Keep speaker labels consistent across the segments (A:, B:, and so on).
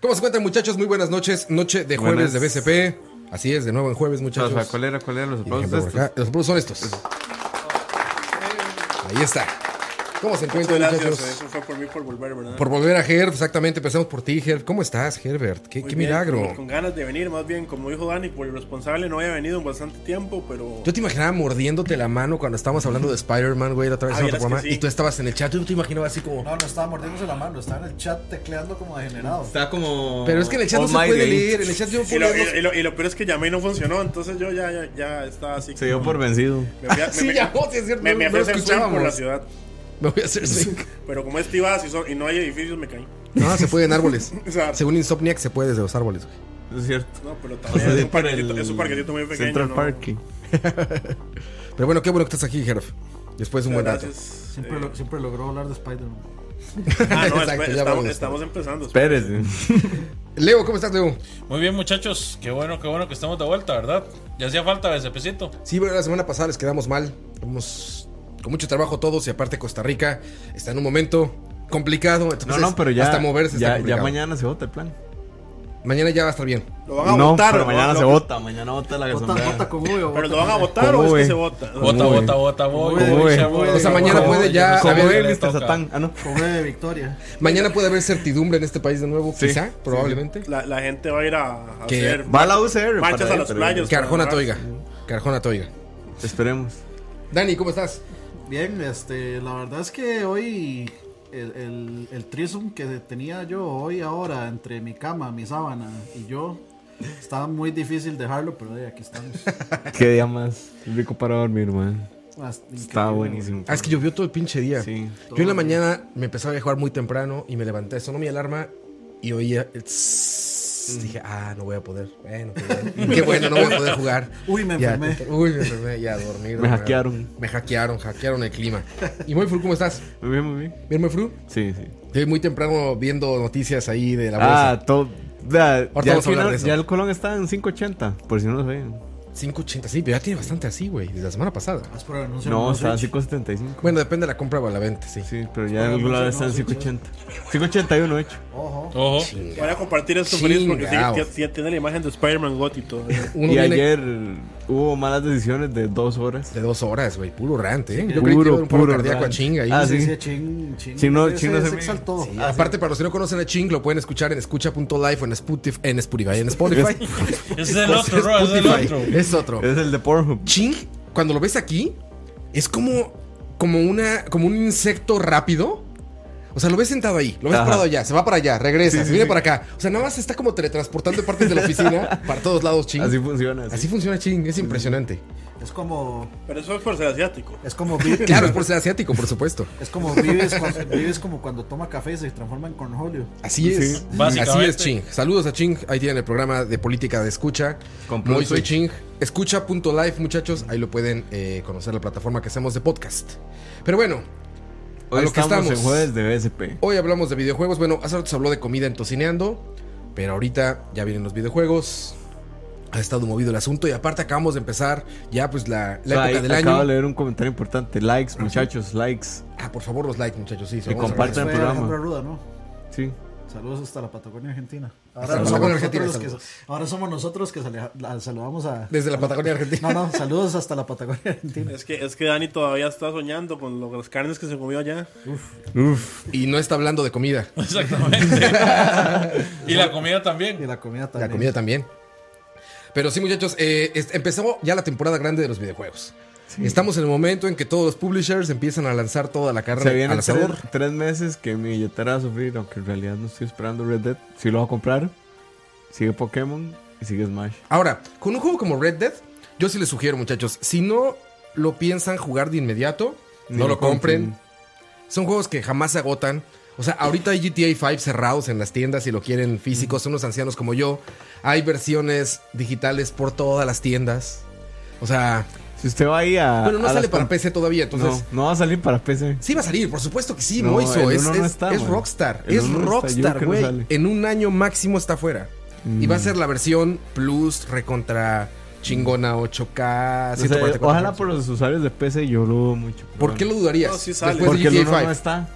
A: ¿Cómo se encuentran, muchachos? Muy buenas noches. Noche de jueves
B: Buenas.
A: de BCP. Así es, de nuevo en jueves, muchachos.
B: Rafa, ¿Cuál era? ¿Cuál era los
A: Y déjenme por
B: aplausos? estos?
A: acá. Los aplausos son estos. Ahí está. ¿Cómo se
C: Muchas
A: encuentran,
C: gracias. eh.
A: muchachos?
C: Eso fue por mí por volver, ¿verdad?
A: Por volver a Herb, exactamente. Empezamos por ti, Herb. ¿Cómo estás, Herbert? Qué,
C: Muy
A: qué
C: bien,
A: milagro.
C: Con, con ganas de venir, más bien, como dijo Dani, por irresponsable no había venido en bastante tiempo, pero.
A: Yo te imaginaba mordiéndote la mano cuando estábamos hablando de Spider-Man, güey, la otra vez
C: Ah,
A: en otro
C: vieras que
A: programa.
C: sí.
A: Y tú estabas en el chat. Yo no te imaginaba así como.
D: No, no estaba mordiéndose la mano, estaba en el chat tecleando como degenerado.
E: Está como.
A: Pero es que en el
C: Oh
A: chat no se
E: Almighty
A: puede
E: ahí.
A: leer. En el chat yo
C: Y lo, eh,
A: ponía dos-
C: y- y lo- y lo peor es que llamé y no funcionó, entonces yo ya, ya, ya estaba así.
B: Se dio por vencido.
C: Me fui a- me-
A: Sí,
C: me-
A: llamó, sí, es cierto.
C: Me, me
A: no- no
C: fui a hacer swing por la
A: escuchábamos.
C: ciudad.
A: Me voy a
C: eh,
A: hacer swing.
C: Pero como es tibas y, so- y no hay edificios, me caí.
A: No, se puede en árboles.
C: O sea,
A: Según Insomniac, se puede desde los árboles. güey.
B: Es cierto.
C: no, pero
B: O sea,
C: también es un,
B: por
C: parquecito,
B: el
C: es un parquecito muy pequeño.
B: Central
C: ¿no?
B: Parking.
A: Pero bueno, qué bueno que estás aquí, Herb. Después de un buen rato.
C: Gracias.
D: Siempre,
C: Eh,
D: lo- siempre logró hablar de Spider-Man.
C: ah, no,
A: Exacto,
C: espe-
A: ya
C: estamos,
A: vamos.
C: estamos empezando.
B: Espérese.
A: Leo, ¿cómo estás, Leo?
F: Muy bien, muchachos. Qué bueno, qué bueno que estamos de vuelta, ¿verdad? Ya hacía falta BCPcito.
A: Sí, bueno, la semana pasada les quedamos mal. Estamos con mucho trabajo todos y aparte Costa Rica está en un momento complicado. Entonces,
B: No, no, pero ya.
A: Hasta moverse está
B: ya, ya
A: complicado.
B: mañana se vota el plan.
A: Mañana ya va a estar bien.
C: Lo van a
B: no,
C: votar.
B: pero
C: ¿no?
B: mañana
C: Lo-
B: se vota. Mañana vota la
D: Bota, bota
B: gasolina.
D: con V o
C: Pero
D: bota
C: lo van a
D: con V.
C: votar o
B: ¿Cómo
C: es que
B: ve?
C: se vota.
F: Vota,
B: Uy.
F: vota, vota, voy.
D: Uy,
F: voy,
B: uy.
F: ya voy.
D: O sea,
F: Voy,
A: mañana
F: voy,
A: puede ya
F: sé
B: Como
A: a
F: qué
A: ver,
B: ve
F: le
B: Mr.
F: toca.
B: Satán. Ah, no.
D: Con V de victoria.
A: Mañana puede haber certidumbre en este país de nuevo,
B: Sí.
A: quizá, probablemente.
C: La, la gente va a ir a, a
A: Que
C: hacer
B: Va a la UCR.
C: Marchas
B: para
C: a las
B: adentro,
C: playas.
A: Que Arjona toiga. Que Arjona toiga.
B: güey. Esperemos.
A: Dani, ¿cómo estás?
D: Bien, este, la verdad es que hoy el, el, el threesome que tenía yo hoy ahora entre mi cama, mi sábana y yo, estaba muy difícil dejarlo, pero eh, aquí estamos.
B: Qué día más rico para dormir, man.
D: Ah,
B: Está
D: increíble.
B: buenísimo.
A: Ah, es que llovió todo el pinche día.
B: Sí.
A: Yo en la mañana me empezaba a jugar muy temprano y me levanté, sonó mi alarma y oía el tss. Dije, ah, no voy a poder. Bueno, qué bueno. qué bueno, no voy a poder jugar.
D: Uy, me
A: Ya,
D: enfermé.
A: uy, me enfermé, ya a dormir.
B: Me
A: ¿no?
B: hackearon.
A: Me hackearon, hackearon el clima. Y Moifru, ¿cómo estás?
B: Muy bien, muy bien.
A: Bien, Moifru.
B: Sí, sí.
A: Estoy muy temprano viendo noticias ahí de la
B: Ah,
A: bolsa.
B: todo. Ya,
A: vamos
B: ya
A: a
B: el
A: hablar de
B: Colón,
A: eso.
B: ya el Colón está en 580, por si no lo saben.
A: 5.80, sí, pero ya tiene bastante así, güey, desde la semana pasada.
D: Haz por el anuncio
B: No,
D: de
B: está en
D: Switch.
B: 575.
A: Bueno, depende de la compra o la venta, sí.
B: Sí, pero ya
D: Bueno,
B: en algún lado
D: no sé,
B: está en
D: no, sí,
B: 580. 581, de hecho.
D: Ojo.
F: Ojo.
C: Voy a compartir esto feliz porque sí,
A: Chingao.
C: ya- ya tiene la imagen de Spider-Man ¿eh? Gotti y todo. ¿verdad?
A: Uno
B: y
A: viene
B: ayer hubo malas decisiones de dos horas.
A: de dos horas, güey, puro rante, ¿eh? Yo
B: Puro,
A: creí que iba a haber un paro
B: puro
A: cardíaco a
B: rante.
A: chinga ahí.
B: Ah,
D: Sí,
B: sí.
D: sí, chin, chin.
B: Si no-
D: Ese-
B: si no se
D: ese
B: me-
D: exaltó.
A: Ah, Aparte, para los que no conocen a Ching, lo pueden escuchar en escucha.life o en Spotify. En Spotify. En Spotify.
F: Ese es el otro, bro, ese es el
A: Pues Spotify.
F: otro.
A: Es otro.
B: Es el de Pornhub.
A: Ching, cuando lo ves aquí, es como, como, una, como un insecto rápido. O sea, lo ves sentado ahí, lo ves
B: Ajá.
A: parado allá, se va para allá, regresa,
B: Sí,
A: se
B: sí,
A: viene
B: sí.
A: para acá. O sea, nada más se está como teletransportando de partes de la oficina para todos lados, Ching.
B: Así
A: Así,
B: funciona. Así.
A: funciona Ching, es impresionante.
D: Es como.
C: Pero eso es por ser asiático.
D: Es como. vi-
A: Claro, es por ser asiático, por supuesto.
D: Es como vives, cuando, vives como cuando toma café y se transforma en cornholio.
A: Así es. Así
F: Básicamente.
A: es, Ching. Saludos a Ching. Ahí tienen el programa de política de escucha.
B: Con
A: Hoy
B: Pluto.
A: soy Ching. Escucha.live, muchachos. Ahí lo pueden eh, conocer la plataforma que hacemos de podcast. Pero bueno,
B: Hoy
A: a lo que
B: estamos,
A: estamos.
B: en jueves de BSP.
A: hoy hablamos de videojuegos. Bueno, hace rato se habló de comida en Tocineando. Pero ahorita ya vienen los videojuegos. Ha estado movido el asunto. Y aparte acabamos de empezar ya pues la, la
B: O sea, ahí
A: época del
B: acabo de
A: año.
B: leer un comentario importante. Likes, muchachos, likes.
A: Ah, por favor, los likes, muchachos. Sí, se lo
B: Que
A: vamos a
B: compartan. Está en
D: Fue
B: programa.
D: Alejandro Arruda, ¿no?
B: Sí.
D: Saludos hasta la Patagonia Argentina.
A: Hasta
D: Ahora,
A: la
D: somos,
A: Patagonia
D: nosotros
A: Argentina,
D: los que, ahora somos nosotros que sale- la- saludamos a...
A: Desde la Patagonia Argentina.
D: No, no, saludos hasta la Patagonia Argentina.
C: Es que, es que Dani todavía está soñando con lo- las carnes que se comió allá.
B: Uf.
A: Y no está hablando de comida.
F: Exactamente. y la comida
D: Y
F: también.
D: la comida
A: La
D: también.
A: comida también. Pero sí, muchachos, eh, es- empezó ya la temporada grande de los videojuegos. Estamos en el momento en que todos los publishers empiezan a lanzar toda la carne
B: Se vienen
A: al
B: tres,
A: asador.
B: tres meses que mi billetera va a sufrir, aunque en realidad no estoy esperando Red Dead. Si lo voy a comprar, sigue Pokémon y sigue Smash.
A: Ahora, con un juego como Red Dead, yo sí les sugiero, muchachos, si no lo piensan jugar de inmediato,
B: Ni
A: no
B: lo
A: lo compren. Son juegos que jamás se agotan. O sea, ahorita hay GTA 5 cerrados en las tiendas si lo quieren físicos. Son unos ancianos como yo. Hay versiones digitales por todas las tiendas. O sea,
B: Si usted va ahí a.
A: bueno, no
B: a
A: sale
B: las
A: para
B: com-
A: PC todavía, entonces.
B: no, no va a salir para PC.
A: Sí va a salir, por supuesto que sí,
B: No,
A: Moiso.
B: el
A: Es,
B: uno no
A: es-
B: está,
A: es
B: man.
A: Rockstar.
B: El
A: es
B: uno no está, yo creo
A: Rockstar,
B: que no
A: güey.
B: sale. Mm.
A: en un año máximo está fuera. Y va a ser la versión Plus recontra chingona 8K.
B: O sea,
A: 144
B: ojalá
A: hertz.
B: por los usuarios de PC yo lo dudo mucho. pero
A: ¿Por qué lo
B: bueno.
A: dudarías?
C: No, sí sale.
A: Después de
B: Porque el
A: GTA
B: uno no
A: 5.
B: está.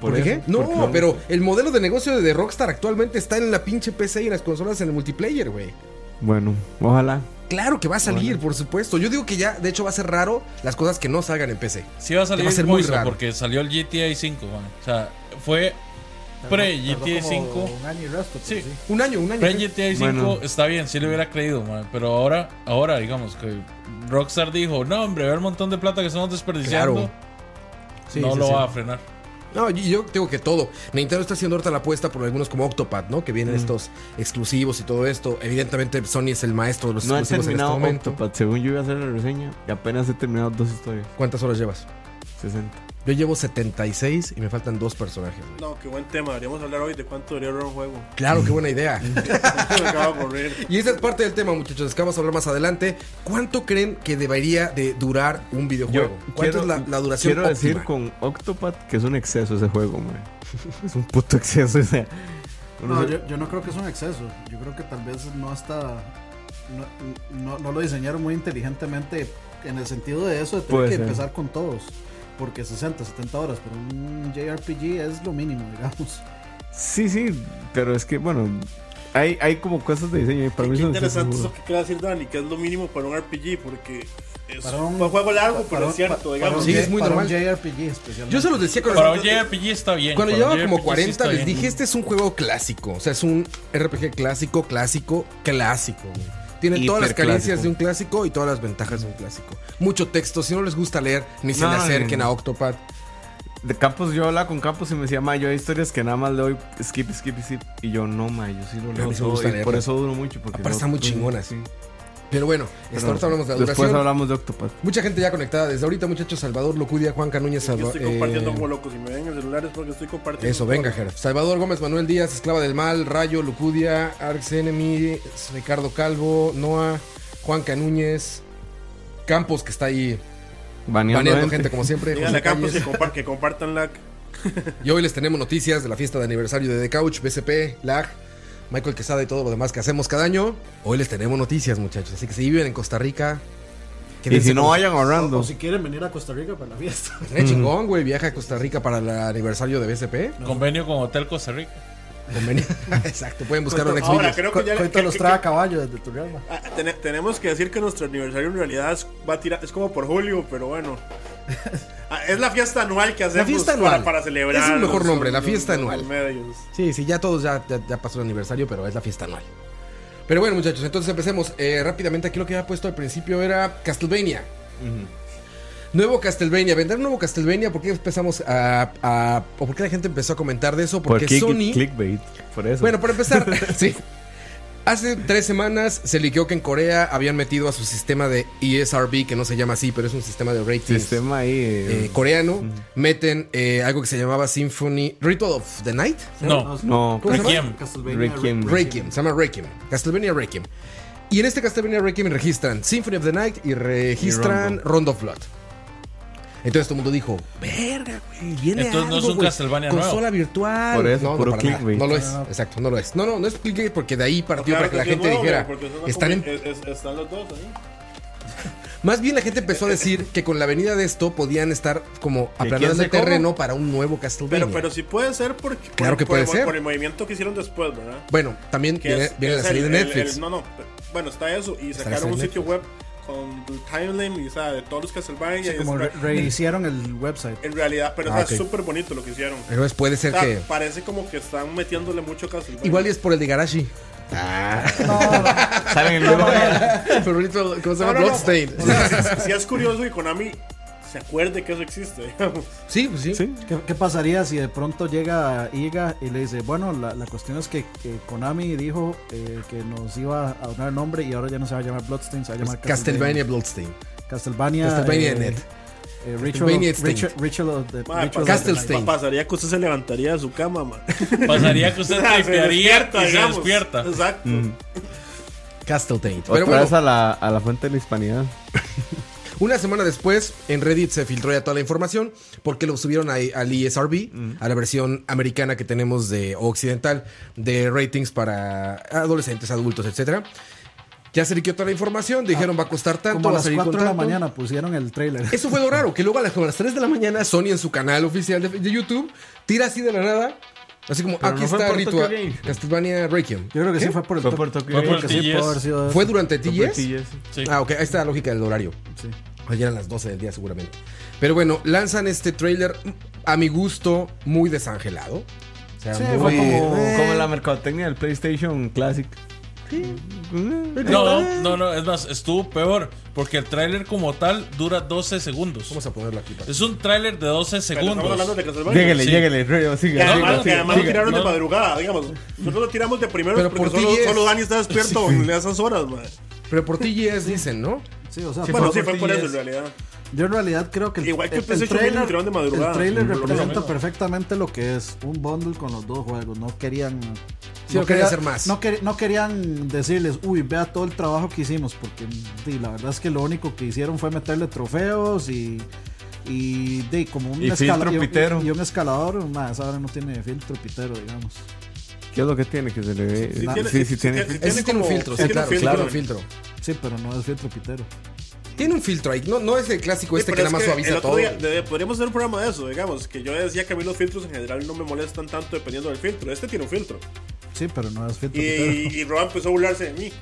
B: Por
A: ¿Por qué?
B: eso,
A: No,
B: porque lo-
A: pero el modelo de negocio de Rockstar actualmente está en la pinche PC y en las consolas en el multiplayer, güey.
B: Bueno, ojalá.
A: Claro que va a salir, por supuesto. Yo digo que ya, de hecho, va a ser raro las cosas que no salgan en PC.
F: Sí va a salir
A: Va a ser muy
F: Poison
A: raro.
F: porque salió el GTA 5, man. O sea, fue pre GTA 5.
D: Un año y resto, pero
F: Sí.
D: sí.
A: Un año, un año.
F: Pre GTA 5
B: Bueno.
F: está bien, sí le hubiera creído, man. Pero ahora, ahora digamos que Rockstar dijo, "No, hombre, ver el montón de plata que estamos desperdiciando."
A: Claro. Sí,
F: no
A: sí,
F: lo
A: sí.
F: va a frenar.
A: No, yo, yo digo que todo. Nintendo está haciendo ahorita la apuesta por algunos como Octopath, ¿no? Que
B: Mm.
A: vienen estos exclusivos y todo esto. Evidentemente, Sony es el maestro de los
B: No he
A: exclusivos en este
B: terminado
A: momento.
B: Octopath. Según yo iba a hacer la reseña, y apenas he terminado dos historias.
A: ¿Cuántas horas llevas?
B: 60.
A: Yo llevo 76 y me faltan dos personajes. güey.
C: No, qué buen tema. Deberíamos hablar hoy de cuánto debería durar un juego.
A: Claro, qué buena idea.
C: Me acaba de ocurrir.
A: Y esa es parte del tema, muchachos, que vamos a hablar más adelante. ¿Cuánto creen que debería de durar un videojuego? ¿Cuánto es la, la duración
B: Quiero decir
A: óptima?
B: con Octopath que es un exceso ese juego, man. es un puto exceso. O sea, uno
D: No,
B: se-
D: yo, yo no creo que es un exceso. Yo creo que tal vez no está. No, no- no lo diseñaron muy inteligentemente en el sentido de eso, de tener
B: Puede
D: que
B: ser.
D: empezar con todos. Porque 60, 70 horas, pero un JRPG es lo mínimo, digamos.
B: Sí, sí, pero es que, bueno, hay, hay como cosas de diseño. y Para mí
C: Qué
B: son
C: interesante
B: excesos,
C: eso que acaba de decir Dani, que es lo mínimo para un RPG, porque es
D: Para
C: un,
D: un-
C: juego largo,
D: para-
C: pero
D: para-
C: es cierto,
D: para-
C: digamos.
D: para
A: Sí,
D: un-
A: es muy
D: para
A: normal.
D: un JRPG especialmente.
A: Yo se los decía con
F: Para un JRPG está bien.
A: Cuando
F: para un
A: llevaba como
C: pues
A: 40
F: JRPG sí está
A: les
F: bien.
A: dije, este es un juego clásico. O sea, es un RPG clásico, clásico, clásico. güey. Tiene todas las
B: Hiperclásico.
A: carencias de un clásico y todas las ventajas de un clásico. Mucho texto. Si no les gusta leer, ni se
B: No,
A: le
B: no,
A: acerquen
B: no.
A: a Octopath.
B: De Campos, yo hablaba con Campos y me decía, ma, yo hay historias que nada más le doy skip, skip, skip. Y yo, no, ma, yo sí lo
A: mí sí
B: leo.
A: me
B: todo,
A: gusta
B: y
A: leerlo.
B: por eso duro mucho. Porque
A: Aparte están muy chingonas. Pero bueno, hasta
B: Pero
A: ahorita hablamos de la
B: Después
A: duración.
B: hablamos de Octopath.
A: Mucha gente ya conectada desde ahorita, muchachos. Salvador Locudia, Juan Canuñez,
C: Yo
A: Salvador.
C: estoy compartiendo como loco. Si me ven en el celular es porque estoy compartiendo.
A: eh, Eso, venga, Jerez. Salvador Gómez, Manuel Díaz, Esclava del Mal, Rayo, Lucudia, Arx Enemy, Ricardo Calvo, Noah, Juan Canúñez, Campos, que está ahí
B: Baneando,
A: baneando
B: gente.
A: gente como siempre.
C: Díganle a
A: José
C: Campos que,
A: Calles.
C: compa- que compartan la.
A: Y hoy les tenemos noticias de la fiesta de aniversario de The Couch, BCP, LAG, Michael Quesada y todo lo demás que hacemos cada año. Hoy les tenemos noticias, muchachos. Así que si viven en Costa Rica,
B: Y si
A: quédense
B: no Mm.
A: con-
B: vayan ahorrando.
D: O si quieren venir a Costa Rica para la fiesta.
A: Estaría chingón, güey, viaja a Costa Rica para el aniversario de BCP.
F: Convenio con Hotel Costa Rica.
A: Convenio. Exacto, pueden buscar un
C: Ahora,
A: ex
C: creo que ya.
D: Cuento
C: que-
D: los
C: que-
D: trae a caballo desde tu realma.
C: Ah, tene- tenemos que decir que nuestro aniversario en realidad es, va a tirar, es como por julio, pero bueno. Ah, es la fiesta anual que hacemos
A: fiesta
C: para-
A: anual.
C: Para, celebrar.
A: Es el mejor
C: los-
A: nombre, la
C: los-
A: fiesta
C: los
A: anual.
C: medios.
A: Sí, sí, ya todos ya, ya, ya pasó el aniversario, pero es la fiesta anual. Pero bueno, muchachos, entonces empecemos eh, rápidamente. Aquí lo que había puesto al principio era Castlevania. Nuevo Castlevania, vendrá un nuevo Castlevania. ¿Por qué empezamos a, a- o por qué la gente empezó a comentar de eso? Porque
B: click-
A: Sony.
B: clickbait. Por eso.
A: Bueno, para empezar, sí. Hace tres semanas se liqueó que en Corea habían metido a su sistema de E ESRB, que no se llama así, pero es un sistema de ratings
B: sistema ahí. eh,
A: pues, eh, coreano. Meten eh, algo que se llamaba Symphony Ritual of the Night.
F: No.
B: no,
A: ¿Cómo se llama?
F: Requiem.
D: Castlevania.
B: Requiem.
A: Requiem, se llama Requiem. Castlevania Requiem. Y en este Castlevania Requiem registran Symphony of the Night y registran
B: Y
A: Rondo. of Blood. Entonces todo el mundo dijo, verga, güey, viene
F: Entonces no es
A: algo,
F: un
A: güey,
F: Castlevania
A: Consola virtual.
B: Por eso,
A: no, no,
B: puro
A: para nada.
B: clickbait.
A: No lo es, exacto, no lo es. No, no, no es clickbait porque de ahí partió
C: Ah.
A: para
C: Claro
A: que la
C: sí es
A: gente
C: nuevo,
A: dijera,
C: porque eso es una
A: están en
C: combi- es- es- están los dos ¿eh? ahí.
A: Más bien la gente empezó a decir que con la venida de esto podían estar como aplanando
B: quién
A: el
B: se coma?
A: terreno para un nuevo Castlevania.
C: Pero, pero sí puede ser porque. por-
A: Claro que
C: por
A: puede
C: el mo-
A: ser.
C: Por el movimiento que hicieron después, ¿verdad?
A: bueno, también
C: que
A: viene,
C: es-
A: viene
C: que
A: la
C: es
A: serie de
C: el- el-
A: Netflix.
C: el- no, no. pero- Bueno, está eso. Y
A: Está la
C: sacaron un
A: serie de
C: sitio web con el timeline y, o sea, de todos los Castlevania.
D: Sí,
C: y
D: como
C: es-
D: re- rehicieron el website.
C: en realidad, pero o
A: Ah,
C: sea,
A: ok.
C: es súper bonito lo que hicieron.
A: Entonces puede
C: O
A: ser
C: sea,
A: que...
C: parece como que están metiéndole mucho a Castlevania.
A: Igual y es por el de Garashi.
B: Salen en el mismo día.
A: Pero ahorita, ¿cómo se
C: No,
A: llama?
C: no, no.
A: Bloodstained.
C: O sea, si- si es curioso y Konami se acuerde que eso existe, digamos.
A: Sí, pues sí.
B: Sí.
D: ¿Qué, qué pasaría si de pronto llega Iga y le dice, bueno, la, la cuestión es que, que Konami dijo eh, que nos iba a donar nombre y ahora ya no se va a llamar Bloodstained, se va a llamar
A: Pues, Castlevania Bloodstained.
D: Castlevania.
A: Castlevania Net.
D: eh, Ritual,
A: Castlevania
D: of,
A: Extinct.
D: Ritual- Ritual of the-
C: Ma,
D: Ritual of the
A: Castlestein.
C: pa- Pasaría que usted se levantaría de su cama, man.
F: Pasaría que usted
A: Ah,
F: tripearía y se
C: digamos.
F: despierta. Mm.
C: Exacto.
A: Castletained.
B: Otra
A: Pero bueno,
B: vez a la, a la fuente de la hispanidad.
A: una semana después, en Reddit se filtró ya toda la información porque lo subieron ahí al E ESRB, a la versión americana que tenemos de o occidental de ratings para adolescentes, adultos, etcétera. Ya se liquidó toda la información, dijeron va a costar tanto.
E: Como a
A: va
E: las
A: salir
E: 4
A: con
E: de la
A: tanto.
E: mañana pusieron el trailer.
A: Eso fue lo raro, que luego a las, como a las 3 de la mañana Sony en su canal oficial de, de YouTube tira así de la nada. Así como,
B: Pero
A: aquí
B: no fue
A: está
B: por Tokyo
A: Ritua,
B: Game.
A: Castlevania Requiem.
E: Yo creo que sí fue por el
B: Fue
E: to-
B: por Tokyo
E: Fue
B: Game.
E: porque sí
F: TGS.
E: pudo haber sido.
A: ¿Fue durante
B: Fue
A: TGS?
B: TGS.
F: Sí.
A: Ah, ok, ahí está la lógica del horario.
E: Sí.
A: Ayer a las 12 del día seguramente. Pero bueno, lanzan este trailer a mi gusto muy desangelado. O sea,
E: Sí,
A: muy-
E: fue como-
A: eh,
B: Como la mercadotecnia del PlayStation Classic. Eh,
F: No, no, no, es más, estuvo peor. Porque el tráiler como tal dura 12 segundos.
A: Vamos a ponerlo aquí. para-
F: Es un tráiler de 12
C: Pero Estamos hablando
F: segundos.
C: de Castlevania.
B: Lléguele,
F: Sí.
B: lléguele, Río, sigue.
C: Que además,
F: siga,
C: que además lo
F: siga,
C: tiraron de
F: no.
C: madrugada, digamos. Nosotros lo tiramos de primero
A: Pero
C: porque
A: por
C: solo,
A: 10.
C: solo Dani está despierto en esas horas, man.
A: Pero por TGS dicen, ¿no?
E: Sí, o sea,
C: Bueno,
B: por
C: sí, fue por
B: 10.
C: eso en realidad.
E: Yo en realidad creo que el,
C: Igual que
E: el-
C: PC
E: el
C: Showcase lo
E: trailer,
C: tiraron de madrugada.
E: el trailer
C: Mm, por lo
E: representa
F: menos.
E: perfectamente lo que es un bundle con los dos juegos. No querían.
A: Sí, no querían hacer más.
E: No, quer- no querían decirles, uy, vea todo el trabajo que hicimos, porque sí, la verdad es que lo único que hicieron fue meterle trofeos y. Y de como un
B: Y filtro
E: y un-
B: pitero.
E: y un escalador, nada, esa ahora no tiene filtro pitero, digamos.
B: ¿Qué es lo que tiene que se le ve?
C: Sí,
B: Sí,
C: tiene-
B: sí,
C: sí,
B: tiene.
C: sí,
A: Ese tiene un
C: como-
A: filtro,
C: sí,
A: sí,
C: tiene
A: claro,
C: un filtro.
A: claro, un filtro.
E: Sí, pero no es filtro pitero.
A: Tiene un filtro ahí. No, no es el clásico este
C: Sí,
A: que
C: pero
A: nada más
C: es el
A: suaviza
C: otro
A: todo.
C: día, de- podríamos hacer un programa de eso, digamos. Que yo decía que a mí los filtros en general no me molestan tanto dependiendo del filtro. Este tiene un filtro.
E: Sí, pero no es filtro
C: Y,
E: pitero.
C: y Roa empezó a burlarse de mí.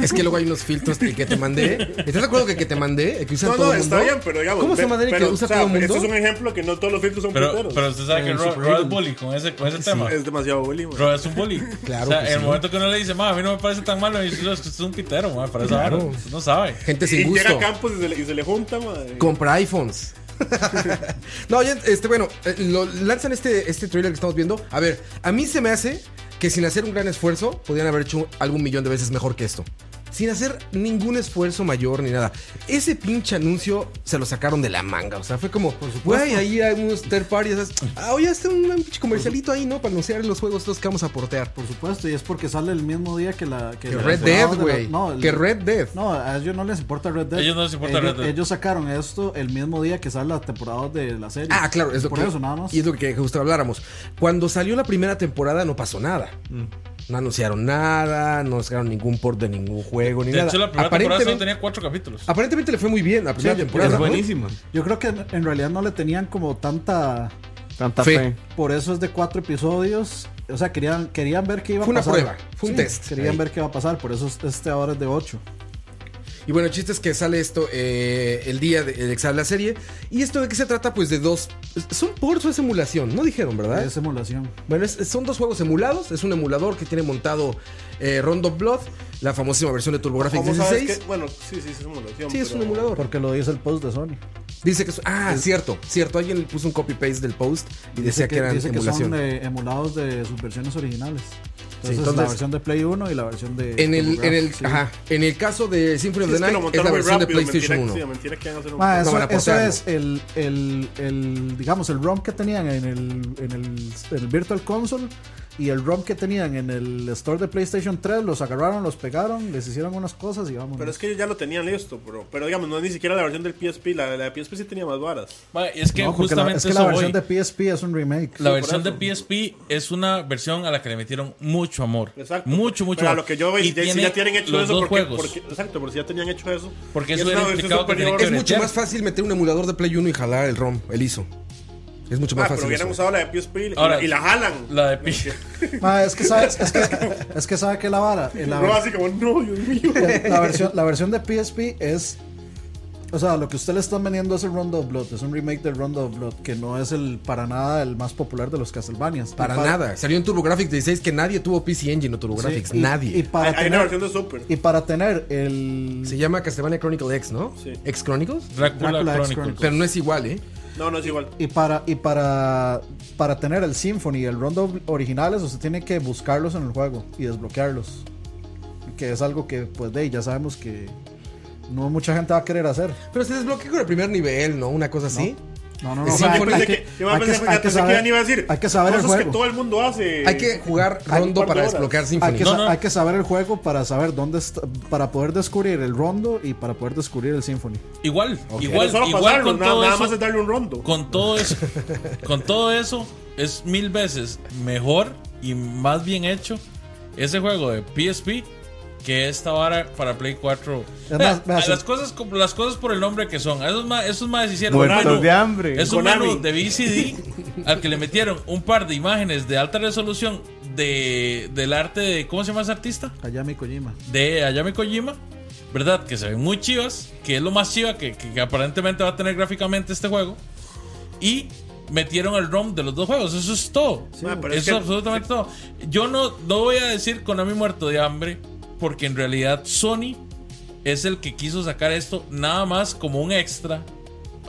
A: Es que luego hay unos filtros el que te mandé. ¿Estás de acuerdo que el que te mandé? El que usa
C: No,
A: todo
C: no,
A: el mundo.
C: está bien, pero digamos.
A: ¿Cómo se
C: ve-
A: llama Dani que
C: pero,
A: usa
C: o sea,
A: todo el
C: Esto
A: mundo?
C: es un ejemplo que no todos los filtros son
F: Pero,
C: punteros.
F: pero usted sabe que
E: Eh,
F: Ro,
E: Super
F: Ro es
E: Evil.
F: bully con ese, con ese tema.
C: es demasiado bully, man.
F: Ro es un bully.
A: Claro
F: o sea,
A: que
F: en el
A: sí.
F: momento que uno le dice, ma, a mí no me parece tan malo, y dice, "No, es que usted es un pitero, ma, para esa
A: Claro.
F: vara". Usted no sabe.
A: Gente
C: y
A: sin
C: llega
A: gusto.
C: a Campos y se le, y se le junta, man.
A: Compra iPhones. no, ya, este, bueno, eh, lo- lanzan este, este trailer que estamos viendo. A ver, a mí se me hace que sin hacer un gran esfuerzo, podrían haber hecho algún millón de veces mejor que esto. Sin hacer ningún esfuerzo mayor ni nada. Ese pinche anuncio se lo sacaron de la manga. O sea, fue como, güey, ahí hay unos third parties. ¿sabes? Ah, oye, este un pinche comercialito ahí, ¿no? Para anunciar los juegos estos que vamos a portear.
E: Por supuesto, y es porque sale el mismo día que la. Que,
A: Que
E: el
A: Red
E: lanzado
A: Dead,
E: de la-
A: güey.
E: no, el-
A: que Red Dead.
E: No, a ellos no les importa Red Dead.
F: Ellos no les importa
E: ellos,
F: Red Dead.
E: Ellos sacaron esto el mismo día que sale la temporada de la serie.
A: Ah, claro, es lo
E: Por
A: que,
E: eso nada más.
A: Y es lo que justo habláramos. Cuando salió la primera temporada no pasó nada.
E: Mm.
A: No anunciaron nada, no sacaron ningún port de ningún juego, ni
F: De
A: nada.
F: hecho, la primera temporada solo
A: aparentemente,
F: tenía cuatro capítulos.
A: aparentemente le fue muy bien la primera temporada.
B: Es
A: ¿no?
B: buenísima.
E: Yo creo que en, en realidad no le tenían como tanta.
B: Tanta
A: Fe.
B: fe.
E: Por eso es de cuatro episodios. O sea, querían, querían ver qué iba
A: Fue
E: a
A: una
E: pasar.
A: prueba, fue un
E: Sí,
A: test.
E: Querían
A: Ahí.
E: ver qué va a pasar, por eso es- este ahora es de ocho.
A: Y bueno, el chiste es que sale esto eh, el día de, de que sale la serie. ¿Y esto de qué se trata? Pues de dos. ¿Son ports o es emulación? No dijeron, ¿verdad?
E: Es emulación.
A: Bueno, es- son dos juegos emulados. Es un emulador que tiene montado eh, Rondo Blood, la famosísima versión de TurboGrafx
C: ¿Cómo sabes
A: 16.
C: que- Bueno, sí, sí, es emulación.
A: Sí, es un
C: pero-
A: emulador.
E: Porque lo dice el post de Sony.
A: Dice que es- ah, cierto, cierto, alguien puso un copy paste del post y
E: Dice
A: decía que, eran
E: dice que
A: emulación.
E: son eh, emulados de sus versiones originales. Entonces,
A: Sí,
E: la
A: entonces-
E: versión de Play 1 y la versión de.
A: en el en el
E: sí.
A: ajá, en el caso de Symphony
C: Sí,
A: of
C: es
A: the Night es
C: que lo
A: la
C: montaron muy
A: versión
C: rápido.
A: de PlayStation
C: mentira,
A: 1.
C: sí, mentira que van a hacer un.
E: Ma,
A: No
E: eso,
A: van a
E: eso
A: portearlo.
E: Ah, es el, el, el, digamos, el ROM que tenían en el, en el, el Virtual Console y el ROM que tenían en el store de PlayStation 3, los agarraron, los pegaron, les hicieron unas cosas y vamos.
C: Pero es que ellos ya lo tenían listo, bro. Pero digamos, no es ni siquiera la versión del PSP. La, la de PSP sí tenía más varas.
F: Ma, es que
E: la,
F: justamente
E: es que
F: eso
E: la versión
F: voy.
E: de PSP es un remake.
F: La
E: Sí,
F: versión de
C: por
F: PSP es una versión a la que le metieron mucho amor.
C: Exacto.
F: Mucho, mucho
C: Pero a
F: amor.
C: lo que yo veo,
F: Y
C: si ya, si
F: tiene
C: ya tienen hecho
F: los
C: eso,
F: dos
C: porque,
F: juegos.
C: porque- Exacto, porque si ya tenían hecho eso.
F: Porque
C: y
F: eso
C: es
F: era
C: una versión
F: implicado que tenía
C: superior.
F: que
A: Es mucho
F: bretear.
A: más fácil meter un emulador de Play 1 y jalar el ROM, el ISO. Es mucho más
C: Ah, pero
A: fácil.
C: hubieran
A: eso.
C: usado la de PSP y-
F: Ahora,
C: y la jalan.
F: La de PSP.
E: Ma, es que sabes, es que, es que sabe que la vara. eh, La,
C: No, así como, no, Dios mío.
E: la versión, la versión de PSP es. O sea, lo que usted le están vendiendo es el Rondo of Blood, es un remake del Rondo of Blood, que no es el para nada el más popular de los Castlevanias. Y
A: Para nada. Salió en TurboGrafx 16 que nadie tuvo PC Engine o TurboGrafx,
E: sí, y-
A: nadie.
E: Y
C: Hay,
E: para
C: hay una
E: tener,
C: versión de Super.
E: Y para tener el.
A: Se llama Castlevania Chronicle X, ¿no?
C: Sí.
A: X Chronicles,
F: Drácula,
E: Drácula X
F: Chronicles.
E: Chronicles.
A: pero no es igual, ¿eh?
C: No, no es igual.
E: Y para, y para, para tener el Symphony y el Rondo originales, usted tiene que buscarlos en el juego y desbloquearlos. Que es algo que, pues, de ahí ya sabemos que no mucha gente va a querer hacer.
A: Pero se desbloqueó con el primer nivel, ¿no? Una cosa así.
E: No, no,
A: El
E: no. o sea,
A: Symphony-
E: hay
C: Pensé
E: que-
C: que, yo me
E: hay que-
C: pensé que
E: hay
C: ya pensé
E: que
C: que
E: saber-
C: Dani iba a decir.
E: Hay que saber el
C: cosas que todo
E: juego.
C: el mundo hace.
A: Hay que jugar
C: Hay un
A: rondo
C: par de
A: para
C: horas.
A: desbloquear
E: Hay
A: Symphony.
E: que,
F: No,
E: sa-
F: no.
E: hay que saber el juego para saber dónde está, para poder descubrir el rondo y para poder descubrir el Symphony.
F: Igual,
C: Pero
F: igual,
C: solo
F: igual
C: pasarlo,
F: con
C: nada,
F: todo
C: nada
F: eso.
C: más es darle un rondo.
F: Con todo eso, con todo eso, es mil veces mejor y más bien hecho ese juego de PSP que esta vara para Play 4.
E: Es más,
F: Eh,
E: veas,
F: las, cosas, como- las cosas por el nombre que son. Esos más, esos más hicieron un
B: Muertos
F: menú-
B: de hambre.
F: Es un
C: Konami.
F: menú de VCD al que le metieron un par de imágenes de alta resolución de, del arte de. ¿Cómo se llama ese artista?
D: Hayami Kojima.
F: de Ayame Kojima, ¿verdad? Que se ven muy chivas, que es lo más chiva que, que- que aparentemente va a tener gráficamente este juego. Y metieron el ROM de los dos juegos, eso es todo.
C: Ah, pero
F: eso
C: es
F: es,
C: que-
F: absolutamente todo. Yo no, no voy a decir Konami muerto de hambre, porque en realidad Sony es el que quiso sacar esto nada más como un extra,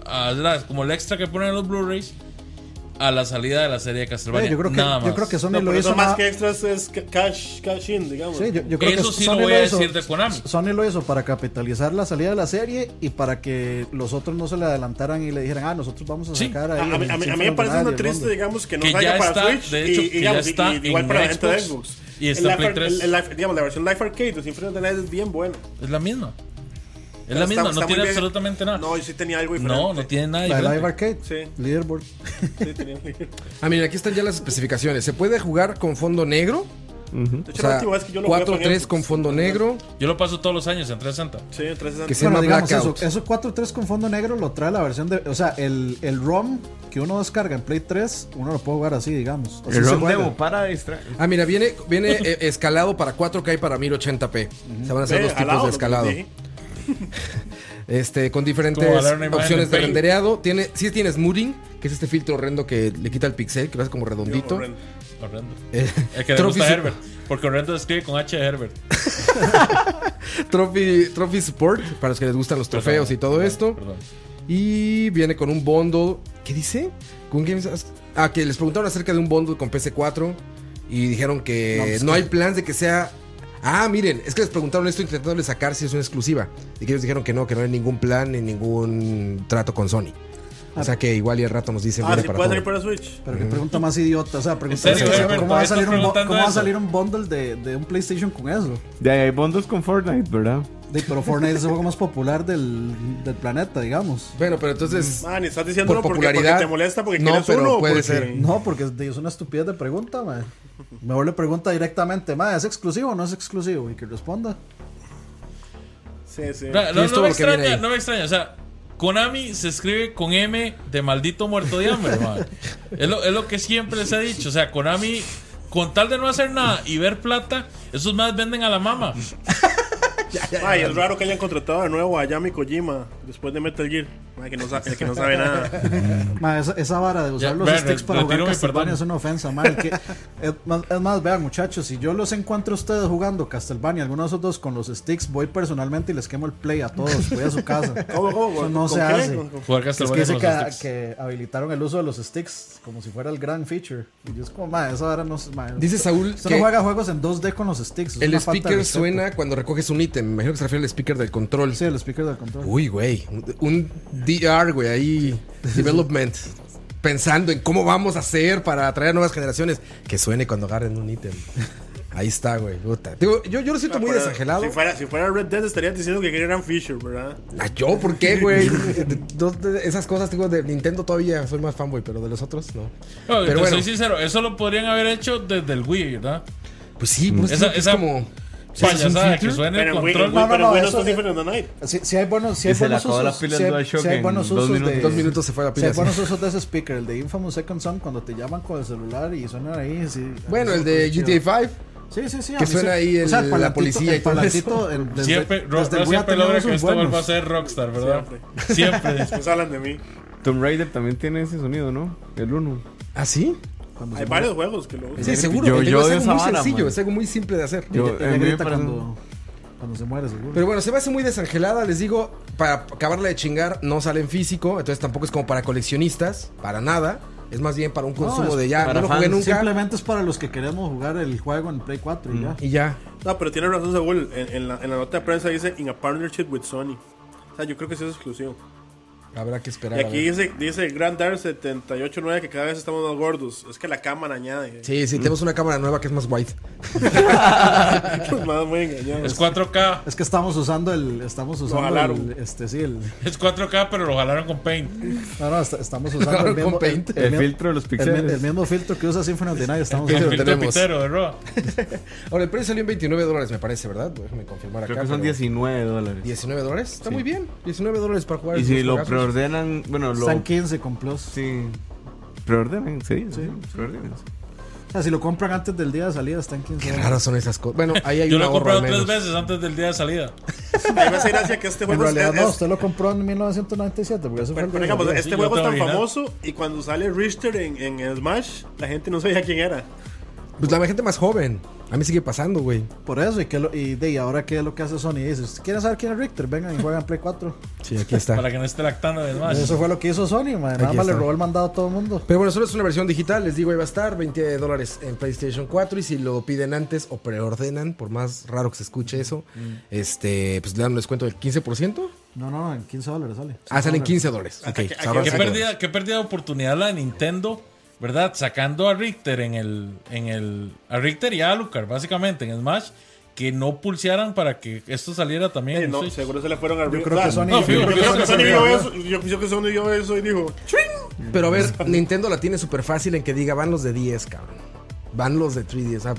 F: ah, ¿verdad? como el extra que ponen en los Blu-rays. A la salida de la serie de Castlevania.
E: eh, yo, creo que,
F: nada más.
E: yo creo que Sony
C: No,
E: lo
C: pero
E: hizo
C: eso más
E: nada-
C: que extras es ca- cash, cash in, digamos.
E: Sí, yo, yo creo
F: Eso
E: que
F: sí lo
E: Sony
F: voy a
E: hizo-
F: decir de Konami.
E: Sony lo hizo para capitalizar la salida de la serie y para que los otros no se le adelantaran y le dijeran, ah, nosotros vamos a
F: Sí.
E: sacar
C: a,
E: ahí.
C: a mí,
E: el
C: a mí- a mí me parece
E: Symphony of the
C: una
E: Night y el
C: triste,
E: Bundle".
C: digamos, que no
F: Que
C: salga
F: ya
C: para
F: está,
C: Switch.
F: de hecho,
C: y, y,
F: que ya
C: digamos, y-
F: está
C: y igual
F: en
C: para la gente de
F: Xbox.
C: Xbox.
F: Y está en
C: la,
F: Play
C: el-
F: 3.
C: el- la- digamos, la versión Live Arcade de Symphony of the Night es bien buena.
F: Es la misma. Es
C: Pero
F: la
C: está-
F: misma,
C: está
F: no
C: muy
F: tiene
C: bien.
F: absolutamente nada.
C: No, yo sí tenía algo diferente.
F: No, no tiene nada
E: La de
F: diferente.
E: Live Arcade,
C: Sí.
E: Leaderboard.
C: Sí, tenía algo diferente.
A: Ah, miren, aquí están ya las especificaciones. Se puede jugar con fondo negro.
B: Ujú.
C: De
A: O
C: hecho, la
A: sea,
C: última vez que yo lo jugué fue en
A: 4-3
C: Xbox.
A: con fondo negro.
F: Yo lo paso todos los años en 360.
C: Sí, en 360.
A: Que se
E: Bueno,
A: llama
E: digamos eso,
A: Blackout.
E: eso 4.3 con fondo negro lo trae la versión de. O sea, el, el ROM que uno descarga en Play 3, uno lo puede jugar así, digamos. Así
B: El
E: se
B: ROM
E: juega.
B: demo para distraer.
A: Ah, mira, viene, viene eh, escalado para 4K y para 1080p. Se van a hacer
C: Ve,
A: dos tipos
C: jalado,
A: de escalado.
C: sí.
A: Este, con diferentes
F: Como jalar una imagen
A: opciones
F: en
A: de
F: Paint.
A: rendereado. Tiene, sí tienes Mooring, que es este filtro horrendo que le quita el pixel, que lo hace como redondito.
C: Horrendo.
F: Horrendo.
A: Eh,
F: El que le
A: Trophy
F: gusta
A: Su-
F: Herbert. Porque Horrendo escribe con H de Herbert.
A: Trophy, trophy Support, para los que les gustan los trofeos
F: Perdón,
A: y todo
F: perdón,
A: esto.
F: perdón.
A: Y viene con un bundle. ¿Qué dice? Con Games As- Ah, que les preguntaron acerca de un bundle con PC4. Y dijeron que no,
E: No, pues,
A: hay
E: que-
A: plans de que sea. Ah, miren, es que les preguntaron esto intentándole sacar si es una exclusiva. Y que ellos dijeron que no, que no hay ningún plan ni ningún trato con Sony. O sea que igual y al rato nos dicen
C: Ah,
A: viene
C: sí,
A: para
C: puede salir
A: todo.
C: para Switch.
E: Pero qué pregunta más idiota. O sea, preguntar
F: serio,
E: eso,
F: Herbert,
E: ¿cómo, va a
F: ¿estás
E: salir un, bu-
F: preguntando
E: cómo va a
F: eso?
E: salir un bundle de, de un PlayStation con eso?
B: Ya hay bondos con Fortnite, ¿verdad?
E: De- pero Fortnite es el juego más popular del, del planeta, digamos.
A: Bueno, pero entonces.
C: Man, estás diciéndolo porque, porque
A: popularidad.
C: te molesta, porque
A: No,
C: quieres
A: pero
C: uno. o
A: puede
C: porque-
A: ser.
E: No, porque es de- es una estupidez de pregunta, mae. Mejor le pregunta directamente, mae, ¿es exclusivo o no es exclusivo? Y que responda.
C: Sí, sí.
F: No, no,
A: es todo
F: me
A: lo que viene
F: extraña,
A: ahí.
F: no me extraña. O sea, Konami se escribe con M de maldito muerto de hambre, man. Es lo, es lo que siempre les he dicho. O sea, Konami, con tal de no hacer nada y ver plata, esos más venden a la mama.
C: Ay, es raro que hayan contratado de nuevo a Yami Kojima después de Metal Gear. Ay, que no sabe, el que no sabe nada.
E: Ma, esa, esa vara de usar
F: Ya,
E: los
F: vean,
E: sticks para
F: retiro
E: jugar
F: mi
E: Castlevania
F: perdón.
E: es una ofensa, ma, el que- es, más, es más, vean, muchachos, si yo los encuentro a ustedes jugando Castlevania, alguno de esos dos con los sticks, voy personalmente y les quemo el play a todos, voy a su casa.
C: ¿Cómo, cómo?
E: Eso
C: ¿Con-
E: no
C: con
E: se
C: qué?
E: hace.
C: ¿Con- con-
F: Jugar
E: Que Es
F: Castlevania
E: que dice
F: con
E: que,
F: los sticks.
E: que habilitaron el uso de los sticks como si fuera el gran feature. Y yo es como, ma, esa vara no es. ma,
A: Dice Saúl
E: usted
A: que-
E: no juega juegos en 2D con los sticks. es
A: El
E: una falta de
A: speaker
E: respeto.
A: suena cuando recoges un ítem. Me imagino que se refiere al speaker del control.
E: Sí, el speaker del control.
A: Uy, güey. un- Un DR, güey, ahí. Development. Pensando en cómo vamos a hacer para atraer a nuevas generaciones. Que suene cuando agarren un ítem. Ahí está, güey. puta. Digo, yo, yo lo siento muy
C: Fuera-
A: desangelado.
C: Si fuera, si fuera Red Dead, estarían diciendo que eran Fisher, ¿verdad?
A: Ah, ¿Yo por qué, güey? De- dos de Esas cosas, digo, de Nintendo todavía soy más fanboy, pero de los otros no.
F: No,
A: Pero
F: te
A: bueno,
F: soy sincero, eso lo podrían haber hecho desde el Wii, ¿verdad?
A: pues sí, por eso
F: Esa-
A: es
F: esa-
A: como.
F: Payasada, que
A: filtro?
F: suene el
C: Pero en Wii-
F: control.
C: en Wii- pero en
E: no,
C: Wii no
E: eso
C: está
E: es-
C: Symphony of the Night.
E: Sí, sí hay buenos, sí hay
B: Y se le
E: buenos
B: acabó la
E: usos.
B: pila
E: sí
B: en
E: hay-
B: DualShock
E: sí hay
B: en
E: buenos
B: dos
E: usos
B: minutos.
E: de-
A: Dos minutos se fue la
E: sí hay
A: pila. sí.
E: buenos usos de ese speaker, el de Infamous Second Son, cuando te llaman con el celular y suena ahí. sí.
A: Bueno,
E: Eso
A: el de
E: es chido.
A: GTA V.
E: Sí, sí, sí. a
A: que
E: mí
A: suena ahí el- la
E: palantito-
A: policía y
E: el
A: todo
E: palantito, el- desde-
F: Siempre, Ro-
E: desde
F: Ro
E: el Wii ha
F: siempre
E: tenido
F: logra
E: usos
F: que esto vuelva a
E: buenos.
F: ser Rockstar, ¿verdad? Siempre.
C: Después hablan de mí.
B: Tomb Raider también tiene ese sonido, ¿no? El 1.
A: ¿Ah, sí?
E: Cuando
C: Hay
E: se
C: varios juegos que lo usan.
A: Sí, seguro.
B: Yo-
A: Yo,
B: yo
A: es
B: de
A: algo muy
B: esa vara,
A: sencillo,
B: man.
A: es algo muy simple de hacer.
B: Yo-
E: muere. Ella-
B: Eh, a mí
E: ella
B: me
E: grita
B: parece-
E: cuando, cuando se muere, seguro.
A: Pero bueno, se me hace muy desangelada, les digo, para acabarla de chingar, no sale en físico, entonces tampoco es como para coleccionistas, para nada. Es más bien para un consumo
E: es
A: de ya, no
B: para
A: lo jugué
B: fans,
A: nunca
E: Simplemente es para los que queremos jugar el juego en Play 4 y ya.
A: y ya.
C: No, pero tiene razón, Saúl. En, en la, en la nota de prensa dice: In a partnership with Sony. O sea, yo creo que sí es exclusivo.
A: Habrá que esperar.
C: Y
A: a
C: aquí
A: ver.
C: dice, dice Grand Dar 789 que cada vez estamos más gordos. Es que la cámara añade.
A: Sí, sí, tenemos una cámara nueva que es más wide.
C: Los más muy engañados.
F: Es 4K,
E: Es que estamos usando el. Estamos usando
C: jalaron.
E: el, este, sí, el.
F: es 4K, pero lo jalaron con Paint.
E: No, no, est- estamos usando
A: Con
E: el mismo.
A: paint.
E: el- el
B: El
E: mi-
B: filtro de los
E: el mi-
B: píxeles.
E: el mismo filtro que usa Symphony of the Night. Estamos
A: El
F: El
A: lo
F: filtro
A: tenemos.
F: pitero de Roa.
A: Ahora, el precio salió en 29 dólares, me parece, ¿verdad? Déjame confirmar acá.
B: Creo que son
A: pero-
B: 19 dólares.
A: 19 dólares. Está muy bien. 19 dólares para jugar.
B: Y
A: esos
B: si lo
A: juegazos.
B: preordenan, bueno, lo.
E: Están 15 con Plus.
B: Sí. Preordenen, sí. sí, preordenen.
E: O sea, si lo compran antes del día de salida, están 15
A: Qué
E: dólares.
A: raras son esas cosas. Bueno, ahí hay
F: Yo
A: un
F: lo he
A: ahorro
F: comprado
A: al
F: tres
A: menos.
F: veces antes del día de salida.
C: Ahí me hace gracia que este
E: En
C: juego es-
E: realidad, no,
C: es-
E: usted lo compró en 1997. Porque eso fue
C: Pero,
E: el
C: pero
E: día de
C: digamos,
E: salida.
C: este
F: yo
C: juego es tan
F: también, ¿eh?
C: famoso y cuando sale Richter en, en Smash, la gente no sabía quién era.
A: Pues la gente más joven. A mí sigue pasando, güey.
E: Por eso, y, que lo- y de y ahora qué es lo que hace Sony. Dice: "¿Ustedes ¿Quieren saber quién es Richter? Vengan y juegan Play 4.
A: Sí, aquí está.
F: Para que no esté lactando de más.
E: Eso fue lo que hizo Sony, man. Nada
A: Ah, Aquí
E: más le
A: está.
E: robó el mandado a todo el mundo.
A: Pero bueno, solo es una versión digital. Les digo, ahí va a estar 20 dólares en PlayStation 4. Y si lo piden antes o preordenan, por más raro que se escuche eso, este, pues le dan un descuento del 15%.
E: No, no, en 15 dólares sale.
A: Ah, salen 15 dólares. Ok,
C: Hasta que-
A: se
C: hasta
A: ahorran
C: que
F: Qué
A: cinco
F: pérdida, qué pérdida de oportunidad la de Nintendo, ¿verdad? Sacando a Richter en el. En el a Richter y a Alucard, básicamente, en Smash. Que no pulsearan para que esto saliera también.
C: Eh,
F: en
C: no,
F: Switch.
C: seguro se le fueron a Richter.
E: creo que Sony-
F: No, fijo,
C: Yo
F: fijo,
C: creo que Sony
F: fijo.
C: vio eso- yo- yo creo que Sony vio eso y dijo, "Chring".
A: Pero a ver, Nintendo la tiene súper fácil en que diga van los de 10, cabrón. Van los de 3D. O sea,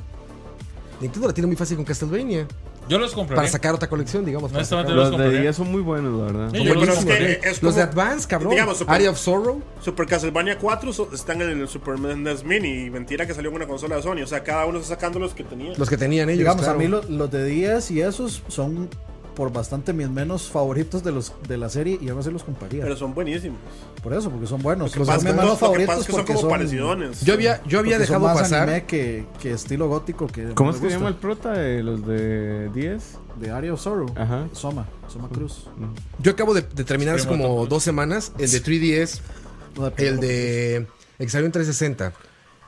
A: Nintendo la tiene muy fácil con Castlevania.
F: Yo los compré.
A: Para sacar otra colección, digamos. para
F: Honestamente,
A: sacar-
F: los
B: Los de
F: compraría.
B: 10 son muy buenos, la verdad.
F: Sí, yo los
C: Pero es
F: compré.
C: que es
A: Los
C: como-
A: de Advance, cabrón.
C: Digamos, super-
A: Area of Sorrow.
C: Super Castlevania 4 so- están en el Super NES Mini y mentira que salió en una consola de Sony. O sea, cada uno está sacando los que tenía.
A: Los que tenían ellos.
E: Digamos,
A: claro.
E: a mí lo- los de 10 y esos son por bastante mis menos favoritos de los de la serie y ahora sí los compraría.
C: Pero son buenísimos.
E: por eso, porque son buenos. Los
C: Pasa
E: son
C: que
E: mis
C: no,
E: menos
C: lo que pasa
E: favoritos
C: es que son
E: porque
C: como
E: son
C: parecidones.
A: Yo había, yo había
E: porque son
A: dejado
E: más
A: pasar.
E: anime que, que estilo gótico que
B: ¿Cómo
E: me
B: es que se llama el
E: gusta.
B: prota de los de 10?
E: de Area of Sorrow?
B: Ajá.
E: Soma, Soma Cruz.
A: Yo acabo de, de terminar hace como dos semanas. El de 3DS. El de. El que salió en 360.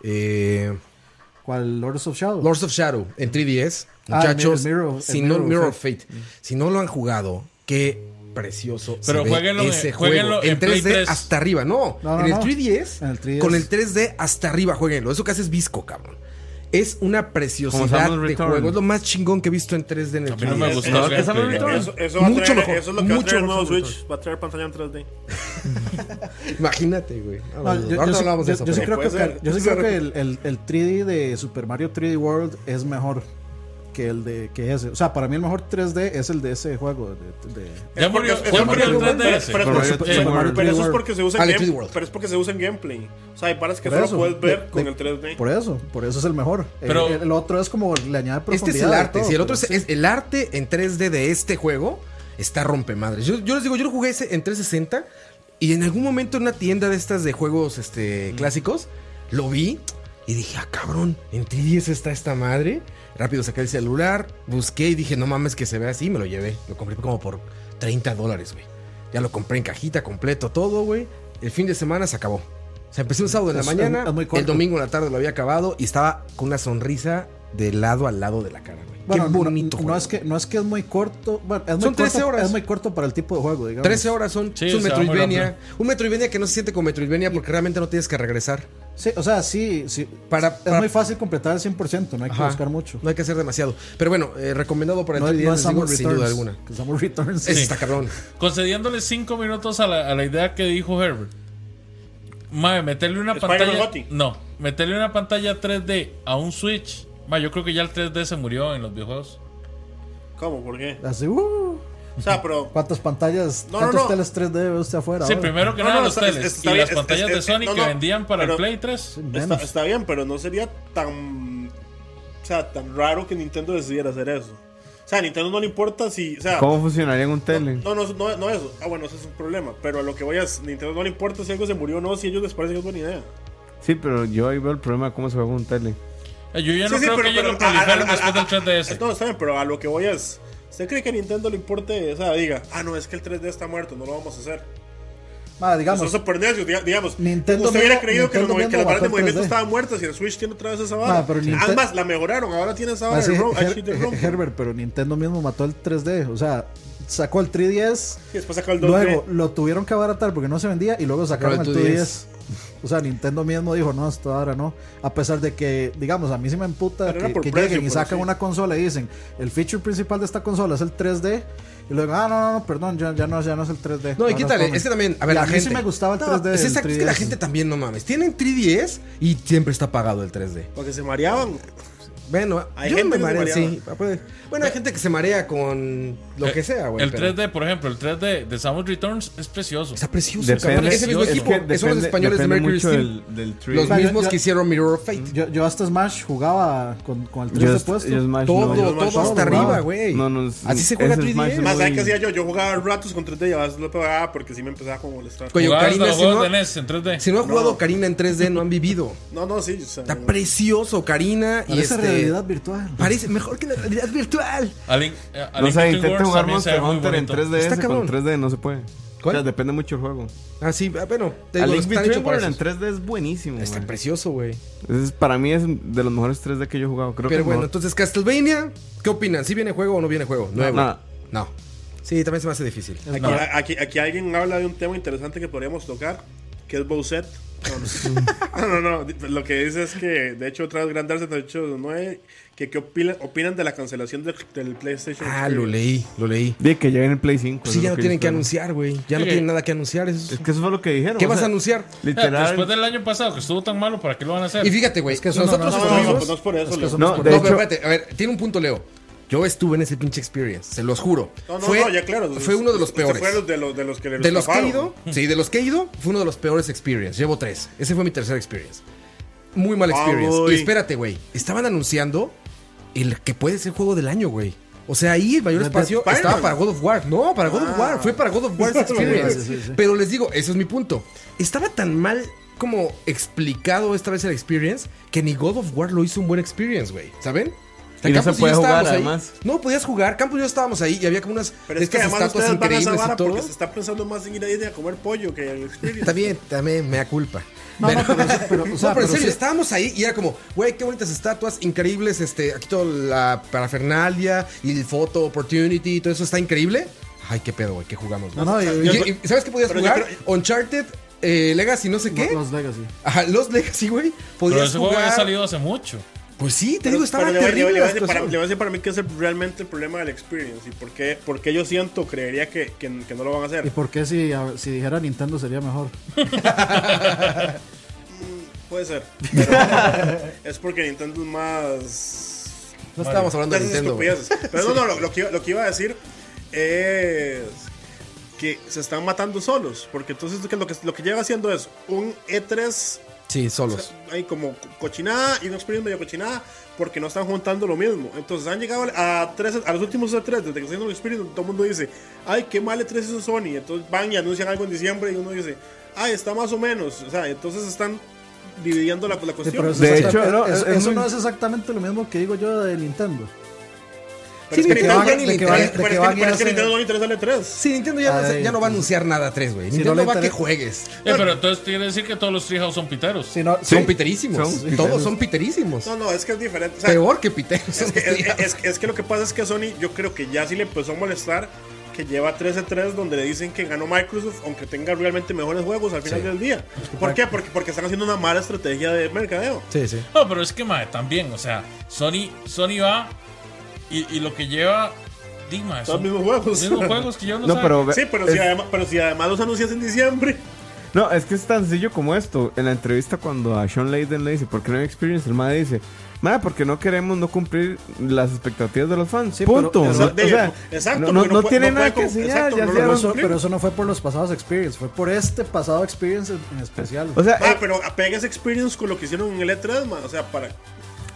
A: Eh,
E: ¿Cuál? Lords of Shadow.
A: Lords of Shadow en 3DS.
E: Ah, el
A: Muchachos.
E: Mirror- el
A: si
E: Mirror
A: no,
E: of
A: Mirror of Fate. Si no lo han jugado, qué precioso.
F: Pero
A: se ve
F: jueguenlo en-
A: ese
F: jueguenlo
A: juego. En
F: en Play
A: 3D
F: 3.
A: hasta arriba. No,
E: No, no,
A: en el
E: no.
A: 3DS.
E: En el 3DS.
A: Con el 3D hasta arriba, jueguenlo. Eso que hace es visco, cabrón. Es una preciosidad
B: Samus
A: de
B: Return.
A: juego. Es lo más chingón que he visto en 3D en el
F: A mí no me
A: 3DS.
F: gustó.
C: Eso-
F: el
B: esa no
F: gameplay.
B: me
C: Eso, eso va a
A: Mucho
C: traer,
A: mejor,
C: eso es lo que va a
A: mucho
C: traer el nuevo
A: mejor, mucho
C: Switch. Va a traer pantalla en 3D.
A: Imagínate, güey. Ah,
E: No,
A: bueno,
E: yo, yo
A: ahorita
E: sí-
A: hablamos de
E: yo-
A: eso,
E: yo sí
A: pero-
E: creo que,
C: Puede ser.
E: yo sí creo que el, el- el 3D de Super Mario 3D World es mejor que el de que ese. O sea, para mí el mejor 3D es el de ese juego. de- de-
F: Ya
C: Es porque-
F: murió,
C: es
F: ya
C: porque-
F: murió el
C: pero-
F: 3DS.
C: pero-
B: Pero
F: Por
B: es-
F: eso-
B: es-
F: eh,
E: Super Mario
C: Pero eso es
E: 3D World.
C: porque se usa
A: Ah,
C: en
A: de
C: game-
A: 3D World.
C: pero es porque se usa en gameplay. O sea, hay paras que
E: Por
C: solo
E: eso,
C: puedes
E: de-
C: ver
E: de-
C: con el 3D.
E: Por eso, por eso es el mejor. El-
F: Pero-
E: el, otro es como le añade
A: Este
E: profundidad.
A: es el
E: y
A: arte.
E: todo,
A: Si el otro
E: pero
A: es,
E: sí.
A: es el arte en 3D de este juego, está rompemadres. Yo, yo les digo, yo lo jugué ese en 360 y en algún momento en una tienda de estas de juegos este, clásicos, lo vi y dije, ah, cabrón, en 3DS está esta madre. Rápido saqué el celular, busqué y dije, no mames que se ve así, me lo llevé. Lo compré como por 30 dólares, güey. Ya lo compré en cajita, completo, todo, güey. El fin de semana se acabó. O sea, empecé un sábado en la
E: Es-
A: mañana,
E: es muy corto.
A: el domingo en la tarde lo había acabado y estaba con una sonrisa de lado al lado de la cara, güey.
E: Bueno,
A: Qué
E: no-
A: bonito,
E: no,
A: juego.
E: es que, no es que es muy corto. Bueno, es muy
A: Son
E: corto-
A: 13 horas.
E: Es muy corto para el tipo de juego, digamos.
A: 13 horas son
F: Sí,
A: es un
F: se va muy
A: Metroidvania. Un Metroidvania que no se siente como Metroidvania porque realmente no tienes que regresar.
E: Sí, o sea, sí. sí
A: Para-
E: es
A: para-
E: muy fácil completar el 100%, no hay que
A: Ajá.
E: buscar mucho.
A: No hay que hacer demasiado. Pero bueno, eh, recomendado para el
E: No,
A: día
E: no es Samus
A: sin duda
E: Returns,
A: alguna.
E: que Samus Returns.
A: Ese está cabrón.
F: Concediéndole 5 minutos a la, a la idea que dijo Herbert. Mae, meterle una
C: Spider-Man
F: pantalla.
C: Gotti.
F: No, meterle una pantalla 3D a un Switch. Mae, yo creo que ya el 3D se murió en los videojuegos.
C: ¿Cómo? ¿Por qué?
E: Así, uh,
C: O sea, pero.
E: ¿Cuántas pantallas,
C: No, no,
E: cuántos
C: no.
E: teles 3D ve usted afuera?
F: Sí,
E: ahora?
F: primero que
C: No,
F: nada
C: no,
F: los
C: está-
F: teles
C: está
F: y
C: bien,
F: las
C: es-
F: pantallas
C: es-
F: de
C: es-
F: Sony
C: no,
F: que
C: no,
F: vendían para el
C: pero-
F: Play 3.
E: Menos.
C: Está, está bien, pero no sería tan. O sea, tan raro que Nintendo decidiera hacer eso. O sea, a Nintendo no le importa si. O sea,
B: ¿Cómo funcionaría en un tele?
C: no, no, no, no eso. Ah, bueno, ese es un problema. Pero a lo que voy es, Nintendo no le importa si algo se murió o no, si a ellos les parece que es buena idea.
B: Sí, pero yo ahí veo el problema de cómo se juega un tele.
F: Eh, Yo ya no
C: Sí, sí,
F: creo
C: pero-
F: que ellos
C: pero-
F: lo
C: a- a-
F: proliferen
C: a- a-
F: después del 3DS.
C: No, está bien, pero a lo que voy es. ¿Usted cree que a Nintendo le importe? O sea, diga, ah, no, es que el 3D está muerto, no lo vamos a hacer.
E: Ah,
C: Eso
E: digamos,
C: es Super NES, diga- digamos.
E: Nintendo
C: usted hubiera
E: mismo-
C: creído que, los
E: Nintendo
C: movi- que
E: mismo
C: las barras de
E: mató el
C: movimiento
E: 3D.
C: estaban muertas y el Switch tiene otra vez esa barra.
E: Ah, pero Nintendo-
C: Ambas la mejoraron, ahora tiene esa
E: ah,
C: barra
E: sí,
C: de ROM,
E: Her-
C: HD ROM.
E: Herbert, pero Nintendo mismo mató el 3D. O sea, sacó el 3DS.
C: Y después sacó el 2D.
E: Luego lo tuvieron que abaratar porque no se vendía y luego sacaron
A: Pero
E: el
A: el
E: 2DS. O sea, Nintendo mismo dijo, no, hasta ahora no. A pesar de que, digamos, a mí sí me emputa
C: Pero era
E: que,
C: por
E: que
C: precio,
E: lleguen y
C: pero
E: sacan
C: sí.
E: una consola y dicen, el feature principal de esta consola es el 3D. Y luego, ah, no, no, no, perdón, ya, ya no, ya no es el 3D.
A: No, y
E: Ahora
A: quítale,
E: comen".
A: es que también, a ver,
E: Y
A: la
E: mí
A: gente.
E: sí me gustaba el
A: No, pues
E: 3D.
A: es,
E: del
A: esa- es que la
E: 3DS.
A: gente también, no mames. Tienen 3DS y siempre está apagado el 3D.
C: Porque se mareaban.
A: Bueno,
C: Hay
A: yo me
C: gente que se
A: mareo,
C: mareaba.
A: sí. puede- Bueno, hay gente que se marea con lo que sea, güey.
F: Eh, El
A: pero
F: 3D, por ejemplo, el 3D de Samus Returns es precioso.
A: Está precioso,
B: Depende-
A: cabrón. Ese mismo
F: es que
A: equipo. son los
B: depende-
A: españoles de
B: depende
A: Mercury
B: mucho
A: Steam.
B: del, del tree.
A: Los
E: Yo-
A: mismos
E: yo-
A: que hicieron Mirror of Fate.
E: Yo, yo hasta Smash jugaba con, con el 3D
B: Yo-
E: puesto.
B: yo Smash no,
A: todo,
B: yo-
A: todo
E: todo,
A: hasta
E: ¿verdad?
A: arriba, güey.
B: No, no,
A: Así se juega
B: ese
A: 3DS.
B: Smash
C: Más, ¿sabes
B: muy-
C: qué hacía yo? Yo jugaba ratos con 3D y a veces lo pegaba porque sí me empezaba como a molestar.
A: Coño,
F: Jugabas
A: Ocarina,
F: los
A: si
F: juegos
A: no-
F: de NES en 3D.
A: Si no han jugado
C: No.
A: Ocarina en 3D, no han vivido.
C: No, no, sí. o sea,
A: Está
C: no.
A: precioso, Ocarina. Y
E: Parece
A: este,
E: realidad virtual.
A: Parece mejor que la realidad virtual.
F: A Link- a
B: No
F: Link
B: sé,
F: Between
B: intenta
F: Worlds
B: jugar
F: también se
B: Monster
F: ve muy
B: Hunter en
F: bonito.
B: 3DS
A: Está cabrón.
B: con 3D, no se puede.
A: ¿Cuál?
B: O sea, depende mucho el juego.
A: Ah, sí, ah, bueno. Te
B: A
A: digo,
B: Link
A: están hechos
B: Between
A: para
B: Worlds en
A: eso.
B: 3D es buenísimo.
A: Está
B: man.
A: precioso, güey.
B: Ese es- para mí es de los mejores 3D que yo he jugado. Creo que
A: Pero
B: el
A: bueno,
B: mejor.
A: entonces Castlevania, ¿qué opinan? ¿Sí viene juego o no viene juego? Nuevo.
B: nada.
A: No. Sí, también se me hace difícil.
C: Aquí, aquí, aquí alguien habla de un tema interesante que podríamos tocar, que es Bowset. No, no, no, no, Lo que dice es que, de hecho, otra vez Grand Dark 9, que qué opina- opinan de la cancelación del, del PlayStation.
A: Ah,
C: Experience.
A: lo leí, lo leí.
B: Dije que lleguen en Play 5. eso
A: Sí,
B: es
A: ya
B: lo
A: no tienen
B: yo
A: que
B: espero.
A: anunciar, güey. Ya no
F: Sí.
A: tienen nada que anunciar. eso es-
B: Es que eso fue lo que dijeron.
A: ¿Qué
B: o
A: vas a
B: sea,
A: anunciar?
F: Ya,
B: Literal.
F: Después del año pasado que estuvo tan malo, ¿para qué lo van a hacer?
A: Y fíjate, güey,
E: que eso no,
A: nosotros
E: no,
C: No,
A: estuvimos-
C: no,
A: no,
C: no, pues no es por eso. Leo.
B: No, de
A: pero
B: hecho,
A: espérate, a ver, tiene un punto Leo. Yo estuve en ese pinche experience, se los juro.
C: No, no,
A: fue,
C: no, ya claro.
A: Fue uno de los
C: Usted
A: peores.
C: Fue de los, de los que le
A: De los que he
C: estafaron.
A: ido, sí, de los que he ido, fue uno de los peores experience. Llevo tres. Ese fue mi tercer experience. Muy mal experience.
C: Ay.
A: Y espérate, güey. Estaban anunciando el que puede ser juego del año, güey. O sea, ahí el mayor
E: Red Dead
A: espacio
C: Spider-Man. Ah.
A: estaba para God of War. No, para God of War. Fue para God of War's Experience.
E: Sí, sí, sí.
A: Pero les digo, ese es mi punto. Estaba tan mal como explicado esta vez el experience que ni God of War lo hizo un buen experience, güey. ¿Saben? O sea,
B: Y no
A: Campos
B: se
A: y
B: puede
A: yo
B: jugar,
A: estábamos ahí.
B: además.
A: No podías jugar. Campos y yo estábamos ahí y había como unas
C: Pero es que
A: estas
C: además
A: estatuas
C: ustedes van a esa
A: increíbles y
C: vara
A: todo.
C: porque se está pensando más en ir a Disney a comer pollo que en el Experience.
A: Está bien, también me da culpa.
E: No, no, pero, eso- pero, o
A: No,
E: sea,
A: pero en
E: pero
A: serio,
E: sí-
A: estábamos ahí y era como, güey, qué bonitas estatuas, increíbles, este, aquí toda la parafernalia y el photo opportunity, todo eso está increíble. Ay, qué pedo, güey, qué jugamos.
E: No, no, y-
A: Y- y- y ¿Sabes qué podías
C: Pero yo
A: jugar?
C: creo-
A: Uncharted, eh, Legacy, no sé qué.
E: Los Legacy.
A: Ajá, Los Legacy, güey.
F: Pero
A: Podías
F: ese juego
A: jugar.
F: había salido hace mucho. Eh,
A: Pues sí, te
C: Pero-
A: digo, pues, estaba
C: pero le voy-
A: terrible.
C: Le, voy
A: la
C: a decir para,
A: situación.
C: le voy a decir para mí que ese es realmente el problema del experience. ¿Y por qué, por qué yo siento, creería que, que, que no lo van a
E: ¿Y
C: hacer?
E: por qué si, a- si dijera Nintendo sería mejor?
C: Puede ser. pero es porque Nintendo es más.
A: No estábamos hablando de
C: Esas
A: Nintendo. güey.
C: estupideces. Pero no, no, lo, lo que, iba- lo que iba a decir es que se están matando solos. Porque entonces lo que, lo que, lo que lleva haciendo es un E E3
A: Sí, solos.
C: hay como co- cochinada y un experimento medio cochinada porque no están juntando lo mismo. Entonces han llegado a tres, a los últimos E3, desde que se hizo el experimento, todo el mundo dice, ay, qué mal E3 hizo Sony. Entonces van y anuncian algo en diciembre y uno dice, ay, está más o menos. O sea, entonces están dividiendo la, la
E: Sí,
C: cuestión.
E: pero eso
B: De
E: es
B: hecho,
E: exacta-
B: no,
E: es-
B: es- es
E: eso
B: muy-
E: no es exactamente lo mismo que digo yo de Nintendo.
A: Sí,
C: Pero es que
A: Nintendo
C: Nintendo-
A: ya ni le
C: pero es que-
A: interesa.
E: de
C: pero
E: que
C: es
E: van
C: que-
E: y
C: pero es que
E: hacen-
C: Nintendo no le interesa el E E3.
A: Sí, Nintendo ya, no-
E: Ay,
A: ya no va a anunciar nada tres, güey.
E: no
A: Nintendo
E: le
A: va a que
E: interesa-
A: juegues.
F: Eh, pero entonces quiere decir que todos los Treehouse son piteros.
E: Si no,
A: Son
E: sí,
A: piterísimos.
B: son
A: Todos
E: piteros.
A: son piterísimos.
C: No, no, es que es diferente. O sea,
A: Peor que piteros.
C: Es que, es- es- es que lo que pasa es que Sony, yo creo que ya sí le empezó a molestar que lleva 13-3 donde le dicen que ganó Microsoft, aunque tenga realmente mejores juegos al final
A: Sí.
C: del día. ¿Por qué? Porque, porque están haciendo una mala estrategia de mercadeo.
A: Sí, sí.
F: No, pero es que mae, también, o sea, Sony, Sony va y, y lo que lleva Dima
C: Son
F: son
C: los mismos juegos.
F: los mismos juegos que yo no,
B: No,
F: sabe.
B: pero, ve-
C: Sí, pero, si
B: es-
C: además, pero si además los anuncias en diciembre.
B: no, es que es tan sencillo como esto. En la entrevista cuando a Sean Layden le dice, ¿por qué no hay experience? El madre dice, madre, porque no queremos no cumplir las expectativas de los fans.
E: Sí, pero-
B: Punto.
E: pero-
B: No- o sea,
C: exacto,
B: no- no,
C: porque no
B: no
C: puede-
B: tiene
C: no
B: nada que
C: puede con-
B: enseñar.
C: exacto,
B: ya
C: no lo
E: Pero
B: hicieron-
E: eso, pero eso no fue por los pasados Experience, fue por este pasado Experience en- en especial.
B: o sea,
C: Ah,
B: eh,
C: pero apega ese experience con lo que hicieron en el E3, man. O sea, para.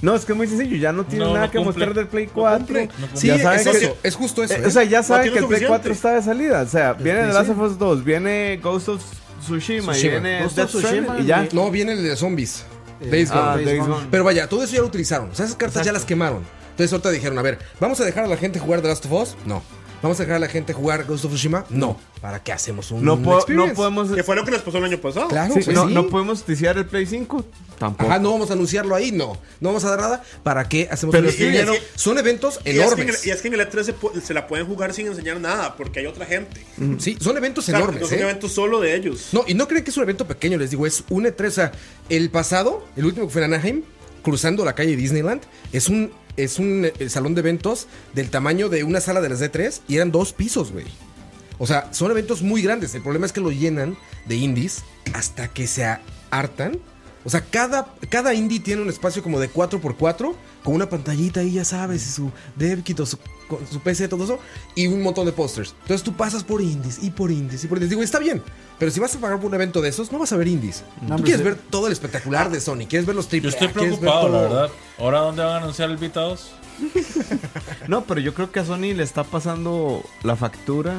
B: no, es que es muy sencillo. Ya no tiene
F: No,
B: nada
F: no
B: que
F: cumple.
B: mostrar del Play
F: No
B: 4.
F: cumple, no cumple.
A: Sí,
B: Ya saben
A: es
B: que-
A: eso, es justo eso.
B: Eh,
A: ¿eh?
B: o sea, ya saben
C: tiene
B: que el Play
C: suficiente.
B: 4 está de salida. O sea, viene The Last
E: sí.
B: of Us 2, viene Ghost of Tsushima, y
A: Tsushima.
B: viene
E: Ghost of
B: Death
E: Tsushima
B: Stranding y ya.
E: y-
A: no, viene el de zombies. Days
B: Ah,
A: Gone.
B: Days Gone.
A: Pero vaya, todo eso ya lo utilizaron. O sea, esas cartas ya las quemaron. Entonces ahorita dijeron, a ver, ¿vamos a dejar a la gente jugar The Last of Us? No. ¿Vamos a dejar a la gente jugar Ghost of Tsushima? No. ¿Para qué hacemos un
B: No, po- no
A: experience?
B: podemos.
C: Que fue lo que nos pasó el año pasado.
A: Claro,
B: sí,
A: pues
B: no,
A: sí.
B: no podemos ticiar el Play 5. Tampoco.
A: Ajá, no vamos a anunciarlo ahí, no. No vamos a dar nada. ¿Para qué hacemos
B: Pero
A: un
B: es que
A: experience?
C: ya no-
A: Son eventos
C: Y es, que en el,
A: enormes.
C: y es que en el E3 se, pu- se la pueden jugar sin enseñar nada, porque hay otra gente.
A: Sí, son eventos
C: O sea,
A: Mm, enormes.
C: no es un
A: ¿eh?
C: evento solo de ellos.
A: No, y no creen que es un evento pequeño, les digo, es un E3. O sea, el pasado, el último que fue en Anaheim, cruzando la calle Disneyland, es un, es un eh, salón de eventos del tamaño de una sala de las D3 y eran dos pisos, güey. O sea, son eventos muy grandes. El problema es que lo llenan de indies hasta que se a- hartan. O sea, cada, cada indie tiene un espacio como de 4x4 con una pantallita ahí, ya sabes, y su dev kit o su, con su PC, todo eso, y un montón de posters. Entonces tú pasas por indies y por indies y por indies. Digo, está bien, pero si vas a pagar por un evento de esos, no vas a ver indies. Tú quieres ver todo el espectacular de Sony, quieres ver los triple
F: Yo estoy
A: A, quieres ver
F: preocupado, la
A: todo.
F: verdad. ¿Ahora dónde van a anunciar el Vita 2?
B: No, pero yo creo que a Sony le está pasando la factura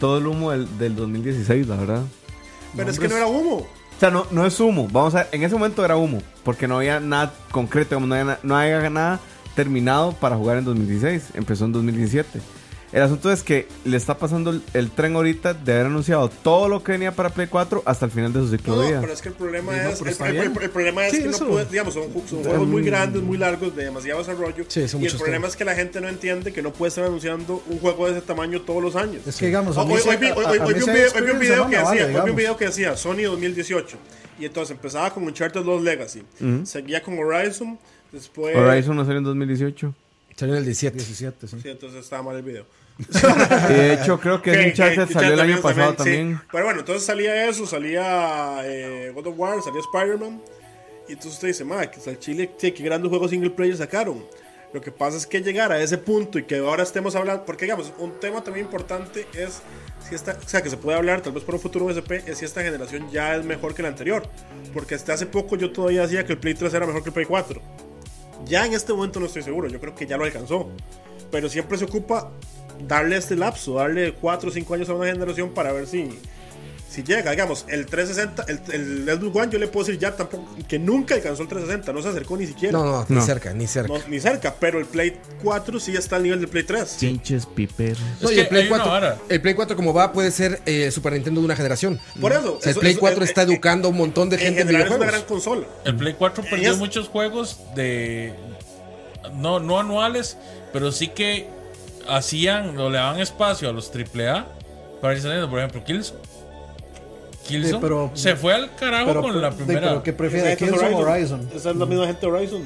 B: todo el humo del, del 2016, la verdad.
C: Pero es que no era humo.
B: O sea, no, no es humo. Vamos a ver, en ese momento era humo. Porque no había nada concreto, no había, na- no había nada terminado para jugar en 2016. Empezó en 2017. El asunto es que le está pasando el, el tren ahorita de haber anunciado todo lo que venía para Play 4 hasta el final de su
C: No,
B: ciclo de
C: no,
B: vida.
C: pero es que el problema
E: no,
C: es,
E: pero
C: el,
E: está
C: el-
E: bien.
C: el- el problema es
A: Sí,
C: que
A: eso.
C: no puedes, digamos, son, ju- son juegos muy grandes, muy largos, de demasiado desarrollo.
E: Sí, son
C: y el
E: muchos
C: problema
E: temas.
C: es que la gente no entiende que no puede estar anunciando un juego de ese tamaño todos los años.
E: Es que digamos, a mí
C: Hoy,
E: sí-
C: hoy vi,
E: a-
C: hoy-
E: a-
C: hoy
E: a
C: vi
E: mí
C: un
E: sí
C: video, hoy vi un
E: experience
C: video
E: no
C: que
E: me vale,
C: hacía, hoy vi un
E: digamos.
C: video que hacía Sony 2018 y entonces empezaba con Uncharted 2 Legacy, seguía con Horizon, después
B: Horizon no salió en 2018.
A: Salió en el 17.
E: 17, sí.
C: Sí, entonces estaba mal el video.
B: Y de hecho, creo que
C: Que-
B: Uncharted
C: que-
B: salió el año pasado
C: sí.
B: también.
C: Pero bueno, entonces salía eso, salía eh, God of War, salía Spider-Man. Y entonces usted dice, madre, que al Chile, sí, qué grandes juegos single player sacaron. Lo que pasa es que llegar a ese punto y que ahora estemos hablando, porque digamos, un tema también importante es si esta, o sea, que se puede hablar tal vez para un futuro USP, es si esta generación ya es mejor que la anterior. Porque hasta hace poco yo todavía decía que el Play 3 era mejor que el Play 4. Ya en este momento no estoy seguro, yo creo que ya lo alcanzó. Pero siempre se ocupa darle este lapso, darle 4 o 5 años a una generación para ver si, si llega. Digamos, el 360, el, el Xbox One, yo le puedo decir ya tampoco, que nunca alcanzó el 360, no se acercó ni siquiera.
A: No, no, ni
B: No.
A: cerca, ni cerca.
C: No, ni cerca, pero el Play 4 sí está al nivel del Play 3.
G: Pinches piperos.
A: No,
F: Es
A: y
F: que
A: el Play,
F: hay una
A: 4,
F: vara.
A: el Play 4 como va puede ser eh, Super Nintendo de una generación.
C: Por eso,
A: O sea, el
C: eso-
A: Play
C: eso-
A: 4
C: eh,
A: está
C: eh,
A: educando a un montón de
C: En
A: gente en
C: general es una
A: videojuegos.
C: gran consola.
F: El Play 4 perdió
C: es-
F: muchos juegos de. No, no anuales, pero sí que hacían o le daban espacio a los AAA para ir saliendo. Por ejemplo, Killzone. Killzone
E: pero-
F: se fue al carajo
E: Pero, pues,
F: con la
E: de-
F: primera.
E: pero ¿qué prefiere?
C: Esa gente
E: Killzone o
C: Horizon.
E: Horizon?
C: Esa es la misma gente de Horizon.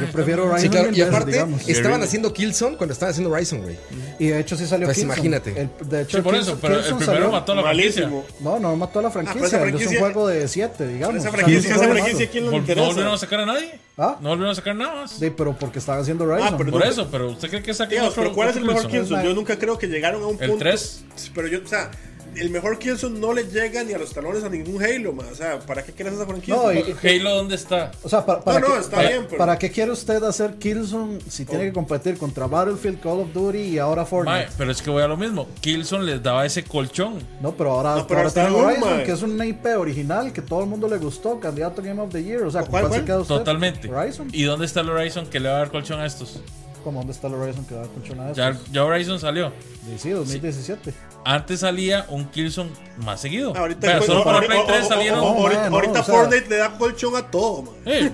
E: Yo prefiero Horizon.
A: Sí, claro.
E: mil
A: Y
E: veces,
A: aparte,
E: digamos.
A: estaban haciendo Killzone cuando estaban haciendo Horizon, güey.
E: Y de hecho sí salió
A: Pues
E: Killzone.
A: imagínate.
E: El- de hecho,
F: Sí, por eso,
E: Killzone-
F: pero el
E: Killzone
F: primero
E: salió-
F: mató a la franquicia.
C: Malísimo.
E: No, no mató a la franquicia.
C: Ah, esa
E: es un
C: franquicia-
E: juego de 7, digamos.
C: Esa
E: O sea,
C: franquicia,
E: no es
C: esa
E: un juego
C: franquicia,
E: malo.
C: ¿quién
F: Vol-
C: le
F: No volvieron a
C: interesa?
F: sacar a nadie.
E: ¿Ah?
F: No volvieron a sacar nada más.
E: Sí, pero porque estaban haciendo Horizon.
C: Ah, pero
F: Por eso, pero ¿usted cree que saquen
C: Digamos,
F: otro-
C: pero ¿cuál es
F: otro
C: el mejor
F: Killzone?
C: Killzone? Yo nunca creo que llegaron a un
F: ¿El
C: punto.
F: tres?
C: Pero yo, o sea, el mejor Killzone no le llega ni a los talones a ningún Halo, más. O sea, ¿para qué quieres esa franquicia?
E: No, y-
F: Halo, ¿dónde está?
E: O sea, para, para
C: No, no,
E: qué,
C: está
E: para-
C: bien, pero- Oh.
E: ¿para qué quiere usted hacer Killzone si tiene que competir contra Battlefield, Call of Duty y ahora Fortnite?
F: Mae, pero es que voy a lo mismo. Killzone les daba ese colchón.
E: No, pero ahora,
C: No, pero
E: ahora
C: está
E: tiene
C: Doom,
E: Horizon,
C: mae.
E: que es un IP original que todo el mundo le gustó, candidato Game of the Year. O sea, ¿con
C: ¿Cuál,
E: cuál,
C: cuál?
E: se queda usted?
F: Totalmente.
E: Horizon.
F: ¿Y dónde está el Horizon que le va a dar colchón a estos?
E: ¿Cómo dónde está el Horizon que va Pues, con chona de
F: Ya,
E: esos?
F: ya Horizon salió.
E: Sí, sí, 2017.
F: Antes salía un Killzone más seguido.
C: Ah, Ahorita,
F: pero solo para Play 3 salieron.
E: oh, oh,
C: ahorita,
E: man, no,
C: ahorita
E: o sea-
C: Fortnite le da colchón a todo, man.
F: Sí,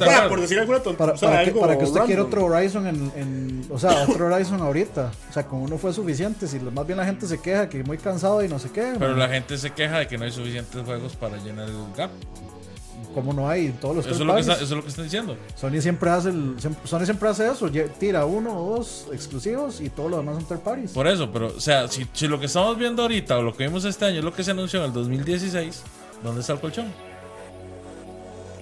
E: Pero
F: de
C: Para,
F: acuerdo.
C: por decir alguna tontería.
E: Para,
C: o sea,
E: para que,
C: algo
E: para que usted
C: random.
E: quiera otro Horizon en, en- O sea, otro Horizon ahorita. O sea, con uno fue suficiente. Si más bien la gente se queja que muy cansado y no sé qué.
F: Pero
E: mae.
F: la gente se queja de que no hay suficientes juegos para llenar el gap.
E: Como no hay en todos los
F: Eso
E: Pues
F: es
E: tres
F: lo que,
E: países.
F: está- eso es lo que están diciendo.
E: Sony siempre hace el, siempre- Sony siempre hace eso, ye- tira uno o dos exclusivos y todo lo demás son third parties.
F: Por eso, pero, o sea, si, si lo que estamos viendo ahorita o lo que vimos este año es lo que se anunció en el 2016, ¿dónde está el colchón?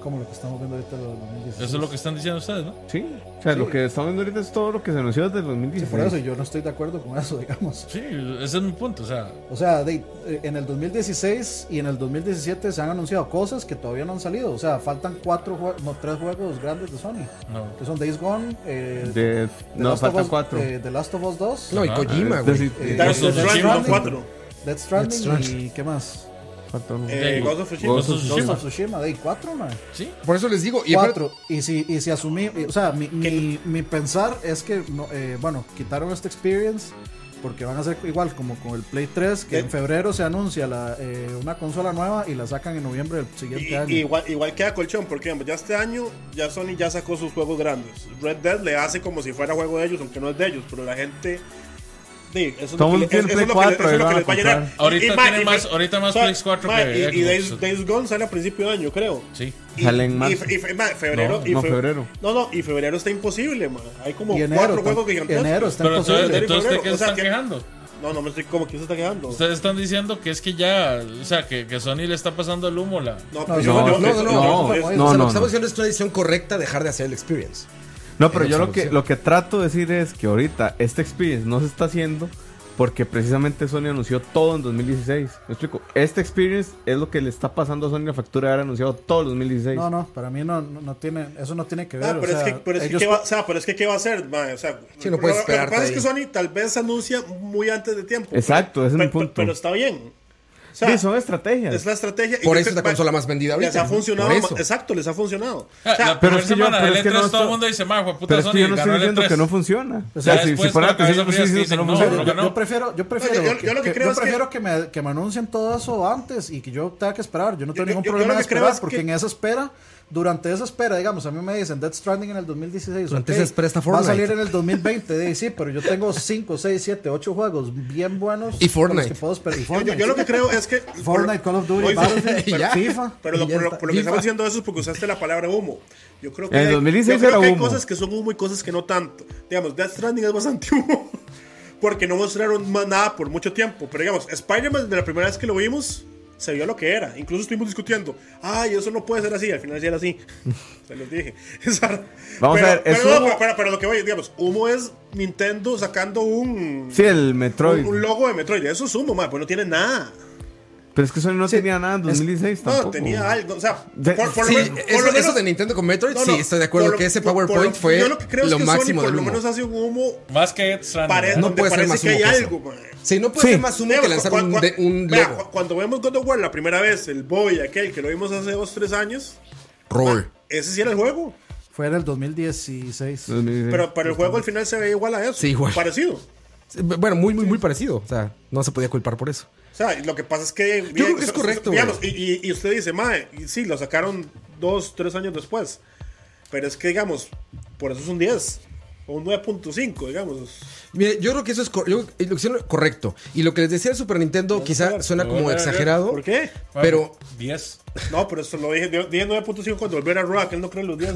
E: Como lo que estamos viendo ahorita lo del 2016.
F: Pues Eso es lo que están diciendo ustedes, ¿no?
B: Sí. O sea, lo que estamos viendo ahorita es todo lo que se anunció desde el
E: Sí,
B: 2016.
E: por eso yo no estoy de acuerdo con eso, digamos.
F: Sí, ese es mi punto. O sea,
E: O sea, de- eh, en el 2016 y en el 2017 se han anunciado cosas que todavía no han salido. O sea, faltan cuatro jue- no, tres juegos grandes de Sony.
F: no.
E: Que son Days Gone, eh, The
B: De- no,
E: Last of
B: faltan
E: Us-
B: cuatro.
E: eh, The Last of Us 2,
A: No, y
F: Ajá.
A: Kojima,
B: Es
A: güey.
B: decir,
E: Eh,
C: Dark Souls
E: Death
C: Stranding, no
E: Stranding.
C: 4.
E: Death Stranding
A: Death Stranding.
E: y ¿qué más?
B: falta uno.
C: Eh, Ghost of Tsushima.
B: Ghost of
E: Ghost
F: Tsushima.
E: of Tsushima, Day 4, man.
F: Sí,
A: Por eso les digo, y
E: cuatro. Y si, y si asumí, o sea, mi, mi, mi pensar es que, no, eh, bueno, quitaron este experience porque van a ser igual como con el Play 3, que
C: ¿Qué?
E: en febrero se anuncia la, eh, una consola nueva y la sacan en noviembre del siguiente
C: Y-
E: año.
C: y igual, igual queda colchón, porque digamos, ya este año ya Sony ya sacó sus juegos grandes. Red Dead le hace como si fuera juego de ellos, aunque no es de ellos, pero la gente. sí, eso es
B: Todo
C: lo que
B: el
C: le-
B: tiempo
C: eso
B: Play
C: es lo que le-
B: 4
C: eso es lo
B: ahí van
C: que les
B: a
C: va a llenar.
B: comprar.
C: Y-
F: Ahorita
C: y, ma,
F: tiene
C: y-
F: más- ahorita más
C: o sea,
F: Play 4
C: ma,
F: que
C: y, y Days,
F: Xbox.
C: Days Gone sale a principio de año, creo.
F: Sí.
C: Y,
B: Sale en
C: y-
B: marzo.
C: y fe- ma, febrero.
B: No,
C: y
B: no,
C: fe-
B: febrero.
C: No, no, y febrero está imposible, man. Hay como
E: Y enero,
C: cuatro
E: tam-
C: juegos gigantescos.
E: enero está
F: Pero
E: imposible.
F: entonces, entonces ¿de
C: febrero,
F: qué se
C: o sea,
F: están
C: que- Oh.
F: quejando?
C: No, no me estoy como que se está quedando.
F: Ustedes están diciendo que es que ya, o sea, que, que Sony le está pasando el humo la...
C: No,
E: No,
C: pues
E: no,
C: yo- yo-
A: no, no, no,
C: yo- yo-
E: no,
A: O sea,
B: no,
A: lo que
B: no,
A: estamos
B: no.
A: diciendo es una decisión correcta dejar de hacer el experience.
B: No, pero
A: Es
B: yo
A: otra
B: lo que,
A: opción.
B: lo que trato de decir es que ahorita este experience no se está haciendo porque precisamente Sony anunció todo en 2016. ¿Me explico? Este experience es lo que le está pasando a Sony la factura de haber anunciado todo en 2016.
E: No, no, para mí no, no, no tiene, eso no tiene que ver.
C: Ah,
E: o
C: pero, es
E: sea,
C: que, pero, es que,
E: ellos-
C: ¿qué va, o sea, pero es que ¿qué va a hacer? mae? O sea,
A: Sí, no puedes
C: lo- lo, que
A: esperarte
C: pasa es que
A: ahí.
C: Sony tal vez anuncia muy antes de tiempo.
B: Exacto, ese es mi
C: Pero-
B: punto.
C: Pero está bien. O sea,
B: Sí, son estrategias.
C: es la estrategia. y
A: Por
C: yo
A: eso es la
C: mae,
A: consola más vendida
C: Les
A: ahorita,
C: ha funcionado.
A: por eso.
C: ma- Exacto, les ha funcionado.
F: Ah,
C: O sea,
B: pero
F: la primera
B: es que yo-
F: semana
B: pero
F: del
B: es que
F: E3
B: no
F: todo el
B: estoy-
F: mundo dice, "Majo, puta
B: Pero es que
F: Sony
B: yo no estoy
F: ganó el E
B: diciendo
F: E3".
B: que no funciona. O
F: Ya
B: sea, si,
F: después
B: si fuera
F: con la
B: atención,
F: cabeza
B: yo estoy
F: fría
B: diciendo que no
F: dicen,
B: funciona.
F: no,
E: yo,
F: no.
E: yo prefiero, yo prefiero,
C: yo- yo lo que creo es que-
E: prefiero que, me, que me anuncien todo eso antes y que yo tenga que esperar. Yo no tengo
C: Yo- yo-
E: ningún
C: yo lo
E: problema de
C: que creo
E: esperar
C: es
E: porque
C: que-
E: en esa espera, durante esa espera, digamos, a mí me dicen Dead Stranding en el 2016.
A: Durante
E: ok,
A: esa espera está
E: Va a
A: Fortnite.
E: salir en el 2020, de- sí, pero yo tengo 5, 6, 7, 8 juegos bien buenos.
A: Y
E: con los
A: Fortnite.
E: que puedo esperar. Y
C: yo, yo-
E: Fortnite.
C: yo lo que
E: sí.
C: creo es que.
E: Fortnite, Call of Duty,
C: Oye,
E: Battlefield,
A: y ya.
E: FIFA.
C: Pero lo,
E: y ya
C: por, lo,
E: está.
C: por lo que
A: FIFA.
C: estamos diciendo eso es porque usaste la palabra humo. Yo creo que,
B: En el
C: hay,
B: 2016
C: yo creo
B: era
C: que hay
B: humo.
C: cosas que son humo y cosas que no tanto. Digamos, Death Stranding es bastante humo. Porque no mostraron más nada por mucho tiempo. Pero digamos, Spider-Man, de la primera vez que lo vimos, se vio lo que era. Incluso estuvimos discutiendo. Ay, eso no puede ser así. Al final sí era así. se los dije.
B: Vamos
C: pero,
B: a ver, es
C: Pero,
B: humo.
C: no, pero- pero- pero lo que voy, digamos, humo es Nintendo sacando un.
B: Sí, el Metroid.
C: Un, un logo de Metroid, eso es humo, ma, pues no tiene nada.
B: Pero es que Sony no tenía nada en 2016
C: No,
B: tampoco.
C: tenía algo. O sea,
B: De-
A: Sí,
C: menos- por
A: eso,
C: lo menos-
A: eso de Nintendo con Metroid,
C: no,
A: sí,
C: no,
A: estoy de acuerdo
C: por lo-
A: que ese
C: por- por lo-
A: PowerPoint fue
C: yo
A: lo,
C: que creo es que
A: máximo del
C: Sony Por lo
A: humo.
C: menos hace un humo
F: Más que Death Stranding,
C: pare-
F: ¿no?
A: No
C: donde
A: puede ser
C: parece
A: más
C: que
A: humo
C: hay
A: que eso.
C: algo, man.
A: Sí, no puede
B: Sí.
A: ser más humo que
C: Digamos,
A: lanzar
C: cua-
A: un,
C: cua-
A: de- un
C: vea,
A: logo.
C: cu- cuando vemos God of War la primera vez, el boy aquel que lo vimos hace dos, tres años,
A: Roar.
C: ese sí era el juego.
E: Fue en el 2016.
B: 2016.
C: Pero, pero el juego al final se ve igual a eso.
A: Sí, igual.
C: Parecido.
A: Sí, Bueno, muy, muy, muy parecido. O sea, no se podía culpar por eso.
C: O sea, y lo que pasa es que. Yo
A: creo que es correcto,
C: Digamos, y,
A: güey.
C: y, y usted dice, mae, y sí, lo sacaron dos, tres años después. Pero es que, digamos, por eso es un 10. O un 9.5, digamos.
A: Mire, yo creo que eso es cor- yo- eh, lo que hicieron correcto. Y lo que les decía el Super Nintendo quizá suena
F: Pero
A: como
F: bueno,
A: exagerado.
C: ¿Por qué?
A: Pero
F: 10.
C: No, pero eso lo dije, di- dije 9.5 cuando volviera a Rock, él no cree en los 10.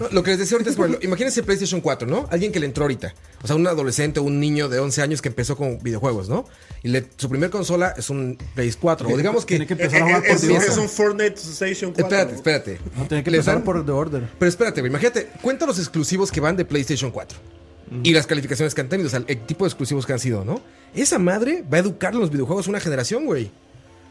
A: no, lo que les decía ahorita es, por ejemplo, imagínense PlayStation 4, ¿no? Alguien que le entró ahorita. O sea, un adolescente o un niño de 11 años que empezó con videojuegos, ¿no? Y le- su primer consola es un PlayStation 4. O digamos que... eh,
E: Tiene que
C: Es,
E: empezar a jugar por
C: Eh, es-
E: Dios.
C: es un Fortnite Sensation 4.
A: Espérate, espérate.
E: No, tiene que
A: Les
E: empezar
A: dan-
E: por The Order.
A: Pero espérate, güey, imagínate, cuenta los exclusivos que van de PlayStation 4 y las calificaciones que han tenido, o sea, el tipo de exclusivos que han sido, ¿no? Esa madre va a educar los videojuegos a una generación, güey.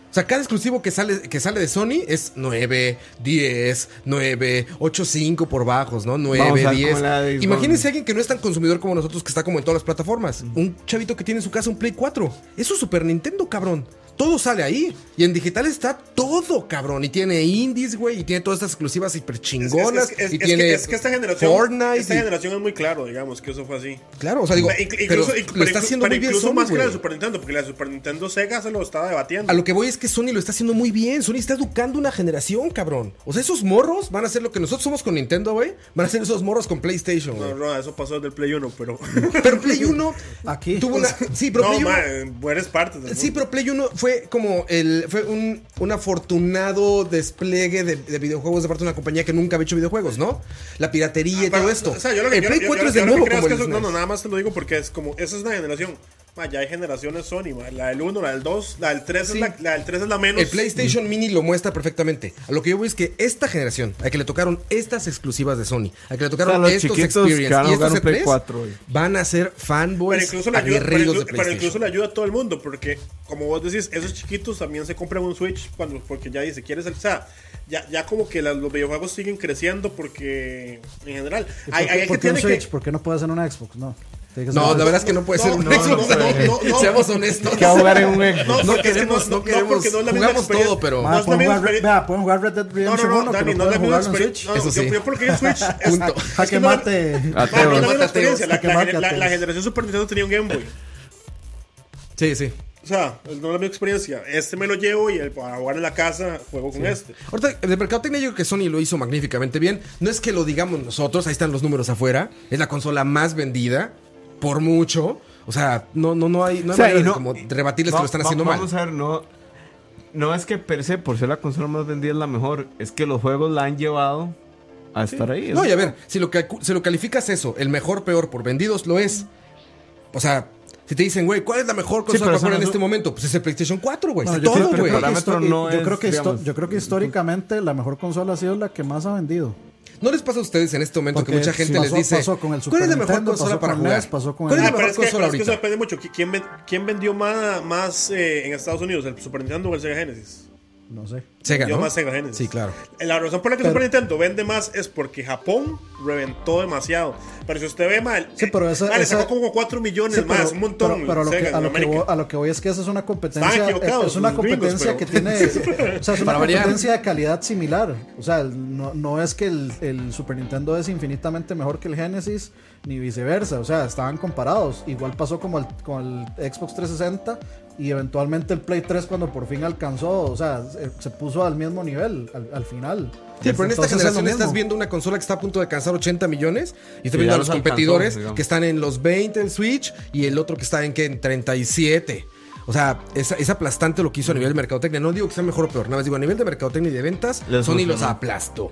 A: O sea, cada exclusivo que sale, que sale de Sony es 9, 10, 9, 8, 5 por bajos, ¿no? 9,
B: Vamos a ver
A: 10.
B: cómo le va a Days
A: Imagínense
B: Gone.
A: alguien que no es tan consumidor como nosotros, que está como en todas las plataformas. Un chavito que tiene en su casa un Play 4. Eso es Super Nintendo, cabrón. Todo sale ahí. Y en digital está todo, cabrón. Y tiene indies, güey. Y tiene todas estas exclusivas hiper
C: Es,
A: chingonas.
C: es, es- es-
A: y
C: es
A: tiene
C: que, es que esta generación,
A: Fortnite.
C: esta
A: y-
C: generación es muy claro, digamos, que eso fue así.
A: Claro, o sea, digo,
C: Inc- incluso,
A: pero
C: inc-
A: lo
C: pero
A: está
C: inclu-
A: haciendo
C: pero
A: muy bien
C: incluso
A: Sony,
C: más que la
A: güey.
C: de Super Nintendo, porque la de Super Nintendo Sega se lo estaba debatiendo.
A: A lo que voy es que Sony lo está haciendo muy bien. Sony está educando una generación, cabrón. O sea, esos morros van a ser lo que nosotros somos con Nintendo, güey. Van a ser esos morros con PlayStation,
C: No,
A: güey.
C: no, eso pasó desde el Play 1, pero.
A: Pero Play 1
E: Aquí.
A: tuvo una. Sí, pero
C: no,
A: Play 1.
C: ma, en buenas partes. del
A: Sí,
C: mundo.
A: pero Play 1 fue como el. Fue un, un afortunado despliegue de, de videojuegos de parte de una compañía que nunca había hecho videojuegos, ¿no? La piratería y
C: Ah, Pero,
A: todo esto.
C: O sea, yo lo que,
A: el
C: yo-
A: Play
C: yo-
A: 4
C: yo-
A: es de
C: yo lo que
A: nuevo
C: creo
A: como
C: es
A: el
C: que eso-
A: SNES.
C: No, no, nada más te lo digo porque es como. Esa es una generación. Ma, ya hay generaciones Sony, ma, la del 1, la del 2, la del 3
A: Sí.
C: es la, la del 3 es la menos.
A: El PlayStation Mini lo muestra perfectamente. A lo que yo voy es que esta generación, a que le tocaron estas exclusivas de Sony, a que le tocaron
B: O sea, los
A: estos
B: chiquitos que
A: experience
B: van a
A: y
B: jugar
A: estos
B: un Play
A: E3,
B: 4 hoy.
A: van a ser
C: Pero
A: fanboys
C: incluso, le ayuda, pero,
A: aguerridos
C: inclu-
A: de
C: pero incluso
A: PlayStation.
C: le ayuda a todo el mundo, porque como vos decís, esos chiquitos también se compran un Switch cuando, porque ya dice, quieres el. O sea, ya, ya como que las- los videojuegos siguen creciendo porque en general. Hay,
E: ¿Por
C: hay
E: qué-
C: gente
E: ¿Por qué un
C: tiene que-
E: Switch? ¿Por qué no puede ser una Xbox? No. Tiene que ser
A: No,
E: una
A: la verdad es que no puede ser
C: No,
A: un
C: no,
A: Xbox,
C: no, no,
A: güey.
C: no, no.
A: Seamos honestos.
B: Que va a jugar en un
C: No,
A: No
B: Xbox.
C: porque es que
A: queremos,
C: no-
A: no
C: no,
A: queremos.
C: porque no es la misma
A: Jugamos
C: experiencia.
A: todo, pero.
E: Madre,
C: No es la
E: pueden,
C: misma
E: jugar,
C: experiencia.
E: vea, pueden jugar Red Dead
C: No,
E: Redemption
C: no, no,
E: 1,
C: Dani,
E: que no
C: no es la
E: pueden
C: misma
E: jugarlo en
C: experiencia.
E: Switch.
C: No,
A: Eso sí.
C: yo, yo porque el Switch. es-
A: Punto.
C: es que
E: Jaque
C: no-
E: mate.
C: Ma, pero no es la misma
E: Ateos,
C: experiencia. La,
E: jaque
C: la-
E: mate,
C: la- la
E: ateos.
C: generación Super Nintendo tenía un Game Boy.
A: Sí, sí.
C: O sea, no es la misma experiencia. Este me lo llevo y el, para jugar en la casa juego con este.
A: Ahorita, de mercadotecnia, yo creo que Sony lo hizo magníficamente bien. No es que lo digamos nosotros, ahí están los números afuera. Es la consola más vendida, por mucho. O sea, no, no, no hay, no hay
B: O sea,
A: manera
B: y
A: de
B: no-
A: como rebatirles
B: Va-
A: que lo están
B: va-
A: haciendo mal.
B: Vamos a ver, no. No es que per se, por ser la consola más vendida es la mejor, es que los juegos la han llevado a estar ahí.
A: No, y a ver, si lo, calcu- si lo calificas eso, el mejor peor por vendidos, lo es. O sea, si te dicen, güey, ¿cuál es la mejor
B: pero
A: consola para
B: eso
A: jugar
B: no
A: en
B: es
A: este
B: un-
A: momento? Pues es el PlayStation 4, güey.
E: Bueno,
A: Está
E: yo
A: todo,
E: creo- yo
A: güey.
E: creo que
B: Parámetro
E: histo-
B: no
E: yo
B: es,
E: creo que histo-
B: digamos,
E: yo creo que históricamente la mejor consola ha sido la que más ha vendido.
A: ¿No les pasa a ustedes en este momento que
E: Porque
A: mucha gente
E: pasó-
A: les dice,
E: pasó con el
A: ¿cuál es la
E: Super
A: mejor
E: Nintendo,
A: consola
E: pasó
A: para
E: con
A: jugar?
E: NES, pasó con- E
A: ¿Cuál es la
C: Ah, pero
A: mejor
C: es que, pero
A: consola
C: es que eso
A: ahorita?
C: depende mucho. ¿Qui- ¿Quién, ven- quién vendió más, más eh, en Estados Unidos? ¿El Super Nintendo o el Sega Genesis?
E: No sé.
A: Sega,
C: Yo
A: ¿no?
C: más Sega Genesis.
A: Sí, claro.
C: La razón por la que el Super Nintendo vende más es porque Japón reventó demasiado. Pero si usted ve mal,
E: Sí, pero esa-
C: ah, le sacó
E: esa-
C: como 4 millones
E: Sí,
C: más, un montón.
E: Pero, pero a, lo
C: Sega
E: que, a,
C: en
E: lo que
C: América.
E: voy, a lo que voy es que esa es una competencia.
C: Estaban equivocados
E: Es una
C: los gringos,
E: competencia
C: pero-
E: que tiene. o sea, es una
A: Para variar.
E: competencia de calidad similar. O sea, el- no, no es que el, el Super Nintendo es infinitamente mejor que el Genesis, ni viceversa. O sea, estaban comparados. Igual pasó como el, con el Xbox 360 y eventualmente el Play 3 cuando por fin alcanzó. O sea, se, se puso al mismo nivel al, al final.
A: Sí, pero en esta
E: Entonces, es lo
A: generación
E: mismo.
A: estás viendo una consola que está a punto de alcanzar 80 millones y estás
B: ya
A: viendo a los
B: los alcanzó,
A: competidores
B: digamos.
A: que están en los 20 en Switch y el otro que está en, ¿qué? en 37. O sea, es, es aplastante lo que hizo a nivel de mercadotecnia. No digo que sea mejor o peor, nada más digo a nivel de mercadotecnia y de ventas,
B: Les
A: Sony los
B: funcionó.
A: aplastó.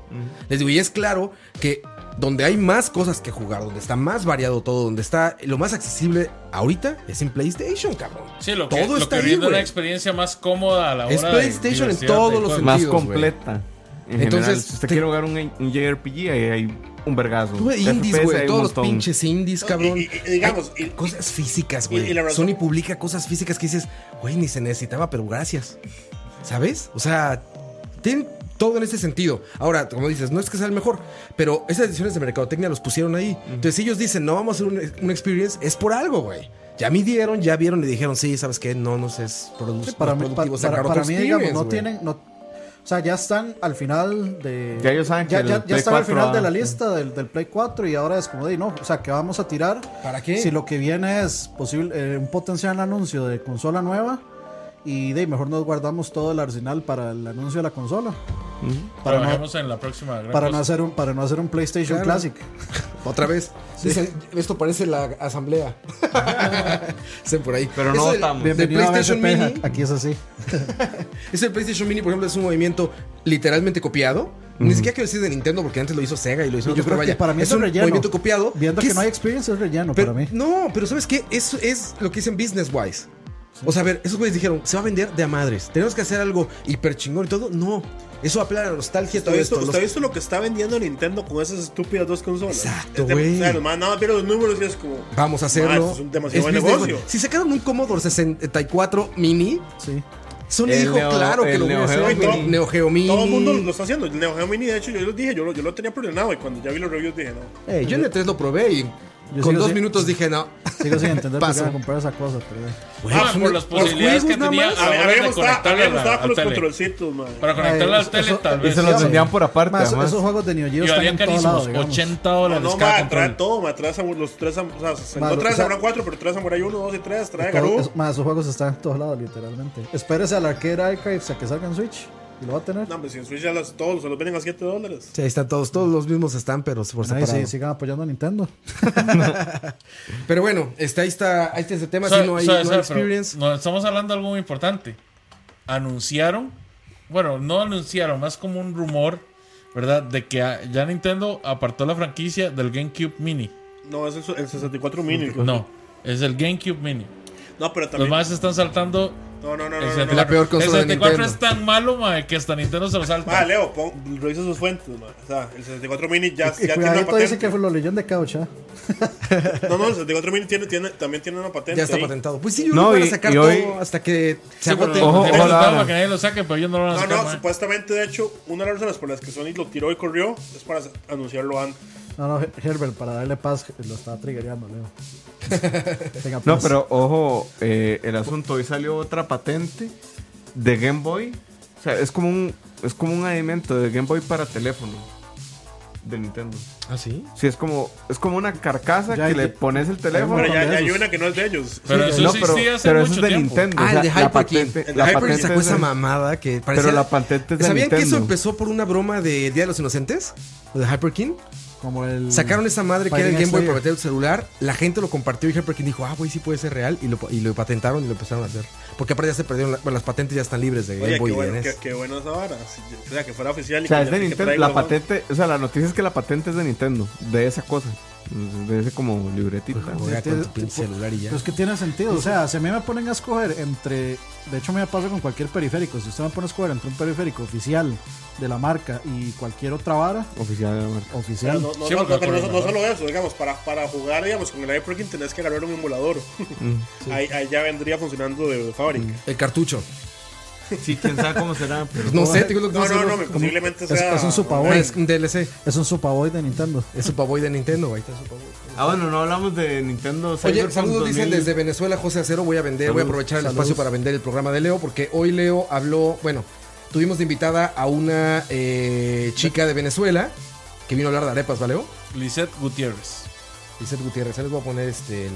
A: Les digo, y es claro que donde hay más cosas que jugar, donde está más variado todo, donde está lo más accesible ahorita es en PlayStation, cabrón.
F: Sí, lo que,
A: todo
F: lo
A: está
F: que
A: ahí,
F: brinda una
A: güey.
F: experiencia más cómoda a la hora
A: Es
F: de
A: PlayStation en
F: diversión
A: todos
F: del
A: los
F: juego.
A: sentidos,
B: más
A: güey.
B: completa. En
A: Entonces,
B: general, si usted
A: te-
B: quiere jugar un, un JRPG, ahí hay un vergazo.
A: Güey, indies,
B: FPS
A: güey.
B: hay un
A: Todos los
B: montón.
A: pinches indies, cabrón.
C: Y- y- y digamos,
A: Hay
C: y-
A: cosas físicas,
C: y-
A: güey.
C: y la razón-
A: Sony publica cosas físicas que dices, güey, ni se necesitaba, pero gracias. ¿Sabes? O sea, tienen todo en ese sentido. Ahora, como dices, no es que sea el mejor, pero esas decisiones de mercadotecnia los pusieron ahí. Entonces, si ellos dicen, no, vamos a hacer un, un experience, es por algo, güey. Ya midieron, ya vieron y dijeron, sí, ¿sabes qué? No nos es produ-
E: Sí, para
A: más
E: mí, para,
A: productivo
E: para-
A: sacar otro
E: para mí, digamos,
A: experience,
E: no
A: güey".
E: tienen. No, o sea, ya están al final de.
B: Ya ellos saben que
E: Ya,
B: el
E: ya- ya
B: Play
E: están al
B: 4
E: final de
B: va-
E: la lista del, del Play 4 y ahora es como de no. O sea, que vamos a tirar.
A: ¿Para qué?
E: Si lo que viene es posible, eh, un potencial anuncio de consola nueva. Y de ahí, mejor nos guardamos todo el arsenal para el anuncio de la consola. Para, no,
F: Trabajemos en la próxima. gran
E: para,
F: cosa.
E: no hacer un, para no hacer un PlayStation
A: Claro.
E: Classic.
A: Otra vez. Dicen, esto parece la asamblea. Dicen por ahí.
B: Pero no
A: Eso del-
B: votamos.
A: del
E: Bienvenido a
A: PlayStation
E: BSP,
A: Mini.
E: Aquí es así.
A: Ese PlayStation Mini, por ejemplo, es un movimiento literalmente copiado. Ni siquiera quiero decir de Nintendo, porque antes lo hizo Sega y lo hizo
E: Yo
A: otro,
E: creo
A: vaya.
E: que para mí
A: es
E: es un
A: un
E: relleno.
A: movimiento copiado.
E: Viendo
A: que
E: que
A: es-
E: no hay experience, es relleno
A: pero-
E: para mí.
A: No, pero ¿sabes qué? Eso es lo que dicen business wise. O sea, a ver, esos güeyes dijeron, se va a vender de a madres. Tenemos que hacer algo hiper chingón y todo. No, eso apela a la nostalgia,
C: ¿Usted
A: todo
C: ha
A: esto.
C: visto,
A: los-
C: usted ha visto lo que está vendiendo Nintendo con esas estúpidas dos consolas?
A: Exacto,
C: Es de-
A: güey.
C: O sea, nomás nada, pero los números y es como.
A: Vamos a hacerlo.
C: "Ma, Ah, esto es un demasiado buen
A: business,
C: negocio.
A: güey. Si sacaron un Commodore 64 Mini,
E: Sí.
A: Sony
B: El
A: dijo,
B: Neo-
A: claro que
B: el
A: lo voy a
B: Neo
A: hacer.
B: Geo
A: Todo-
B: Mini.
A: Neo Geo Mini.
C: Todo el mundo lo está haciendo. El Neo Geo Mini, de hecho, yo lo dije, yo lo, yo lo tenía programado y cuando ya vi los reviews dije, no.
A: Ey, Eh, yo en el 3 lo probé y
E: Yo
A: con
E: sigo
A: dos
E: sin-
A: minutos dije, no.
E: Sigo sin entender por qué
A: Paso.
E: me compré esa cosa, pero.
A: Güey,
F: Ah,
A: son-
F: por las posibilidades
A: juegos
F: que
A: nada
F: tenía.
A: más.
C: A
F: Ahora
C: ver, a mí me
F: de
C: gustaba a mí me
F: conectarla
C: gustaba con
F: al
C: los
F: tele.
C: controlcitos, man.
F: Para conectarla
E: Ay,
F: al tele,
E: Ah, Eh, eso-
F: tal
E: y
F: vez.
B: se los
F: sí.
B: vendían por aparte,
E: Ma, esos,
B: además.
E: esos juegos de Neo Geo
F: Y
E: están
F: valían
E: en todos lados,
F: carísimos.
E: digamos.
F: 80
C: No,
F: dólares
C: Ah, no,
F: cada
C: ma, trae
F: control.
C: todo, ma, trae Samu- los tres, Samu- o sea,
E: Ma,
C: no
E: lo-
C: trae
E: o sea-
C: Samurai 4, pero trae Samurai 1, 2 y 3, trae
E: Todo-
C: Garou.
E: es- ma, esos juegos están en todos lados, literalmente. Espérese al Arcade Archives a que salga en Switch y lo va a tener.
C: No, pues si en Switch ya los, todos se los venden a 7 dólares.
A: Sí, ahí están todos, todos los mismos están, pero por
E: Ay,
A: separado.
E: sí, sigan apoyando a Nintendo.
A: Pero bueno, este, ahí está, ahí está ese tema,
F: Sabe-
A: si no hay,
F: sabe-
A: no hay
F: sabe, pero
A: experience.
F: no, estamos hablando de algo muy importante. Anunciaron, bueno, no anunciaron, más como un rumor, ¿verdad? De que ah, ya Nintendo apartó la franquicia del GameCube Mini.
C: No, es el, el 64 mini.
F: No, es el GameCube Mini.
C: No, pero también.
F: Los más están saltando.
C: No, no, no,
F: el
C: no. no,
F: 64.
C: no.
A: La peor consola de
F: El 64
A: Nintendo.
F: es tan malo, mae, que hasta Nintendo se lo
C: Ma,
F: salta.
C: Leo, pon, revisa sus fuentes, ma. O sea, el 64 mini ya,
E: Y
C: ya tiene una
E: cuidadito dice
C: patente.
E: que fue- lo leyó en de couch, ¿ah?
C: No, no, el 64 mini tiene, tiene, también tiene una patente.
A: Ya está
C: ahí.
A: patentado. Pues sí, yo
B: No,
A: no, van a
B: y-
A: sacar
B: y
A: todo
B: hoy-
A: hasta que se Ah,
F: Sí, pero
A: agote.
B: Ojo,
F: Nintendo
B: ojo,
F: estaba
B: Lara.
F: para que nadie lo saque, pero ellos no lo van a
C: No,
F: sacar.
C: no,
F: mae.
C: supuestamente, de hecho, una de las razones por las que Sony lo tiró y corrió es para anunciarlo antes.
E: No, no, Her- Herbert, para darle paz, lo estaba triggereando, Leo. pues, Tenga
B: No,
E: paz.
B: pero ojo, eh, el asunto, hoy salió otra patente de Game Boy. O sea, es como un, es como un alimento de Game Boy para teléfono. de Nintendo.
A: ¿Ah, sí?
B: Sí, es como, es como una carcasa
E: Ya
B: que
E: hay-
B: le pones el teléfono.
C: Pero ya,
E: de
C: ya hay
E: esos.
C: una que no es de ellos.
F: Pero eso
B: No,
F: sí
B: pero,
F: hace
B: pero eso
F: mucho
B: es de
F: tiempo.
B: Nintendo. o
A: Ah,
B: sea,
A: el de
B: la
A: Hyperkin.
B: patente,
A: El de
B: la
A: Hyperkin
B: patente
A: sacó
B: es de-
A: esa mamada que parecía...
B: Pero la patente es de
A: ¿Sabían que eso
B: Nintendo.
A: empezó por una broma de Día de los Inocentes? ¿Lo de Hyperkin?
E: Como el.
A: Sacaron esa madre que era el Game
E: Fighting
A: Boy
E: Slayer.
A: para meter el celular. La gente lo compartió y Hyperkin dijo, ah, güey, sí puede ser real. Y lo, y lo patentaron y lo empezaron a hacer. Porque aparte ya se perdieron. la- bueno, las patentes ya están libres de Game
C: Oye, qué
A: Boy y de
C: bueno,
A: NES.
C: qué, qué bueno esa vara. Si- O sea, que fuera oficial. y
B: O sea,
C: que
B: es
C: ya-
B: de
C: que
B: Nintendo.
C: traiga
B: La
C: los juegos.
B: patente, o sea, la noticia es que la patente es de Nintendo, de esa cosa, de ese como libretita.
A: Juega con tu pinche
E: Pues-
A: celular y ya.
E: Pero es que tiene sentido. O sea, si a mí me ponen a escoger entre. De hecho, me pasa con cualquier periférico. Si usted me pone a escoger entre un periférico oficial de la marca y cualquier otra vara
B: Oficial de la marca.
C: Pero
E: oficial.
C: no, no,
F: Sí,
C: no-
F: porque
C: no- pero no-
F: por-
C: no solo eso, digamos, para, para jugar digamos, con el Hyperkin tenés que agarrar un emulador.
B: Mm,
C: ahí, ahí ya vendría funcionando de fábrica.
A: El cartucho. Pues
B: Sí, quién sabe cómo será. Pero
A: No eh, sé, tengo lo que
C: No, no,
A: sé,
C: no, posiblemente
E: es-
C: sea.
E: es un
A: no,
E: supabón.
A: Es un DLC.
E: Es un Supaboy de Nintendo.
A: Es Superboy de Nintendo, güey. Ahí está Superboy.
B: Ah, bueno, no hablamos de Nintendo.
A: Oye,
B: Cyberpunk
A: saludos
B: 2000.
A: dicen desde Venezuela, José Acero. Voy a vender, voy a aprovechar el espacio para vender el programa de Leo, porque hoy Leo habló, bueno, tuvimos de invitada a una eh, chica de Venezuela que vino a hablar de arepas, ¿vale? Leo?
F: Lisette Gutiérrez.
A: Lisette Gutiérrez, ahí les voy a poner este el-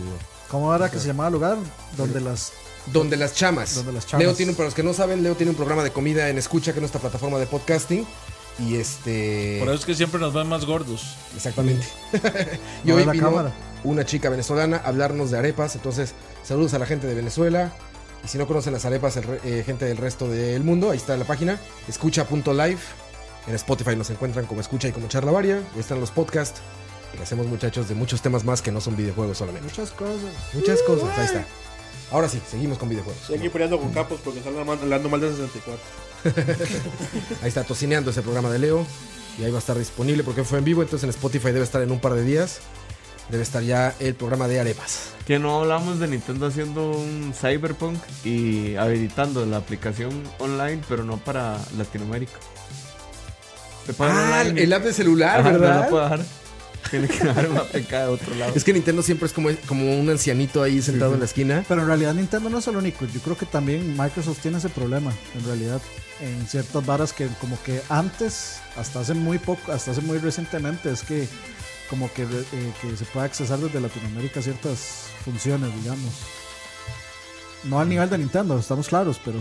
E: ¿Cómo era que se llamaba el lugar? Donde las.
A: Donde las chamas.
E: Donde las chamas.
A: Leo tiene, un- para los que no saben, Leo tiene un programa de comida en escucha, que es nuestra plataforma de podcasting. Y este.
F: Por eso es que siempre nos ven más gordos.
A: Exactamente. y
E: No
A: hoy
E: ve la
A: vino
E: cámara.
A: una chica venezolana a hablarnos de arepas. Entonces, saludos a la gente de Venezuela. Y si no conocen las arepas, el re- eh, gente del resto del mundo, ahí está la página. Escucha.live. En Spotify nos encuentran como escucha y como charla varia. Ahí están los podcasts. Y hacemos muchachos de muchos temas más que no son videojuegos solamente.
E: Muchas cosas.
A: Muchas cosas, ahí está. Ahora sí, seguimos con videojuegos.
C: Estoy aquí peleando con capos porque están hablando hablando mal de 64.
A: Ahí está tocineando ese programa de Leo. Y ahí va a estar disponible porque fue en vivo. Entonces en Spotify debe estar en un par de días. Debe estar ya el programa de arepas.
B: Que no hablamos de Nintendo haciendo un Cyberpunk y habilitando la aplicación online, pero no para Latinoamérica. Te pagan
A: Ah,
B: online y-
A: el app de celular,
B: Ajá, No
A: ¿verdad?
B: la puedo dejar. Tiene que dejar una APK de otro lado.
A: Es que Nintendo siempre es como, como un ancianito ahí sentado en la esquina.
E: Pero en realidad Nintendo no es el único. Yo creo que también Microsoft tiene ese problema, en realidad, en ciertas varas que como que antes, hasta hace muy poco, hasta hace muy recientemente, es que como que, re- eh, que se puede accesar desde Latinoamérica ciertas funciones, digamos. No al nivel de Nintendo, estamos claros, pero...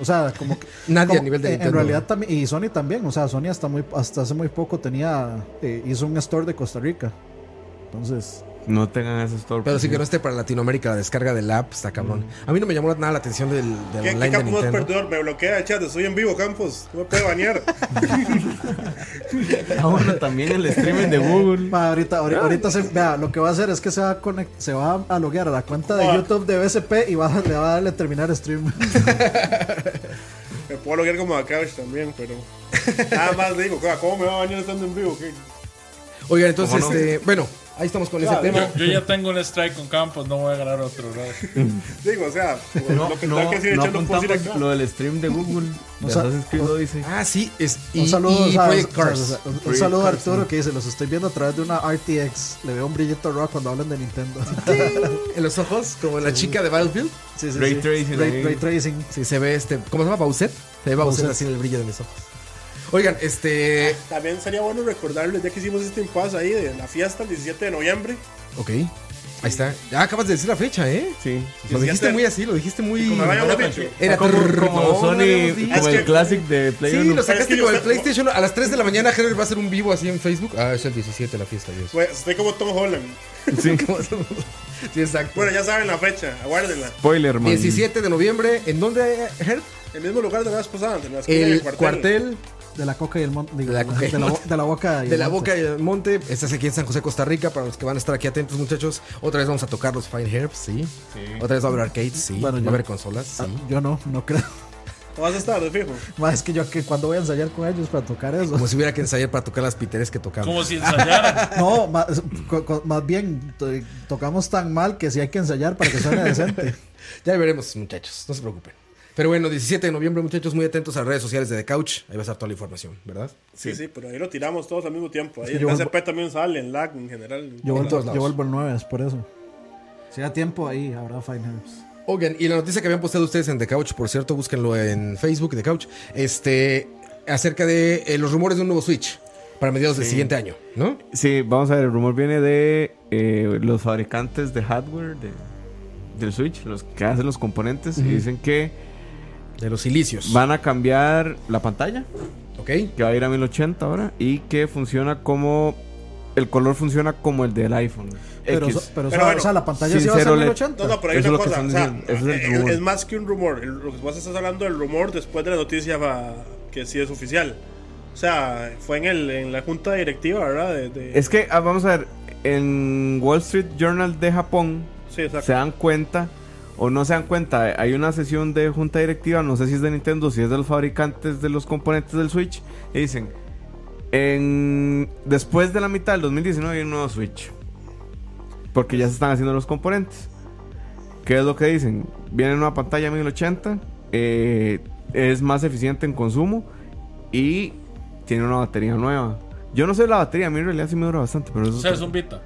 E: O sea, como que...
A: Nadie
E: como-
A: a nivel de
E: eh,
A: Nintendo.
E: En realidad también... Y Sony también, o sea, Sony hasta, muy, hasta hace muy poco tenía... eh, hizo un store de Costa Rica. Entonces...
B: No tengan ese store.
A: Pero
B: por
A: sí que no
B: favor.
A: esté para Latinoamérica la descarga del app, está cabrón. A mí no me llamó nada la atención del, del
C: ¿Qué,
A: online de
C: qué capo más
A: Nintendo.
C: perdedor? Me bloquea el chat, estoy en vivo, Campos. No me puede banear.
B: Ah, bueno, también el streaming de Google.
E: Ma, ahorita, ahorita, ahorita se- vea, lo que va a hacer es que se va a conect- se va a loguear a la cuenta de
C: Ah.
E: YouTube de BSP y va, a- le va a darle terminar stream.
C: me puedo bloquear como a Cabbage también, pero. Nada más digo, ¿cómo me va a banear estando en vivo? ¿Qué?
A: Oigan, entonces,
B: ¿Cómo no?
A: este, bueno, ahí estamos con ese
C: Claro.
A: tema.
F: Yo ya tengo un strike con Campos, no voy a ganar otro. ¿no?
C: Digo, o sea,
B: No,
C: lo que
B: no,
C: tengo que decir
B: no
C: el chat no puedo decir
B: apuntamos
C: acá.
B: lo del stream de Google.
E: O
B: De
E: sea,
B: Assassin's Creed lo dice.
A: Ah, sí, es y,
E: Un saludo,
A: y
E: o sea,
A: Project
E: o sea, o
A: Cars.
E: sea, un- un
B: Project
E: saludo a
B: Cars,
E: Arturo que dice, los estoy viendo a través de una RTX. Le veo un brillito rojo cuando hablan de Nintendo.
A: En los ojos, como la chica de Battlefield.
E: Sí, sí,
B: Ray
E: sí.
B: tracing
E: Ray,
B: ahí.
E: ray tracing.
A: Sí, se ve este. ¿Cómo se llama? Bauset. Se ve Bauset
E: Bowsette.
A: así en el brillo de mis ojos. Oigan, este.
C: También sería bueno recordarles, ya que hicimos este impasse ahí de la fiesta el 17 de noviembre.
A: Ok. Ahí está. Ya acabas de decir la fecha, ¿eh?
B: Sí.
A: Lo dijiste
C: 17.
A: muy así, lo dijiste muy.
B: Mm,
C: Como me habíamos dicho.
A: Era
B: como, como
A: No, no
B: Sony,
A: habíamos dicho.
B: como
C: Es
B: el
C: que-
B: classic de Play
A: Sí,
B: uno.
A: lo
C: Pero es
A: sacaste
C: que
A: con
C: yo
A: el
C: sé-
A: PlayStation. A las 3 de la mañana, Henry va a hacer un vivo así en Facebook. Ah, es el 17 la fiesta, Dios.
C: Pues, estoy como Tom Holland.
B: Sí.
A: Sí, exacto.
C: Bueno, ya saben la fecha, aguárdenla.
B: Spoiler, man.
A: 17 de noviembre. ¿En dónde, Herb?
C: El mismo lugar de la vez pasada, de la esquina
A: El
C: del
A: cuartel,
E: De la coca y el monte.
A: De la coca y
E: de,
A: el
E: la, bo- de la boca. y
A: de
E: el
A: la
E: monte.
A: Boca y el Monte. Estás pues. Este aquí en San José, Costa Rica. Para los que van a estar aquí atentos, muchachos. Otra vez vamos a tocar los Fine Herbs, sí. Otra vez va a haber arcades, sí.
E: Bueno,
A: va
E: yo-
A: a haber consolas, sí.
E: Ah, Yo no, no creo.
C: No vas a estar, de fijo.
E: Ma, es que yo que cuando voy a ensayar con ellos para tocar eso.
A: Como si hubiera que ensayar para tocar las piteres que tocamos.
F: Como si ensayaran.
E: No, ma- es- co- co- más, bien to- tocamos tan mal que sí hay que ensayar para que suene decente.
A: Ya veremos, muchachos. No se preocupen. Pero bueno, 17 de noviembre, muchachos, muy atentos a las redes sociales de The Couch. Ahí va a estar toda la información, ¿verdad?
C: Sí, sí, pero ahí lo tiramos todos al mismo tiempo. Ahí
E: que
C: en
E: yo
C: PSP también sale, en lag en general.
E: Yo
A: En
E: vuelvo,
A: todos lados.
E: yo vuelvo el 9, es por eso. Si da tiempo ahí, habrá Fine Herbs.
A: Oigan, y la noticia que habían posteado ustedes en The Couch, por cierto, búsquenlo en Facebook, The Couch, este, acerca de eh, los rumores de un nuevo Switch. para mediados del siguiente año, ¿no?
B: Sí, vamos a ver, el rumor viene de eh, los fabricantes de hardware de- del Switch, los que hacen los componentes, y dicen que
A: De los silicios.
B: van a cambiar la pantalla,
A: ¿Ok?
B: que va a ir a 1080 ahora, y que funciona como... El color funciona como el del iPhone.
E: Pero,
B: X.
E: so- pero,
C: Pero
E: so-
C: bueno,
E: o sea, la pantalla sí va a ser
B: sincero, le-
E: 1080.
C: No, no, pero hay
B: Eso
C: una
B: es lo que
C: cosa.
B: están
C: o sea,
B: diciendo, eso es
C: es,
B: el rumor.
C: es más que un rumor. el- Lo que vos estás hablando del rumor después de la noticia va- que sí es oficial. O sea, fue en, el, en la junta directiva, ¿verdad? De, de-
B: Es que, ah, vamos a ver, en Wall Street Journal de Japón
C: sí, exacto.
B: se dan cuenta o no se dan cuenta. Hay una sesión de junta directiva, no sé si es de Nintendo, si es de los fabricantes de los componentes del Switch, y dicen, en, después de la mitad del 2019 hay un nuevo Switch. Porque ya se están haciendo los componentes. ¿Qué es lo que dicen? Viene una pantalla 1080, eh, es más eficiente en consumo y tiene una batería nueva. Yo no sé la batería, a mí en realidad sí me dura bastante, pero eso
F: O sea,
B: es
F: es un Vita.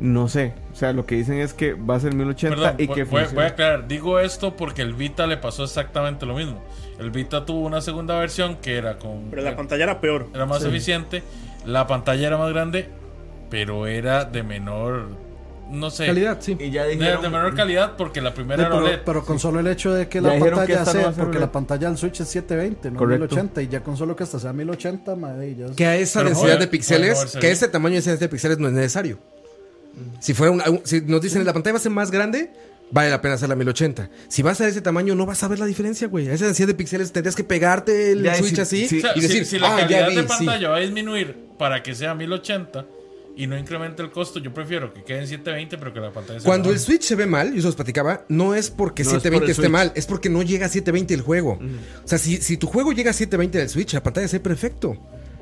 B: no sé. O sea, lo que dicen es que va a ser 1080
F: Perdón,
B: y
F: voy-
B: que
F: voy, voy a
B: funciona.
F: aclarar. Digo esto porque el Vita le pasó exactamente lo mismo. El Vita tuvo una segunda versión que era con.
C: Pero la pantalla era peor.
F: era más eficiente. La pantalla era más grande, pero era de menor. No sé.
A: Calidad, sí.
B: Y ya
F: De,
B: dijeron,
F: de menor calidad porque la
E: Sí,
F: primera era
E: pero,
F: OLED.
E: pero con solo el hecho de que
B: Ya
E: la
B: dijeron que
E: pantalla
B: esta no va
E: sea,
B: a ser
E: porque la
B: OLED.
E: pantalla del Switch es 720, no
B: Correcto.
E: 1080, y ya con solo que esta sea 1080, madre, ya es-
A: Que a esa
F: Pero
A: densidad
F: joder,
A: de píxeles,
F: puede moverse
A: que
F: bien.
A: ese tamaño y esa densidad de píxeles no es necesario. Si, fuera un- un- si nos dicen la pantalla va a ser más grande, vale la pena hacer la 1080. Si vas a ese tamaño, no vas a ver la diferencia, güey. A esa densidad de píxeles tendrías que pegarte el
B: Ya, y
A: switch
B: si-
A: así
B: si-
F: O sea,
A: y
F: si-
A: decir,
F: si, la
A: ah,
F: calidad
A: ya vi,
F: de
A: sí".
F: pantalla va a disminuir para que sea 1080 y no incremente el costo, yo prefiero que quede en 720 pero que la pantalla sea
A: Cuando el
F: grande.
A: Switch se ve mal, yo se los platicaba, no es porque
B: No es por
A: 720
B: el
A: esté
B: Switch.
A: mal, es porque no llega a 720 el juego. O sea, si, si tu juego llega a 720 del Switch, la pantalla se ve perfecto.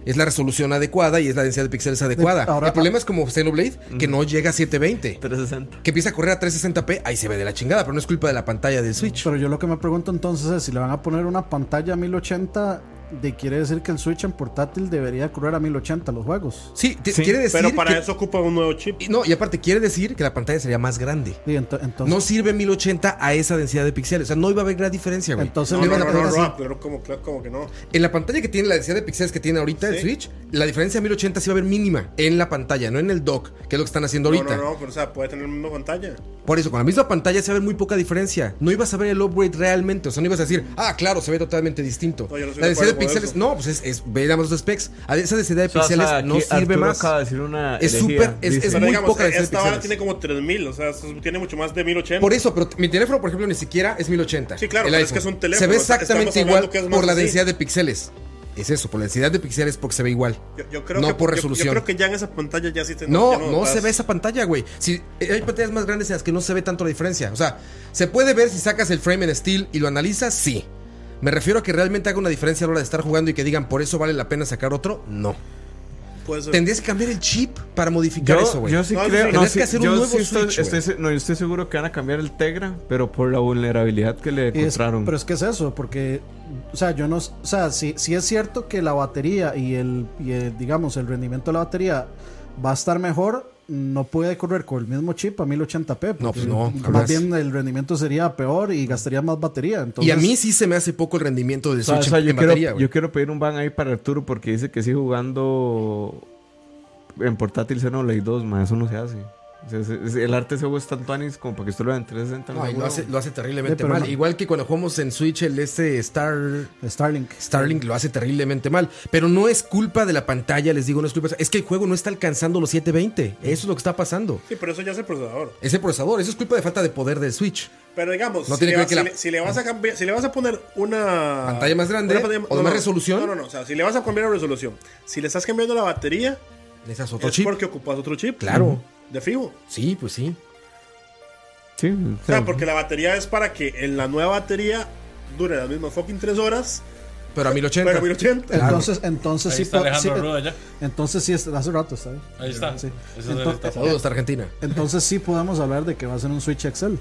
A: Es la resolución adecuada y es la densidad de píxeles adecuada.
E: ahora-
A: el problema es como Xenoblade, que no llega a 720.
B: 360.
A: que empieza a correr a 360p, ahí se ve de la chingada, pero no es culpa de la pantalla del Switch.
E: Pero yo lo que me pregunto entonces es si le van a poner una pantalla 1080, de quiere decir que el Switch en portátil debería correr a 1080 los juegos.
A: Sí, te-
B: Sí,
A: quiere decir.
C: Pero para
A: que-
C: eso ocupa un nuevo chip.
A: y No, y aparte quiere decir que la pantalla sería más grande.
E: Y ento- entonces
A: No sirve 1080 a esa densidad de píxeles. O sea, no iba a haber gran diferencia, güey.
E: Entonces,
C: No,
A: Le
C: no,
A: iban a
C: no, no,
A: poner
C: no,
A: así.
C: no, pero como, claro, como que no.
A: En la pantalla que tiene la densidad de píxeles que tiene ahorita el
C: Sí.
A: Switch, la diferencia de 1080 sí va a haber mínima en la pantalla, no en el dock, que es lo que están haciendo
C: No,
A: ahorita.
C: no, no, pero o sea, puede tener la misma pantalla.
A: Por eso, con la misma pantalla se va a ver muy poca diferencia. No ibas a ver el upgrade realmente. O sea, no ibas a decir, ah, claro, se ve totalmente distinto.
C: No, yo no estoy
A: la densidad
C: de
A: de
C: acuerdo con
A: píxeles,
C: eso.
A: no, pues es, es ve nada más los specs. A esa densidad de
B: O sea, o sea,
A: píxeles
B: aquí
A: no sirve
B: Arturo
A: más.
B: acaba de decir una
A: Es
B: herejía,
A: súper- es-
B: dice.
A: es
C: Pero
A: muy
C: digamos, eh,
A: poca densidad de
C: esta vara
A: píxeles.
C: tiene como 3000, o sea, eso tiene mucho más de 1080.
A: Por eso, pero t- mi teléfono, por ejemplo, ni siquiera es 1080.
C: Sí, claro,
A: El
C: pero es
A: iPhone.
C: que es un teléfono,
A: Se ve
C: estamos
A: exactamente
C: hablando
A: igual
C: que es más
A: por la
C: así.
A: densidad de píxeles. Es eso, por la densidad de píxeles porque se ve igual.
C: Yo, yo creo
A: no
C: que,
A: por
C: yo-
A: resolución.
C: Yo, creo que ya en esa pantalla ya sí te
A: No,
C: ya
A: no, se
C: notas.
A: ve esa pantalla, güey. Si, eh, hay pantallas más grandes en las que no se ve tanto la diferencia. O sea, se puede ver si sacas el frame en steel y lo analizas, sí. Me refiero a que realmente haga una diferencia a la hora de estar jugando y que digan por eso vale la pena sacar otro, no.
C: Puede ser.
A: Tendrías que cambiar el chip para modificar
B: Yo,
A: eso, güey.
B: yo sí
C: No,
B: creo.
C: sí, sí.
B: No,
A: Tendrías
B: sí,
A: que hacer un
B: yo
A: nuevo
B: sí estoy,
A: Switch, güey.
B: estoy se- no, yo estoy seguro que van a cambiar el Tegra, pero por la vulnerabilidad que le
E: Y es-
B: encontraron.
E: pero es que es eso, porque, o sea, yo no, s- o sea, si, si es cierto que la batería y el, y el, digamos, el rendimiento de la batería va a estar mejor, no puede correr con el mismo chip a 1080p.
A: No, pues
E: porque
A: no, jamás.
E: Más bien el rendimiento sería peor y gastaría más batería. Entonces,
A: y a mí sí se me hace poco el rendimiento del
B: O sea,
A: Switch
B: o sea,
A: en,
B: yo,
A: en batería,
B: quiero,
A: güey.
B: yo quiero pedir un ban ahí para Arturo porque dice que sigue jugando en portátil Xenoblade 2, man, eso no se hace. O sea, es- es- el arte de ese juego es tan tuanis como para que usted lo vea en 360.
A: No,
B: no,
A: y lo
B: güey.
A: hace, lo hace
E: Sí,
A: terriblemente
E: pero
A: mal.
E: no.
A: Igual que cuando jugamos en Switch el este Star
E: Starlink.
A: Starlink lo hace terriblemente mal. Pero no es culpa de la pantalla, les digo, no es culpa. Es que el juego no está alcanzando los 720. Eso es lo que está pasando.
C: Sí, pero eso ya es el procesador.
A: Ese procesador, eso es culpa de falta de poder del Switch.
C: Pero digamos,
A: No
C: si,
A: tiene
C: le
A: que
C: va-
A: ver que
C: si
A: la-
C: le, si le vas a cambiar, si le vas a poner una
A: Pantalla más grande, o de más resolución.
C: No, no, no, o sea, si le vas a cambiar la resolución, si le estás cambiando la batería,
A: Necesitas otro
C: es
A: chip.
C: porque ocupas otro chip.
A: Claro.
C: De fijo.
A: Sí, pues sí.
B: Sí,
C: O sea, porque la batería es para que en la nueva batería dure las mismas fucking 3 horas,
A: Pero a 1080.
C: pero 1080.
E: Entonces, entonces
F: Ahí
E: sí,
F: está
E: po- sí,
F: Alejandro Ruda ya.
E: entonces sí, es- hace rato está ahí.
F: Ahí está.
E: Sí.
F: Eso es
E: Entonces-
F: el estado.
A: Saludos, Argentina.
E: Entonces sí podemos hablar de que va a ser un Switch Excel.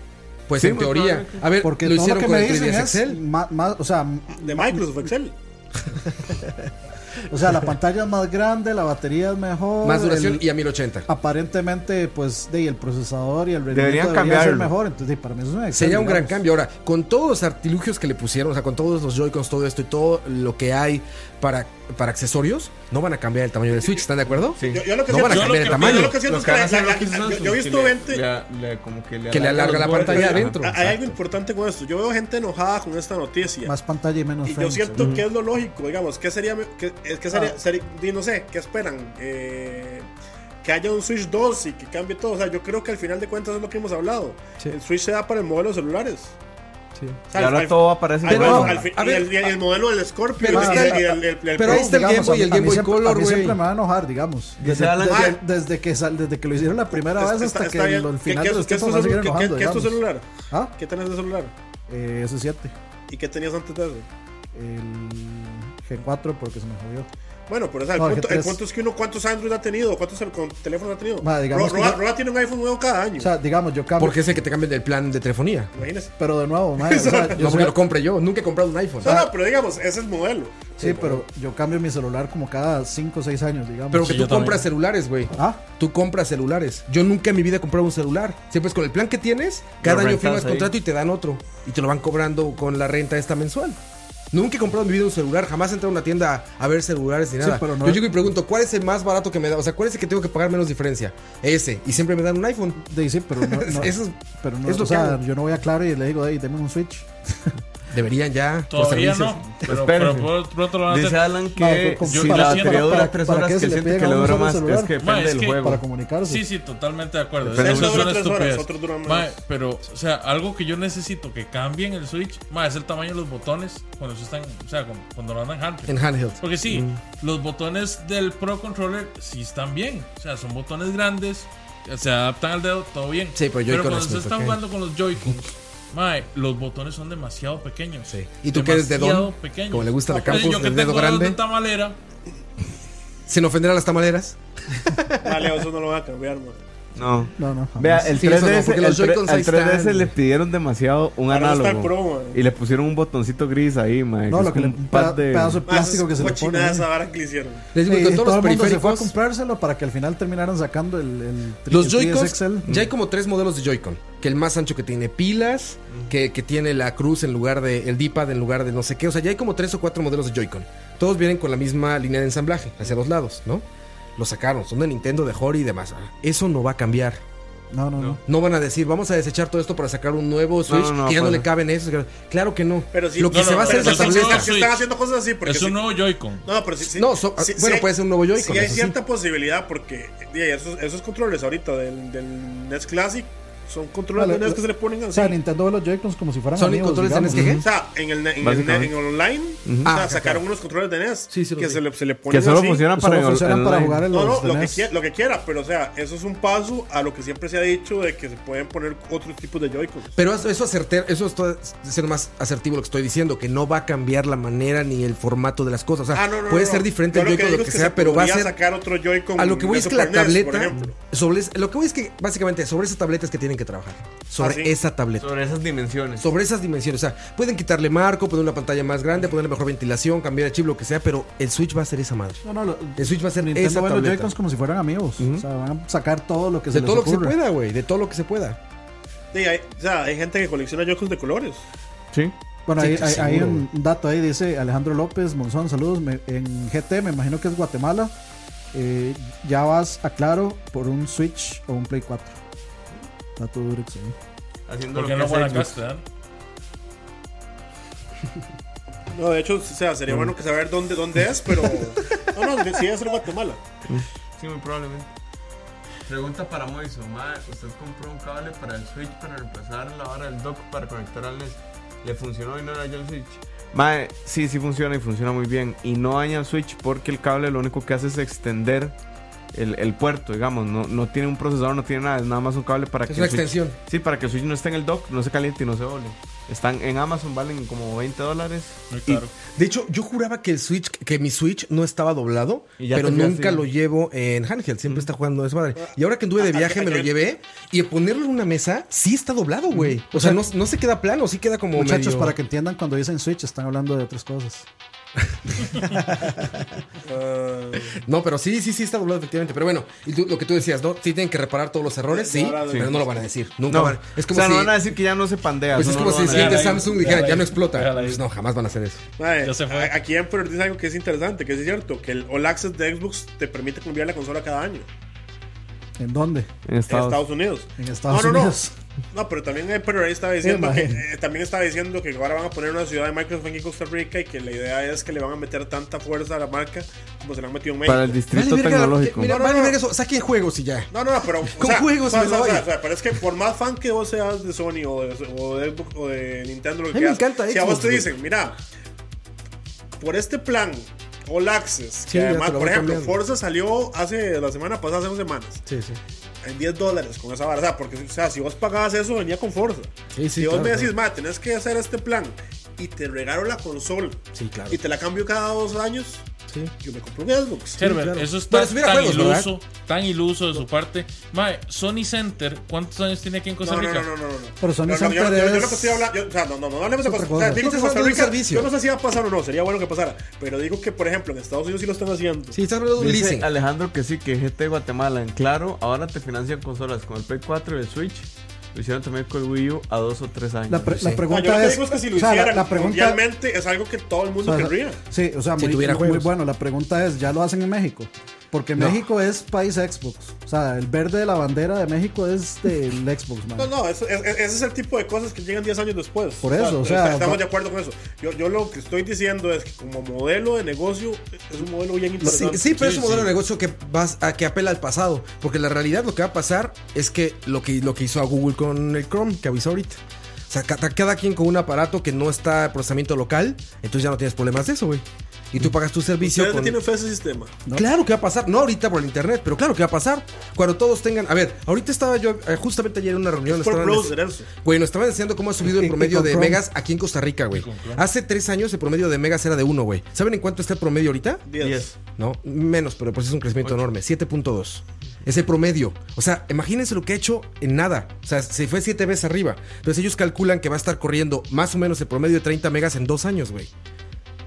A: Pues
B: Sí,
A: en
B: pues,
A: teoría.
B: probablemente.
A: A ver,
E: Porque
A: lo
E: todo
A: hicieron
E: lo que
A: con
E: me
A: el
E: dicen
A: 3DS
E: es
A: Excel.
E: ma- más, o sea,
C: De Microsoft Excel.
E: O sea, la pantalla es más grande, la batería es mejor.
A: Más duración
E: el- Ah,
A: y a 1080.
E: aparentemente, pues, de, y el procesador y el rendimiento
B: Deberían
E: debería
B: cambiarlo.
E: ser mejor. Entonces, de, para mí eso es una
A: Sería un gran
E: digamos.
A: cambio. Ahora, con todos los artilugios que le pusieron, o sea, con todos los Joy-Cons, todo esto y todo lo que hay para, para accesorios, no van a cambiar el tamaño del Switch, ¿están de acuerdo?
B: Sí.
C: Yo, yo lo que
A: No
C: siento-
A: van a
C: yo
A: cambiar
C: lo
A: el
C: que-
A: tamaño.
C: Yo lo que siento es
B: que
C: que
B: van a
C: la-
B: hacer
C: la-
B: lo que es
C: yo-
B: Samsung,
C: yo he
B: que
C: visto
B: le-
C: 20
B: le- le- como que le,
A: Que le alarga
B: los
A: la
B: bordes.
A: pantalla
B: Ajá.
A: adentro.
C: Ah, Hay algo importante con esto. Yo veo gente enojada con esta noticia.
E: Más pantalla y menos
C: y yo
E: frames,
C: siento
E: ¿no?
C: que es lo lógico, digamos. ¿Qué sería.? me- ¿Qué, es que sería, seri- di, no sé, ¿qué esperan? Eh, que haya un Switch 2 y que cambie todo. O sea, yo creo que al final de cuentas es lo que hemos hablado.
A: Sí.
C: El Switch se da para el modelo de celulares.
A: Sí.
C: O sea,
B: Y
C: al-
B: ahora
C: al-
B: todo aparece
C: al-
A: Pero- a
C: al- y
A: ver,
C: el, y el modelo del Scorpio
A: pero
C: y
E: ahí está-
C: el, y el- el- el
A: pero ahí está el
E: Digamos,
A: Game Boy y
E: a
A: el
E: mí- a
A: Game
E: mí
A: Boy
E: siempre-
A: Color,
E: A mí
A: güey.
E: siempre me va a enojar, digamos.
B: Dice
E: Desde,
B: Alan
E: desde-
C: que-
E: desde que, sal- desde que lo hicieron la primera
C: Está-
E: vez
C: está-
E: hasta
C: está
E: que
C: bien.
E: el
C: ¿Qué-
E: final
C: qué-
E: de los
C: qué es tu
E: tiempos va a seguir
C: celu- qué-
E: enojando,
C: ¿Qué es tu
E: digamos.
C: celular?
E: Ah,
C: ¿Qué tenés de celular?
E: eh, eso es 7.
C: ¿Y qué tenías antes de eso?
E: El G4 porque se me jodió.
C: Bueno, pero o sea, el,
E: No, el
C: punto, el
E: G3.
C: punto es que uno, ¿cuántos Android ha tenido? ¿Cuántos cel- con teléfonos ha tenido?
E: Ma, digamos
C: Ro-
E: que
C: Roa,
E: yo-
C: Roa tiene un iPhone nuevo cada año.
E: O sea, digamos, yo cambio.
A: Porque es el que te cambian el plan de telefonía.
C: Imagínese.
E: Pero de nuevo, mae, o sea, yo
A: No
E: soy-
A: porque lo compre yo. Nunca he comprado un iPhone.
C: No, no, pero digamos, ese es el modelo.
E: Sí, pero yo cambio mi celular como cada 5 o 6 años, digamos.
A: Pero que
F: Sí,
A: tú
F: yo también.
A: compras celulares, güey.
E: Ah,
A: Tú compras celulares. Yo nunca en mi vida he comprado un celular. Siempre es con el plan que tienes, cada
B: Lo
A: año
B: rentas
A: firmas
B: ahí.
A: contrato y te dan otro. Y te lo van cobrando con la renta esta mensual. Nunca he comprado en mi vida un celular. Jamás he entrado a una tienda a ver celulares ni nada.
E: pero no-
A: Yo llego y pregunto, ¿cuál es el más barato que me da? O sea, ¿cuál es el que tengo que pagar menos diferencia? Ese. Y siempre me dan un iPhone.
E: de sí, pero no, no-
A: Eso es-
E: pero no,
A: es lo
E: o sea,
A: que hago.
E: yo no voy a Claro y le digo, hey, deme un Switch.
A: Deberían ya. por
F: Todavía
A: servicios.
F: no, pero,
B: Espérense.
F: pero pronto lo van a
B: Dice
F: hacer.
B: Alan
E: No,
B: que
E: pero como-
B: si
F: Yo- yo
B: la
F: siento-
B: batería dura
E: para-
B: 3
E: para
B: horas,
E: que
B: que
E: se le
B: siente que
E: pega
B: le
E: a uno
B: dura
E: solo
B: más.
E: celular.
B: Es que
F: Ma,
B: depende
F: es
B: del
F: que-
B: juego.
E: para comunicarse.
F: Sí, sí, totalmente de acuerdo.
B: Pero
F: Eso
B: uno
F: es
C: dura
F: una
C: tres horas,
F: estupidez.
C: otro dura más.
F: Mae, pero, o sea, algo que yo necesito que cambien el Switch, mae, es el tamaño de los botones cuando se están, o sea, cuando, cuando lo andan handheld.
A: En Mm. handheld.
F: Porque sí, los botones del Pro Controller sí están bien. O sea, son botones grandes, se adaptan al dedo, todo bien.
A: Sí, pero Joy-Con
F: cuando
A: es
F: se
A: muy
F: está
A: pequeño.
F: jugando con los Joy-Cons, mae, los botones son demasiado pequeños.
A: Sí. Y tú que eres dedón,
F: Demasiado pequeños.
A: como le gusta a
F: Entonces,
A: Campos,
F: yo que
A: el dedo
F: tengo dedos
A: grande.
F: de tamalera,
A: Sin ofender a las tamaleras.
C: Vale, eso no lo va a cambiar, man.
B: No.
E: No, no. jamás.
B: Vea, el
A: Sí,
B: 3DS,
A: eso no, porque los
B: el tre-
A: Joy-Cons ahí
B: al 3DS
A: están.
B: le pidieron demasiado un
C: Ahora está el
B: análogo.
C: Pro, man.
B: y le pusieron un botoncito gris ahí, man.
E: no,
B: es
E: lo que le,
B: como
E: un
B: pad
E: peda- pedazo de
C: Ma, esas
E: plástico que se le pone. ¿eh?
C: cochinadas
E: ¿no?
C: ahora que le hicieron.
A: Les digo,
E: Y
A: que con todos
E: todo
A: los
E: el mundo se fue a
A: periféricos.
E: comprárselo para que al final terminaran sacando el, el tri-
A: Los
E: el
A: Joy-Cons,
E: 3XL.
A: ya hay como tres modelos de Joy-Con. Que el más ancho que tiene pilas, que, que tiene la cruz en lugar de, el D-pad en lugar de no sé qué. O sea, ya hay como tres o cuatro modelos de Joy-Con. Todos vienen con la misma línea de ensamblaje, hacia los lados, ¿no? Los sacaron, son de Nintendo, de Hori y demás. Ah, Eso no va a cambiar.
E: No, no, no.
A: No van a decir, vamos a desechar todo esto para sacar un nuevo Switch
B: no, no,
A: que ya no
B: pues
A: le
B: no.
A: caben esos. Claro que no.
C: Pero sí,
A: Lo que
F: no,
A: se
F: no,
A: va a hacer es
F: pero
A: la
F: son
A: tableta.
C: están,
F: Switch.
C: están haciendo cosas así porque
F: es un
C: sí-
F: nuevo Joy-Con.
C: No, pero sí, sí-
A: No, so-
C: sí-
A: bueno,
C: sí-
A: puede ser un nuevo Joy-Con,
C: Sí, hay
A: eso sí.
C: cierta posibilidad porque di, esos, esos controles ahorita del, del NES Classic son controles
E: Vale,
C: de NES que
E: lo-
C: se le ponen
E: O
C: así.
E: sea, Nintendo ve los Joy-Cons como si fueran
A: Son
E: amigos,
A: controles de
E: digamos.
A: NSG.
C: O sea, en el, en el,
B: Básicamente.
C: en online, o
A: Ah,
C: sea,
A: acá,
C: sacaron unos controles de NES
E: Sí, sí los
C: que
E: vi.
C: se le, se le ponen
B: Que solo
C: así.
B: funcionan para,
E: Solo
B: el-
E: funcionan
B: el
E: para
B: online.
E: jugar en los
C: No, no, lo que,
E: NES.
C: quiera, lo que quiera, pero o sea, eso es un paso a lo que siempre se ha dicho de que se pueden poner otros tipos de Joy-Cons.
A: Pero eso, eso, acerter- eso es todo- ser más asertivo lo que estoy diciendo, que no va a cambiar la manera ni el formato de las cosas. O sea,
C: Ah, no, no,
A: puede
C: no,
A: ser
C: no.
A: diferente
C: Yo
A: el Joy-Con,
C: digo
A: lo que,
C: es se
A: sea, pero va a ser.
C: podría sacar otro Joy-Con
A: A lo que voy
C: de
A: es que la
C: Super NES, por
A: tableta.
C: ejemplo.
A: Sobre, es- lo que voy es que básicamente sobre esa tableta es que tienen que trabajar. Sobre
C: Ah, sí.
A: esa tableta.
B: Sobre esas dimensiones.
A: Sobre esas dimensiones. O sea, pueden quitarle marco, poner una pantalla más grande, ponerle mejor ventilación, cambiar el chip, lo que sea, pero el Switch va a ser esa madre.
E: No, no, lo-
A: El Switch va a ser esa
E: Nintendo ve los
A: tableta.
E: Joy-Cons como si fueran amigos. O sea, van a sacar todo lo que se
A: De
E: les
A: todo lo que se
E: ocurra.
A: pueda, güey. De todo lo que se pueda.
C: Sí, hay, o sea, hay gente que colecciona Joy-Cons de colores.
B: Sí.
E: Bueno,
A: Sí,
E: hay,
A: estoy
E: hay- hay
A: seguro,
E: un dato ahí, dice Alejandro López, Monzón, saludos. me- en GT, me imagino que es Guatemala. eh, ya vas a Claro por un Switch o un Play 4. Dato duro que se ve.
B: Haciendo
F: Porque no
B: pues.
F: Guanacaste, ¿verdad?
C: No, de hecho, o sea, sería bueno que saber dónde, dónde es, pero. No, no, sí, debe ser Guatemala.
B: Sí, muy probablemente. Pregunta para Moiso, usted compró un cable para el Switch para reemplazar la hora del dock para conectar al NES. ¿Le funcionó y no dañó el Switch? Mae, sí, sí funciona y funciona muy bien. Y no daña el Switch porque el cable lo único que hace es extender el, el puerto, digamos. No, no tiene un procesador, no tiene nada, es nada más un cable para
A: Es
B: que
A: una
B: el Switch-
A: extensión.
B: sí, para que el Switch no esté en el dock, no se caliente y no se doble. Están en Amazon, valen como 20 dólares.
F: Muy claro.
A: De hecho, yo juraba que el Switch, que mi Switch no estaba doblado,
B: Y ya
A: pero
B: te fijaste,
A: nunca
B: ¿no?
A: lo llevo en handheld, siempre está jugando esa madre. Y ahora que anduve de
C: Ah,
A: viaje
C: ayer-
A: me lo llevé y ponerlo en una mesa sí está doblado, güey. O sea, no, no se queda plano, sí queda como
E: Muchachos,
A: medio-
E: para que entiendan, cuando dicen Switch están hablando de otras cosas.
C: Ah,
A: No, pero sí, sí, sí está doblado efectivamente. Pero bueno, y tú- lo que tú decías, ¿no? Sí tienen que reparar todos los errores, sí,
C: ahora-
A: pero no lo van a decir. Nunca
B: No,
A: van. Es como
B: o sea,
A: si,
B: no van a decir que ya no se pandea.
A: pues
B: eso
A: es
B: no
A: como
B: lo
A: si el
B: van a
A: siguiente
F: Déjala ahí,
A: Samsung dijera,
F: déjala
A: ya no
F: ahí,
A: explota.
F: déjala ahí.
A: Pues no, jamás van a hacer eso.
C: mae,
F: Ya se fue.
C: a- Aquí en Pro dice algo que es interesante, que es cierto, que el All Access de Xbox te permite cambiar la consola cada año.
E: ¿En dónde?
B: En Estados-
C: En Estados Unidos.
E: En Estados
C: no, no,
E: Unidos.
C: No. no, pero también eh, pero ahí estaba diciendo
E: Me
C: que
E: imagino.
C: eh, también estaba diciendo que ahora van a poner una ciudad de Microsoft aquí en Costa Rica y que la idea es que le van a meter tanta fuerza a la marca como se le han metido en México.
B: Para el distrito
A: Vale, verga,
B: tecnológico.
A: que- Mira,
C: No, no,
A: vale,
C: no.
A: verga, eso, saquen juegos y ya.
C: No, no, pero. o
A: Con
C: sea,
A: juegos,
C: o sea,
A: me la
C: o sea,
A: doy.
C: o sea, pero es que por más fan que vos seas de Sony o de, o de Xbox o de Nintendo, lo que
A: A mí me
C: quieras,
A: encanta
C: Si a vos
A: Xbox,
C: te
A: güey.
C: dicen, mira, por este plan, All Access, que
A: Sí, ya
C: además,
A: te lo
C: por
A: voy
C: ejemplo,
A: cambiando.
C: Forza salió hace la semana pasada, hace dos semanas.
A: Sí, sí.
C: en 10 dólares con esa vara. O sea, porque o sea, si vos pagabas eso, venía con Forza.
A: Sí, sí,
C: si vos
A: claro,
C: me decís,
A: claro.
C: ma, tenés que hacer este plan y te regalo la consola
A: Sí, claro.
C: y te la cambio cada dos años,
A: Sí.
C: yo me compro un Xbox.
F: Herbert,
A: claro.
F: eso es
A: Pero
F: tan,
A: si hubiera
F: tan
A: juegos, ¿verdad?
F: iluso, tan iluso de su parte. Mae, Sony Center, ¿cuántos años tiene aquí en
C: No,
F: Costa
C: no, no,
F: Rica?
C: no, no, no, no.
E: Pero Sony
C: No, no, yo-
E: Center
C: yo- yo
E: es-
C: no te estoy hablando- yo- o sea, no, no, no, no hablemos de
A: Es otra
C: Costa- o sea,
A: cosa.
C: digo que
A: Estás
C: Costa
A: hablando de un
C: Rica,
A: servicio.
C: Yo no sé si va a pasar o no, sería bueno que pasara. Pero digo que, por ejemplo, en Estados Unidos sí lo están haciendo.
A: Sí, está hablando de un
B: Dice
A: leasing.
B: Alejandro que sí, que GT Guatemala en claro, ahora te financian consolas con el Play 4 y el Switch. Lo hicieron también con el Wii U a dos o tres años.
E: La, pre-
A: Sí.
C: O
E: la
C: sea,
E: pregunta
C: yo lo que
E: es.
C: digo es que si lo
E: o sea, la-
C: hicieran
E: la pregunta,
C: mundialmente es algo que todo el mundo
E: O sea,
C: querría.
E: Sí, o sea,
A: Si
E: muy,
A: tuviera
E: muy
A: juegos.
E: bueno. La pregunta es, ¿ya lo hacen en México? Porque
A: No.
E: México es país Xbox. O sea, el verde de la bandera de México es del Xbox, man.
C: No, no, eso- es- es- ese es el tipo de cosas que llegan 10 años después.
E: Por eso, o sea,
C: estamos
E: va-
C: de acuerdo con eso. Yo, yo lo que estoy diciendo es que como modelo de negocio es un modelo bien
A: Sí,
C: interesante.
A: sí, pero es
F: Sí,
A: un modelo
F: sí.
A: de negocio que, vas a, que apela al pasado. Porque la realidad lo que va a pasar es que lo que, lo que hizo a Google con el Chrome, que avisó ahorita. O sea, ca- cada, quien con un aparato que no está procesamiento local, entonces ya no tienes problemas de eso, güey. Y tú pagas tu servicio.
C: Ustedes
A: con-
C: le tienen fe a ese sistema.
E: ¿no?
A: Claro que va a pasar, no ahorita por el internet, pero claro que va a pasar. Cuando todos tengan. A ver, ahorita estaba yo, eh, justamente ayer en una reunión.
C: Por
A: estaban-
C: browser, eso.
A: Güey, nos estaban enseñando cómo ha subido
E: Y-
A: el
E: y
A: promedio
E: con
A: de
E: Chrome.
A: megas aquí en Costa Rica, güey. Hace tres años el promedio de megas era de uno, güey. ¿Saben en cuánto está el promedio ahorita?
C: 10.
A: No, menos, pero pues es un crecimiento enorme. 7.2. Es el promedio. O sea, imagínense lo que ha hecho en nada. O sea, se fue siete veces arriba. Entonces ellos calculan que va a estar corriendo más o menos el promedio de 30 megas en dos años, güey.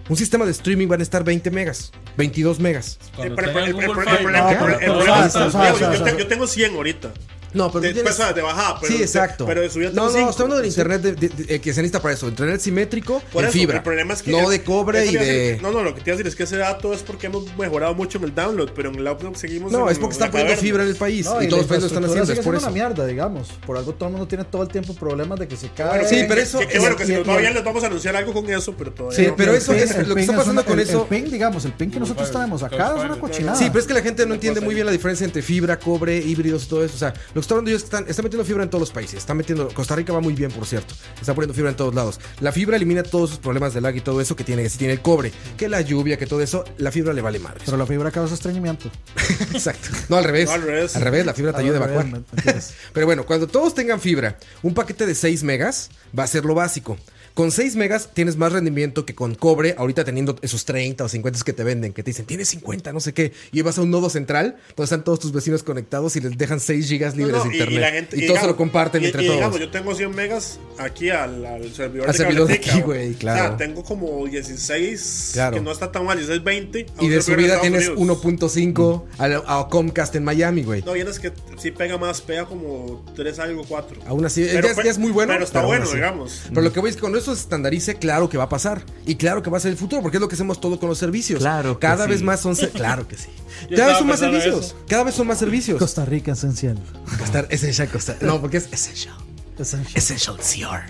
A: Un sistema de streaming van a estar 20 megas, 22 megas.
C: El
F: Cuando
C: problema-
F: tengan
C: el- el- el- el-
F: Google
C: el- el-
F: Fi,
C: el- el- el- el-
F: todo
E: o
C: problema es-
E: sea,
F: está-
E: o sea,
C: Digo,
E: o
C: yo
E: sea,
C: te- Yo tengo 100 ahorita.
A: No, pero
C: De,
A: tú tienes-
C: pues, ah, de bajada, pero
A: sí,
C: de-
A: exacto.
C: Pero de subida
A: no,
C: tengo
A: no,
C: cinco.
A: está hablando del internet de- de- de- eh, que se necesita para eso. Internet simétrico
C: Por
A: en
C: eso,
A: fibra.
C: El problema es que
A: no
C: es-
A: de cobre y
C: eso te iba a
A: de.
C: decir- No, no, lo que te iba a decir es que ese dato es porque hemos mejorado mucho en el download, pero en el upload seguimos.
A: No,
C: en-
A: es porque
C: en
A: están
C: la
A: poniendo
C: caverna.
A: fibra en el país
E: No,
A: y,
E: la
A: todos los países lo están
E: infraestructura
A: haciendo,
E: sigue
A: es por
E: siendo
A: eso.
E: una mierda, digamos. Por algo todo el mundo tiene todo el tiempo problemas de que se cae.
A: Sí, pero eso-
C: Que, que bueno, que si
E: y-
C: nos
E: y-
C: va bien, les vamos a anunciar algo con eso, pero todavía.
A: Sí,
C: no.
A: pero
E: el
A: eso
E: ping-
A: es- lo
E: el
A: que está
E: ping es
A: pasando
E: una-
A: con
E: el-
A: eso-
E: El ping, digamos, el ping que nosotros tenemos acá es una cochinada.
A: Sí, pero es que la gente no entiende muy bien la diferencia entre fibra, cobre, híbridos y todo eso. O sea, lo que está hablando yo es que están, están metiendo fibra en todos los países. Están metiendo. Costa Rica va muy bien, por cierto. Está poniendo fibra en todos lados. La fibra elimina todos sus problemas de lag y todo eso que tiene, que si tiene el cobre, que la lluvia, que todo eso, la fibra le vale madre.
E: Pero la fibra causa estreñimiento.
A: Exacto. No, al revés.
C: No, al revés.
A: la fibra te ayuda a evacuar. Pero bueno, cuando todos tengan fibra, un paquete de 6 megas va a ser lo básico. Con 6 megas tienes más rendimiento que con cobre, ahorita teniendo esos 30 o 50 que te venden, que te dicen, tienes 50, no sé qué, y vas a un nodo central, donde están todos tus vecinos conectados y les dejan 6 gigas libres
C: No, no,
A: de internet. Y,
C: la gente-
A: todos se
C: digamos-
A: lo comparten
C: y-
A: entre
C: y
A: todos.
C: digamos, yo tengo 100 megas aquí al, al servidor
A: Al servidor de
C: Cabletica,
A: aquí,
C: o-
A: güey,
C: O
A: claro.
C: sea, tengo como 16,
A: Claro.
C: que no está tan mal, 16, 20. a
A: y
C: un
A: de
C: servidor en
A: subida
C: Estados
A: tienes
C: Unidos. Mm.
A: 1.5 a, la- a Comcast en Miami, güey.
C: No, vienes que sí pega más, pega como 3 algo, 4.
A: Aún así, ya, es- ya es muy bueno.
C: Pero está
A: aún
C: bueno,
A: así.
C: digamos.
A: Pero lo que voy es que cuando eso se estandarice, claro que va a pasar. Y claro que va a ser el futuro, porque es lo que hacemos todo con los servicios.
B: Claro que
A: Cada
B: sí.
A: vez más son. se- Claro que sí. Cada vez
F: Yo estaba
A: son más
F: pensando
A: servicios.
F: eso.
A: Cada vez son más servicios.
E: Costa Rica esencial.
A: Costar essential, costar. No, porque es essential.
E: Esencial.
A: Essential CR.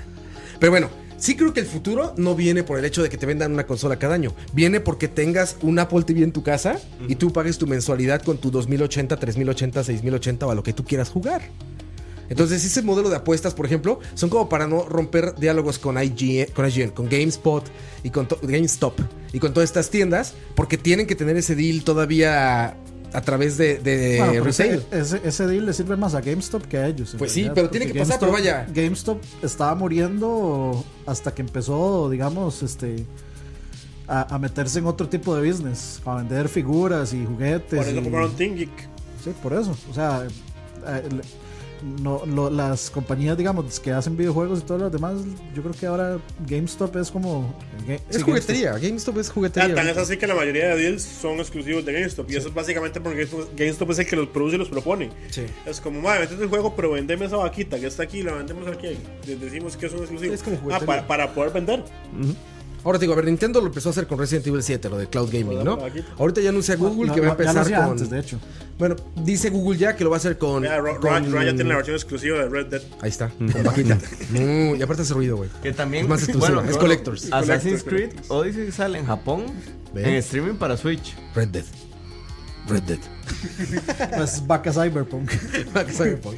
A: Pero bueno, sí creo que el futuro no viene por el hecho de que te vendan una consola cada año. Viene porque tengas un Apple TV en tu casa y tú pagues tu mensualidad con tu 2080, 3080, 6080 o a lo que tú quieras jugar. Entonces, ese modelo de apuestas, por ejemplo, son como para no romper diálogos con IGN, con, IGN, con GameSpot y con to- GameStop y con todas estas tiendas, porque tienen que tener ese deal todavía a través de, de
E: Bueno,
A: eh,
E: pero
A: retail.
E: ese, ese, ese deal le sirve más a GameStop que a ellos. en
A: Pues sí,
E: realidad,
A: pero tiene
E: porque
A: que pasar, pero vaya.
E: GameStop estaba muriendo hasta que empezó, digamos, este a, a meterse en otro tipo de business, a vender figuras y juguetes.
C: Por eso
E: y-
C: compraron Team Geek.
E: Sí, por eso. O sea, eh, le- no, lo- las compañías, digamos, que hacen videojuegos y todos los demás, yo creo que ahora GameStop es como. Ga-
A: Es
E: sí,
A: juguetería. GameStop es
C: Ah,
A: juguetería.
C: tan es así que la mayoría de deals son exclusivos de GameStop. Y eso es básicamente porque GameStop- GameStop es el que los produce y los propone.
A: Sí.
C: Es como, madre, metete el juego, pero vendeme esa vaquita que está aquí, la vendemos aquí. Les decimos que es un exclusivo.
A: Es como
C: ah,
A: juguetería.
C: para, para poder vender.
A: Ahora te digo, a ver, Nintendo lo empezó a hacer con Resident Evil 7, lo de Cloud Gaming, ¿no?
C: Aquí.
A: Ahorita ya anuncia Google
D: No,
A: que va a
D: no, ya lo
A: empezar
D: hacía
A: con.
D: antes, de hecho.
A: Bueno, dice Google ya que lo va a hacer con.
C: Mira, Ro- Ro-
A: con-
C: Ryan ya tiene la versión exclusiva de Red Dead.
A: Ahí está, con vaquita. Mm, y aparte hace ruido, güey.
B: Que también.
A: Es más exclusiva,
B: bueno,
A: es
B: bueno,
A: Collectors.
B: Assassin's Creed Odyssey sale en Japón
A: Ve.
B: en streaming para Switch.
A: Red Dead. Red Dead.
E: Pues vaca Cyberpunk.
A: Cyberpunk.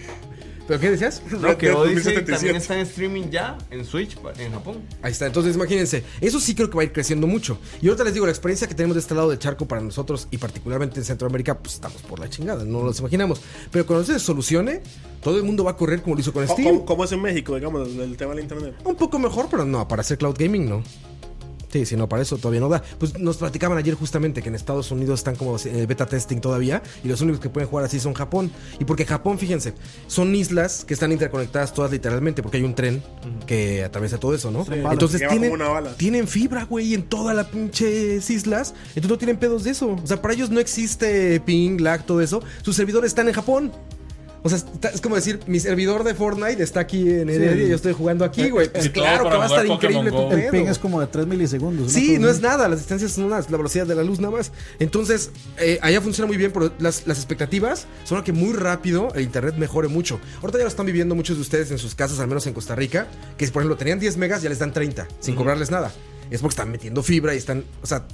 A: ¿Pero qué decías?
B: No, que
C: Dead
B: Odyssey
C: 2077.
B: también está en streaming ya en Switch pa- en Japón.
A: Ahí está, entonces imagínense, eso sí creo que va a ir creciendo mucho. Y ahorita les digo, la experiencia que tenemos de este lado del charco para nosotros y particularmente en Centroamérica, pues estamos por la chingada, no nos imaginamos. Pero cuando se solucione, todo el mundo va a correr como lo hizo con
C: Co-
A: Steam.
C: ¿Cómo, cómo es en México, digamos, el tema del internet?
A: Un poco mejor, pero no, para hacer cloud gaming no. Sí, si no, para eso todavía no da. Pues nos platicaban ayer justamente que en Estados Unidos están como eh, beta testing todavía y los únicos que pueden jugar así son Japón. Y porque Japón, fíjense, son islas que están interconectadas todas literalmente porque hay un tren que atraviesa todo eso, ¿no?
E: balas.
A: Entonces
C: Lleva
A: tienen,
C: como una bala.
A: tienen fibra, güey, en todas las pinches islas. Entonces no tienen pedos de eso. O sea, para ellos no existe ping, lag, todo eso. Sus servidores están en Japón. O sea, está- es como decir, mi servidor de Fortnite está aquí en Heredia y yo estoy jugando
C: Eh,
A: aquí, güey. Pues
F: el-
A: claro
F: todo
A: que
F: para
A: va a estar
F: jugar Pokémon
A: increíble tu
F: Go.
E: El ping
A: pedo.
E: es como de 3 milisegundos.
A: Sí,
E: cosa
A: no es
E: así.
A: nada, las distancias son nada, es la velocidad de la luz nada más. Entonces, eh, allá funciona muy bien, pero las, las expectativas son a que muy rápido el internet mejore mucho. Ahorita ya lo están viviendo muchos de ustedes en sus casas, al menos en Costa Rica, que si por ejemplo tenían 10 megas, ya les dan 30, sin cobrarles nada. Es porque están metiendo fibra y están, o sea,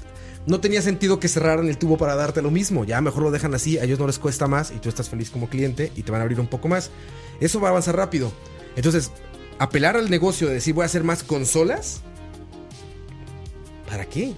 A: no tenía sentido que cerraran el tubo para darte lo mismo. Ya mejor lo dejan así, a ellos no les cuesta más y tú estás feliz como cliente y te van a abrir un poco más. Eso va a avanzar rápido. Entonces, apelar al negocio de decir voy a hacer más consolas, ¿para qué?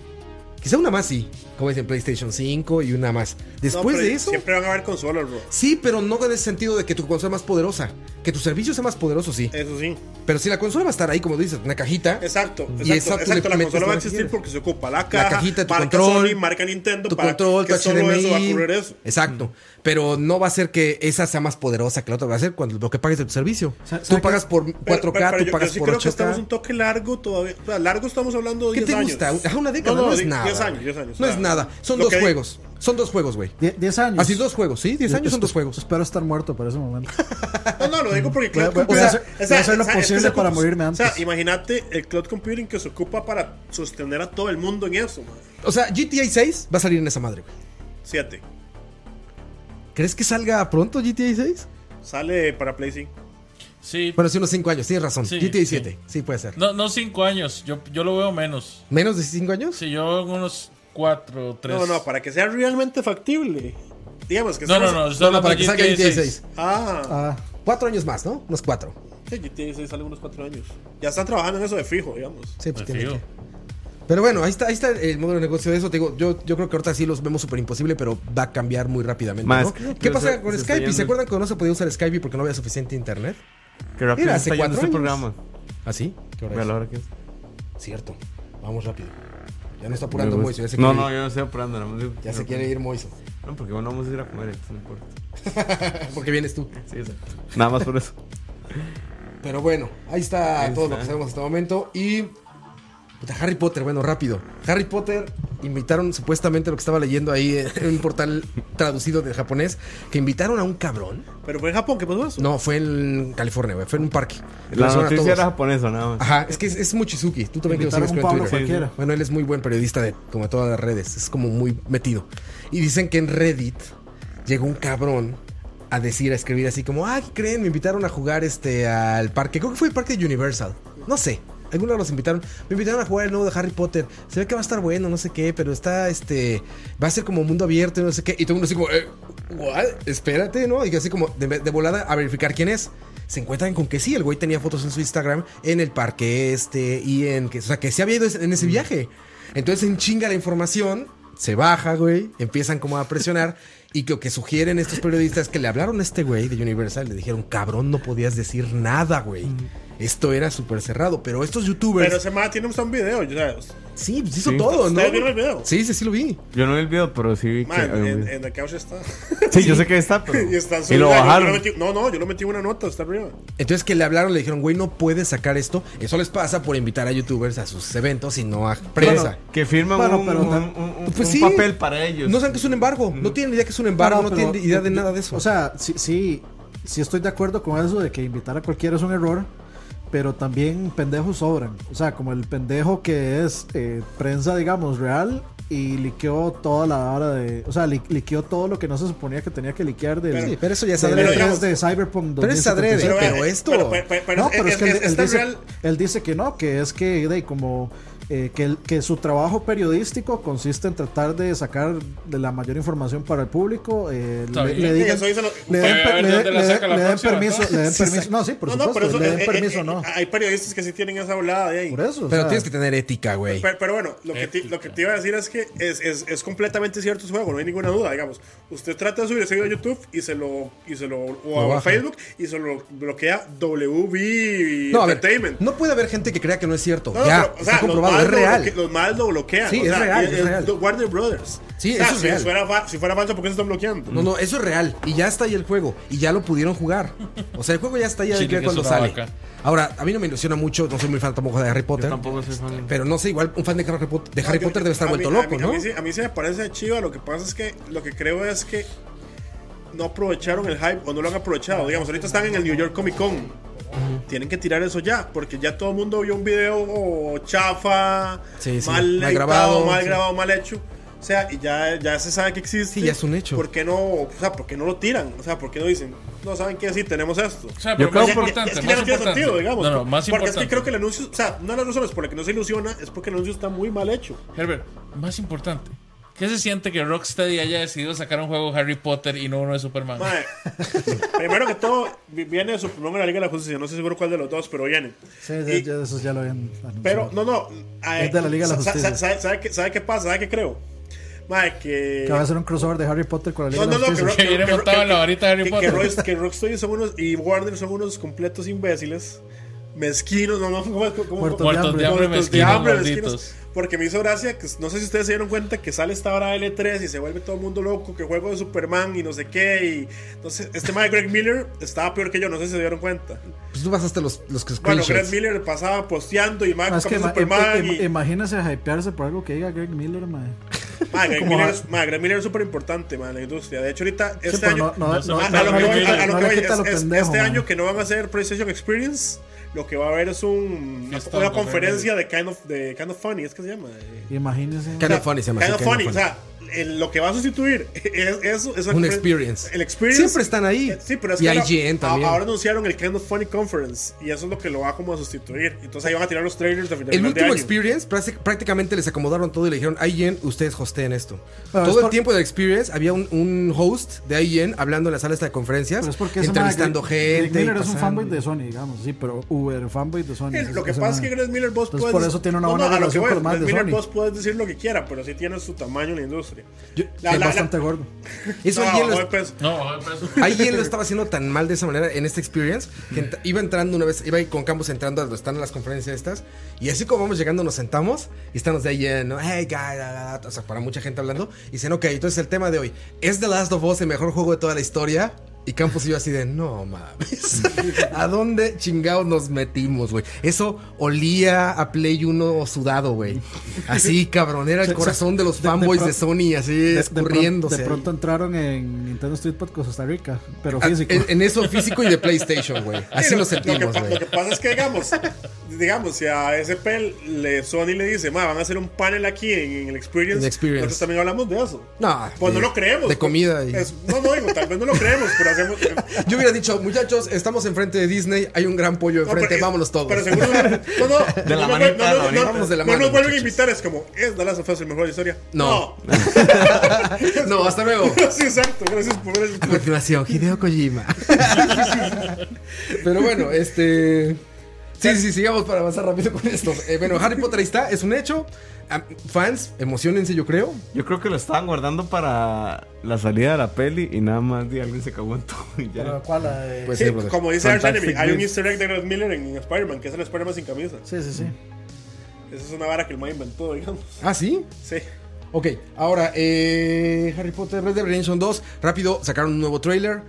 A: Quizá una más sí, como dicen PlayStation 5 y una más. Después
C: No, pero
A: de eso,
C: Siempre van a haber consolas, bro.
A: sí, pero no en el sentido de que tu consola más poderosa, que tu servicio sea más poderoso, sí.
C: Eso sí.
A: Pero si la consola va a estar ahí, como dices, una cajita,
C: Exacto, exacto,
A: Y exacto,
C: exacto.
A: le
C: La
A: metes
C: consola
A: lo
C: va a
A: que
C: existir
A: quieras.
C: porque se ocupa la caja,
A: la cajita, tu
C: marca
A: control,
C: Sony, marca Nintendo,
A: tu
C: para
A: control, tu
C: que solo eso va a
A: HDMI.
C: ocurrir eso.
A: Exacto. Pero no va a ser que esa sea más poderosa que la otra. Va a ser cuando lo que pagues de tu servicio.
D: Sa-
A: Tú
D: saca-
A: pagas por 4K,
C: Pero- pero- pero
A: tú
C: yo-
A: pagas
C: yo sí
A: por
C: creo que estamos
A: 8K.
C: un toque largo todavía. O sea, largo estamos hablando de
A: ¿Qué
C: 10
A: te
C: años.
A: gusta? Ajá, una década. No, es
C: di-
A: nada.
C: 10 años, 10 años.
A: No
C: o sea,
A: es nada. Son
C: lo
A: dos
C: que-
A: juegos. Son dos juegos, güey.
E: Die- 10 años.
A: Así dos juegos, ¿sí? 10 años son dos juegos.
E: Espero estar muerto para ese momento.
C: No, no, lo digo porque
E: Voy a-
C: cloud
E: voy a-
C: computing-
E: voy a hacer- voy a hacer lo
C: es que se
E: posible para
C: ocupa-
E: morirme
C: O
E: antes.
C: sea, imagínate el cloud computing que se ocupa para sostener a todo el mundo en eso, man.
A: O sea, GTA 6 va a salir en esa madre, güey.
C: Siete.
A: ¿Crees que salga pronto GTA 6?
C: Sale para Play 5.
F: Sí.
A: Bueno, sí, unos 5 años, tienes razón.
F: Sí,
A: GTA
F: sí.
A: 7, sí. puede ser.
F: No, no cinco años. Yo, yo lo veo menos.
A: ¿Menos de 5 años?
F: Si yo en unos cuatro o tres.
C: No, no, para que sea realmente factible. Digamos que
F: No, no,
C: estamos-
F: no. estoy
A: No, no, para
F: hablando
A: que
F: de
A: salga GTA 6.
F: seis.
C: Ah,
E: Ah,
A: 4 años más, ¿no? Unos 4.
C: sí, GTA 6 sale unos 4 años. Ya están trabajando en eso de fijo, digamos.
A: Sí, pues
F: Me
A: tiene
F: fijo.
A: que- Pero bueno, ahí está, ahí está el modelo de negocio de eso. Te digo, yo, yo creo que ahorita sí los vemos súper imposible, pero va a cambiar muy rápidamente.
B: Más
A: ¿no?
B: que-
A: ¿Qué
B: que
A: pasa
B: se-
A: con
B: se está
A: Skype? ¿Se
B: yendo.
A: acuerdan cuando no se podía usar Skype porque no había suficiente internet?
B: Que rápido
A: Mira,
B: se
A: hace
B: está
A: cuatro
B: yendo este
A: años.
B: programa.
A: ¿Ah, sí? ¿Qué hora
B: Mira
A: es?
B: la hora que es.
A: Cierto. Vamos rápido. Ya no está apurando Moiso, ya se
B: No,
A: quiere
B: no,
A: ir.
B: yo no estoy apurando. nada más digo-
A: Ya se quiere ir Moiso.
B: No, porque bueno, vamos a ir a comer, entonces no importa.
A: Porque vienes tú.
B: Sí, exacto. Nada más por eso.
A: Pero bueno, ahí está
B: Ahí
A: todo lo
B: está.
A: que sabemos hasta el momento. Y. puta, Harry Potter, bueno, rápido. Harry Potter invitaron, supuestamente lo que estaba leyendo ahí en un portal traducido del japonés, que invitaron a un cabrón.
C: Pero fue en Japón, ¿qué pasó eso?
A: No, fue en California, güey, fue en un parque.
B: La
A: Lo
B: noticia
A: todos.
B: era japonesa, nada más.
A: Ajá, es que es, es Mochizuki. Tú también que lo
E: invitaron
A: sigues
E: a
A: creo,
E: un
A: en
E: Pablo
A: Twitter.
E: cualquiera.
A: Bueno, él es muy buen periodista de como todas las redes. Es como muy metido. Y dicen que en Reddit llegó un cabrón a decir, a escribir así como, ah, ¿qué creen? Me invitaron a jugar este al parque. Creo que fue el parque de Universal. No sé. Algunos los invitaron. Me invitaron a jugar el nuevo de Harry Potter. Se ve que va a estar bueno, no sé qué, pero está este. Va a ser como mundo abierto, no sé qué. Y todo el mundo así como, eh, ¿what? Espérate, ¿no? Y así como de, de volada a verificar quién es. Se encuentran con que sí, el güey tenía fotos en su Instagram, en el parque este, y en que. O sea, que se había ido en ese viaje. Entonces en chinga la información, se baja, güey, empiezan como a presionar y que lo que sugieren estos periodistas es que le hablaron a este güey de Universal, le dijeron, cabrón, no podías decir nada, güey. esto era súper cerrado. Pero estos youtubers.
C: Pero ese más tiene un video, yo sabes.
A: sí, pues hizo
B: pues. Sí.
A: todo, ¿no?
C: ¿Ustedes vieron el video?
A: Sí, sí, sí lo vi.
B: Yo no vi el video, pero sí vi que.
C: Man,
B: había un
C: en,
B: video.
C: en la couch está.
B: sí, yo sé que está, pero.
C: y está
B: y lo
C: subida, yo- yo
B: bajaron.
C: metí- no, no, yo lo metí una nota, está arriba.
A: Entonces que le hablaron, le dijeron, güey, no puedes sacar esto. Eso les pasa por invitar a youtubers a sus eventos y no a prensa.
B: Que firman
E: Bueno,
B: un,
E: pero-
B: un- un- un-
A: Pues
B: un
A: sí.
B: papel para ellos.
A: no saben que es un embargo. No tienen idea que es un embargo, no,
E: pero-
A: tienen idea de nada de eso.
E: O sea, sí, sí, sí estoy de acuerdo con eso de que invitar a cualquiera es un error, pero también pendejos sobran. O sea, como el pendejo que es eh, prensa, digamos, real y liqueó toda la hora de. O sea, li- liqueó todo lo que no se suponía que tenía que liquear del.
A: Sí, pero eso ya es
E: del
A: adrede.
E: E3
C: Pero-
E: de Cyberpunk
A: Pero es adrede,
E: 2077.
A: pero
C: eh,
A: esto-
C: pero- pero- pero
E: No,
C: es-
E: pero es,
C: es-
E: que él,
C: es-
E: él
C: está
E: dice,
C: real.
E: él dice que no, que es que de ahí, como eh, que, el- que su trabajo periodístico consiste en tratar de sacar de la mayor información para el público. eh,
F: Está
E: le,
F: bien.
E: le
F: Sí,
E: digan-
C: eso dice lo-
E: le den
F: Pero a
E: per-
F: ver
E: le
F: de dónde
E: den-
F: la
E: le den-
F: saca la
E: le den
F: próxima,
E: permiso,
F: ¿no?
E: le den
A: Sí,
E: permiso, no, sí, por
C: No, no,
E: supuesto,
C: pero eso,
E: le den
C: eh, eh,
E: permiso,
C: eh,
E: no.
C: Hay periodistas que sí tienen esa hablada de ahí.
E: Por eso, o
A: pero
E: sea,
A: tienes que tener ética, güey.
C: Pero, pero bueno, lo que, te,
F: Ética.
C: lo que te iba a decir es que es, es, es completamente cierto su juego, no hay ninguna duda, digamos. Usted trata de subir ese video a YouTube y se lo, y se lo o
A: Lo
C: a
A: baja.
C: Facebook y se lo bloquea WB
A: No, a ver,
C: Entertainment.
A: no puede haber gente que crea que no es cierto.
C: No, no,
A: ya,
C: pero, o
A: está
C: sea, los
A: comprobado,
C: malos
A: es
C: lo
A: real.
C: bloque- Los malos lo bloquean.
A: Sí,
C: o
A: es
C: sea,
A: real, es real.
C: The Warner Brothers.
A: Sí,
C: O sea,
A: eso es
C: si
A: real.
C: Fuera fa- si fuera falso, ¿por qué se están bloqueando?
A: No, no, eso es real. Y ya está ahí el juego. Y ya lo pudieron jugar. O sea, el juego ya está ahí hay
F: Chile,
A: que ver
F: que
A: cuando
F: es una
A: sale.
F: vaca.
A: Ahora, a mí no me ilusiona mucho. No soy muy fan tampoco de Harry Potter.
B: Tampoco soy fan.
A: Pero no sé, igual un fan de Harry Potter, de Harry
C: Yo-
A: Potter debe estar
C: a mí-
A: vuelto
C: a mí-
A: loco,
C: a
A: ¿no?
C: mí sí- a mí se me parece chiva. Lo que pasa es que lo que creo es que no aprovecharon el hype o no lo han aprovechado. Digamos, ahorita están en el New York Comic Con. Tienen que tirar eso ya, porque ya todo el mundo vio un video oh, chafa,
A: Sí, sí,
C: mal,
A: mal
C: editado,
A: grabado,
C: mal
A: sí.
C: grabado, mal hecho. O sea, y ya, ya se sabe que existe.
A: Sí, ya es un hecho.
C: ¿Por qué no, o sea, por qué no lo tiran? O sea, ¿por qué no dicen, no saben qué, sí, tenemos esto?
F: O sea,
B: Yo
F: pero
B: creo
F: más
B: por-
F: importante,
C: Es que ya
F: más
C: no tiene
F: importante.
C: sentido, digamos.
F: No, no, más
C: porque
F: importante.
C: es que creo que el anuncio, o sea, una de las razones por la que no se ilusiona es porque el anuncio está muy mal hecho.
F: Herbert, más importante. ¿Qué se siente que Rocksteady haya decidido sacar un juego de Harry Potter y no uno de Superman?
C: Mae, primero que todo, vi- viene Superman en la Liga de la Justicia. No sé seguro cuál de los dos, pero viene.
E: sí, ya-
C: Y-
E: ya- esos ya lo habían anunciado.
C: pero, no, no. ay,
E: Es de la Liga de la
C: sa-
E: Justicia.
C: sa- ¿Sabe, sabe qué, sabe qué pasa? ¿Sabe qué creo? Mae, que.
E: que va a ser un crossover de Harry Potter con la Liga
C: no, no,
E: de la
C: no, que, Ro-
E: Justicia.
F: Que viene
C: Ro-
F: montado en la varita de Harry
C: que-
F: Potter.
C: que Roy- que Rocksteady son unos, y Warner son unos completos imbéciles, mezquinos, no, no, ¿cómo, cómo- cómo-
E: Muertos
F: Muertos de
E: de
F: hambre,
C: Muertos de
F: mezquinos,
C: hambre,
F: malditos.
C: mezquinos. Porque me hizo gracia que no sé si ustedes se dieron cuenta que sale esta hora L3 y se vuelve todo el mundo loco, que juego de Superman y no sé qué. Y entonces, este mae Greg Miller estaba peor que yo, no sé si se dieron cuenta.
A: Pues tú pasaste los, los
C: Bueno,
A: screenshots.
C: Greg Miller pasaba posteando y mae
E: Ah, es que
C: capaz
E: ima-
C: Superman.
E: im- im-
C: y-
E: imagínese hypearse por algo que diga Greg Miller, mae.
C: Mae, Greg
E: em, como-
C: Miller es- mae, Greg Miller es súper importante en la industria. De hecho, ahorita
E: Sí,
C: este
E: pero
C: año.
E: no- no- no-
C: a-
E: no-
C: a lo
E: no
C: que
E: le
C: voy-
E: quita-
C: a lo
E: no
C: que
E: le
C: voy
E: quita
C: es-
E: lo
C: es-
E: pendejo,
C: Este
E: man.
C: año que no van a hacer PlayStation Experience, lo que va a haber es un, una,
F: Fiesta
C: una
F: con Greg
C: conferencia de kind, of, de kind of Funny, es que se llama. eh.
E: Imagínese.
A: Kind of funny se llama.
C: Kind
A: así,
C: of funny, o sea, el- lo que va a sustituir es eso. Es
A: Un experience.
C: El experience.
A: Siempre están ahí.
C: Eh, Sí, pero es
A: Y
C: que ahora-
A: IGN también.
C: a- Ahora anunciaron el Kind of Funny Conference y eso es lo que lo va como a sustituir. Entonces ahí van a tirar los trailers a final
A: El
C: de
A: último
C: año.
A: Experience prácti- prácticamente les acomodaron todo y le dijeron, IGN, ustedes hosteen esto.
E: Pero es
A: todo el
E: por-
A: tiempo del Experience había un, un host de IGN hablando en la sala esta de conferencias,
E: Pero es porque ese mae,
A: entrevistando
E: Greg-
A: gente.
E: Greg Miller
A: y
E: es un
A: pasando.
E: fanboy de Sony, digamos, sí, pero Uber fanboy de Sony.
C: Eh, Lo que
E: Ese
C: pasa es
E: mae.
C: que Greg Miller vos
E: Entonces,
C: puedes.
E: por eso tiene una
C: No, no,
E: buena
C: a lo que
E: relación
C: voy,
E: con los maes
C: Greg
E: de
C: Miller
E: Sony.
C: vos puedes decir lo que quiera, pero sí tiene su tamaño en la industria. La-
E: Que
C: la-
E: es
C: la-
E: bastante gordo.
A: Eso
C: No,
A: IGN lo-
C: voy, pues,
F: No, por eso.
A: IGN lo estaba haciendo tan mal de esa manera en este Experience que ent- iba entrando una vez, iba ahí con Campos entrando a donde están las conferencias estas. Y así como vamos llegando, nos sentamos y están los de IGN, ¿no? Hey, guy, la, la, la", o sea, para mucha gente hablando. Y dicen, ok, entonces el tema de hoy, ¿es The Last of Us el mejor juego de toda la historia? Y Campos y yo así de, no mames, ¿a dónde chingados nos metimos, güey? Eso olía a Play 1 sudado, güey. Así, cabrón, era el
E: Se- se-
A: corazón de los
E: de- de
A: fanboys de,
E: pro-
A: Sony, así,
E: De- de
A: escurriéndose.
E: pronto- De,
A: ahí.
E: pronto entraron en Nintendo Street Podcast Costa Rica, pero
A: Ah,
E: físico.
A: En, en eso físico y de PlayStation, güey. Así
C: Sí,
A: lo
C: que
A: sentimos,
C: pa-
A: güey.
C: Lo que pasa es que, digamos, digamos, si a SP le, Sony le dice, "Ma, van a hacer un panel aquí en, en el Experience,
A: En el Experience.
C: nosotros también hablamos de eso.
A: No,
C: Pues
A: de-
C: no lo creemos.
A: de comida y-
C: Es- no, no, digo, tal vez no lo creemos, pero hacemos. eh,
A: Yo hubiera dicho, muchachos, estamos enfrente de Disney, hay un gran pollo
C: no, pero- eh,
A: enfrente, vámonos todos.
C: Pero seguro. No, no.
B: De la
C: no, no,
B: manita,
C: no, no,
B: la
C: no,
A: Vámonos de la
C: no
A: mano,
C: nos vuelven a
A: muchachos.
C: invitar, es como, es Dallas of Us el mejor de la historia.
A: No. no, hasta luego.
C: sí, exacto. Gracias por ver
A: A continuación, Hideo Kojima. pero bueno, este. Sí, sí, sigamos para avanzar rápido con esto. Eh, bueno, Harry Potter ahí está, es un hecho. Am- fans, emocionense, yo creo.
B: Yo creo que lo estaban guardando para la salida de la peli y nada más de alguien se cagó en todo y ya.
E: Pero, ¿cuál? La de-
A: Pues
C: Sí,
A: sí, brother.
C: como dice Arch
B: Fantastic
C: Enemy, hay un
B: Beasts.
C: easter egg de Grant Miller en en Spider-Man, que es el Spider-Man sin camisa.
E: Sí, sí, sí.
C: Esa es una vara que el man inventó, digamos.
A: Ah, sí.
C: Sí.
A: Ok, ahora, eh, Harry Potter Red Dead Redemption 2, rápido, sacaron un nuevo trailer,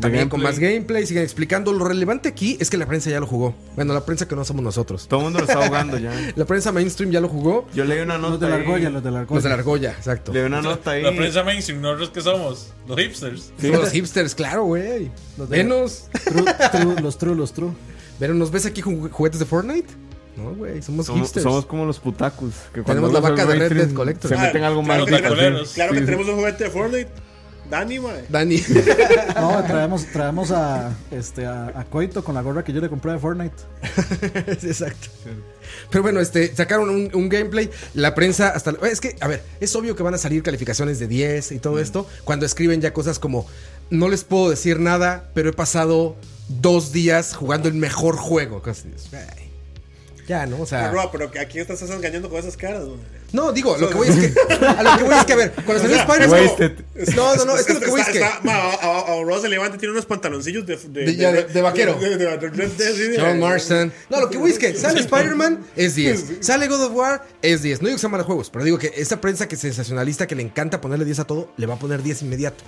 A: también con
B: gameplay.
A: más gameplay, siguen explicando. Lo relevante aquí es que la prensa ya lo jugó. Bueno, la prensa que no somos nosotros.
B: Todo el mundo lo está ahogando ya.
A: La prensa mainstream ya lo jugó.
B: Yo leí una
E: Los de
B: nota
E: la
B: ahí.
E: argolla, los de la argolla.
A: Los de la argolla, exacto.
B: Leí una nota ahí.
F: La prensa mainstream, nosotros que somos, los hipsters.
A: Son Los hipsters, claro, güey.
E: Los de-
A: Venos.
E: True, true, los true, los true.
A: Venos, ¿nos ves aquí con ju- juguetes de Fortnite? No, güey, somos,
B: Somos,
A: hipsters.
B: somos como los putacos. Que
A: Tenemos la
B: los
A: vaca de Red
B: array
A: Dead
B: tricks
A: Collector.
B: Se
A: Ah,
B: meten algo
C: claro
B: malo.
C: que
F: los
C: tenemos-
F: taconeros.
C: Claro que
B: Sí, sí.
C: tenemos un juguete de Fortnite. Dani, mae.
A: Dani.
E: No, traemos, traemos a, este, a, a Coito con la gorra que yo le compré de Fortnite.
A: Sí, Exacto. Pero bueno, este, sacaron un, un gameplay. La prensa hasta. Es que, a ver, es obvio que van a salir calificaciones de 10 y
C: Mm.
A: todo esto. Cuando escriben ya cosas como: No les puedo decir nada, pero he pasado dos días jugando el mejor juego. Cosas así. Ay, Ya, ¿no? O sea.
C: Roa, pero que aquí estás engañando con esas caras, güey.
A: No, digo, lo que voy es que. A lo que voy es que, a ver, cuando salió Spider-Man.
B: wasted.
A: No, no, no, es que lo que voy es que.
C: este Está- está- ma, a- a- a Roa se levanta y tiene unos pantaloncillos de.
A: De- ya, de- de vaquero.
C: de- de- de- de- de- de-
A: John Marston. No, lo que voy es que sale Spider-Man, es 10. Sale God of War, es 10. No digo que sean malos juegos, pero digo que esta prensa que es sensacionalista, que le encanta ponerle 10 a todo, le va a poner 10 inmediato.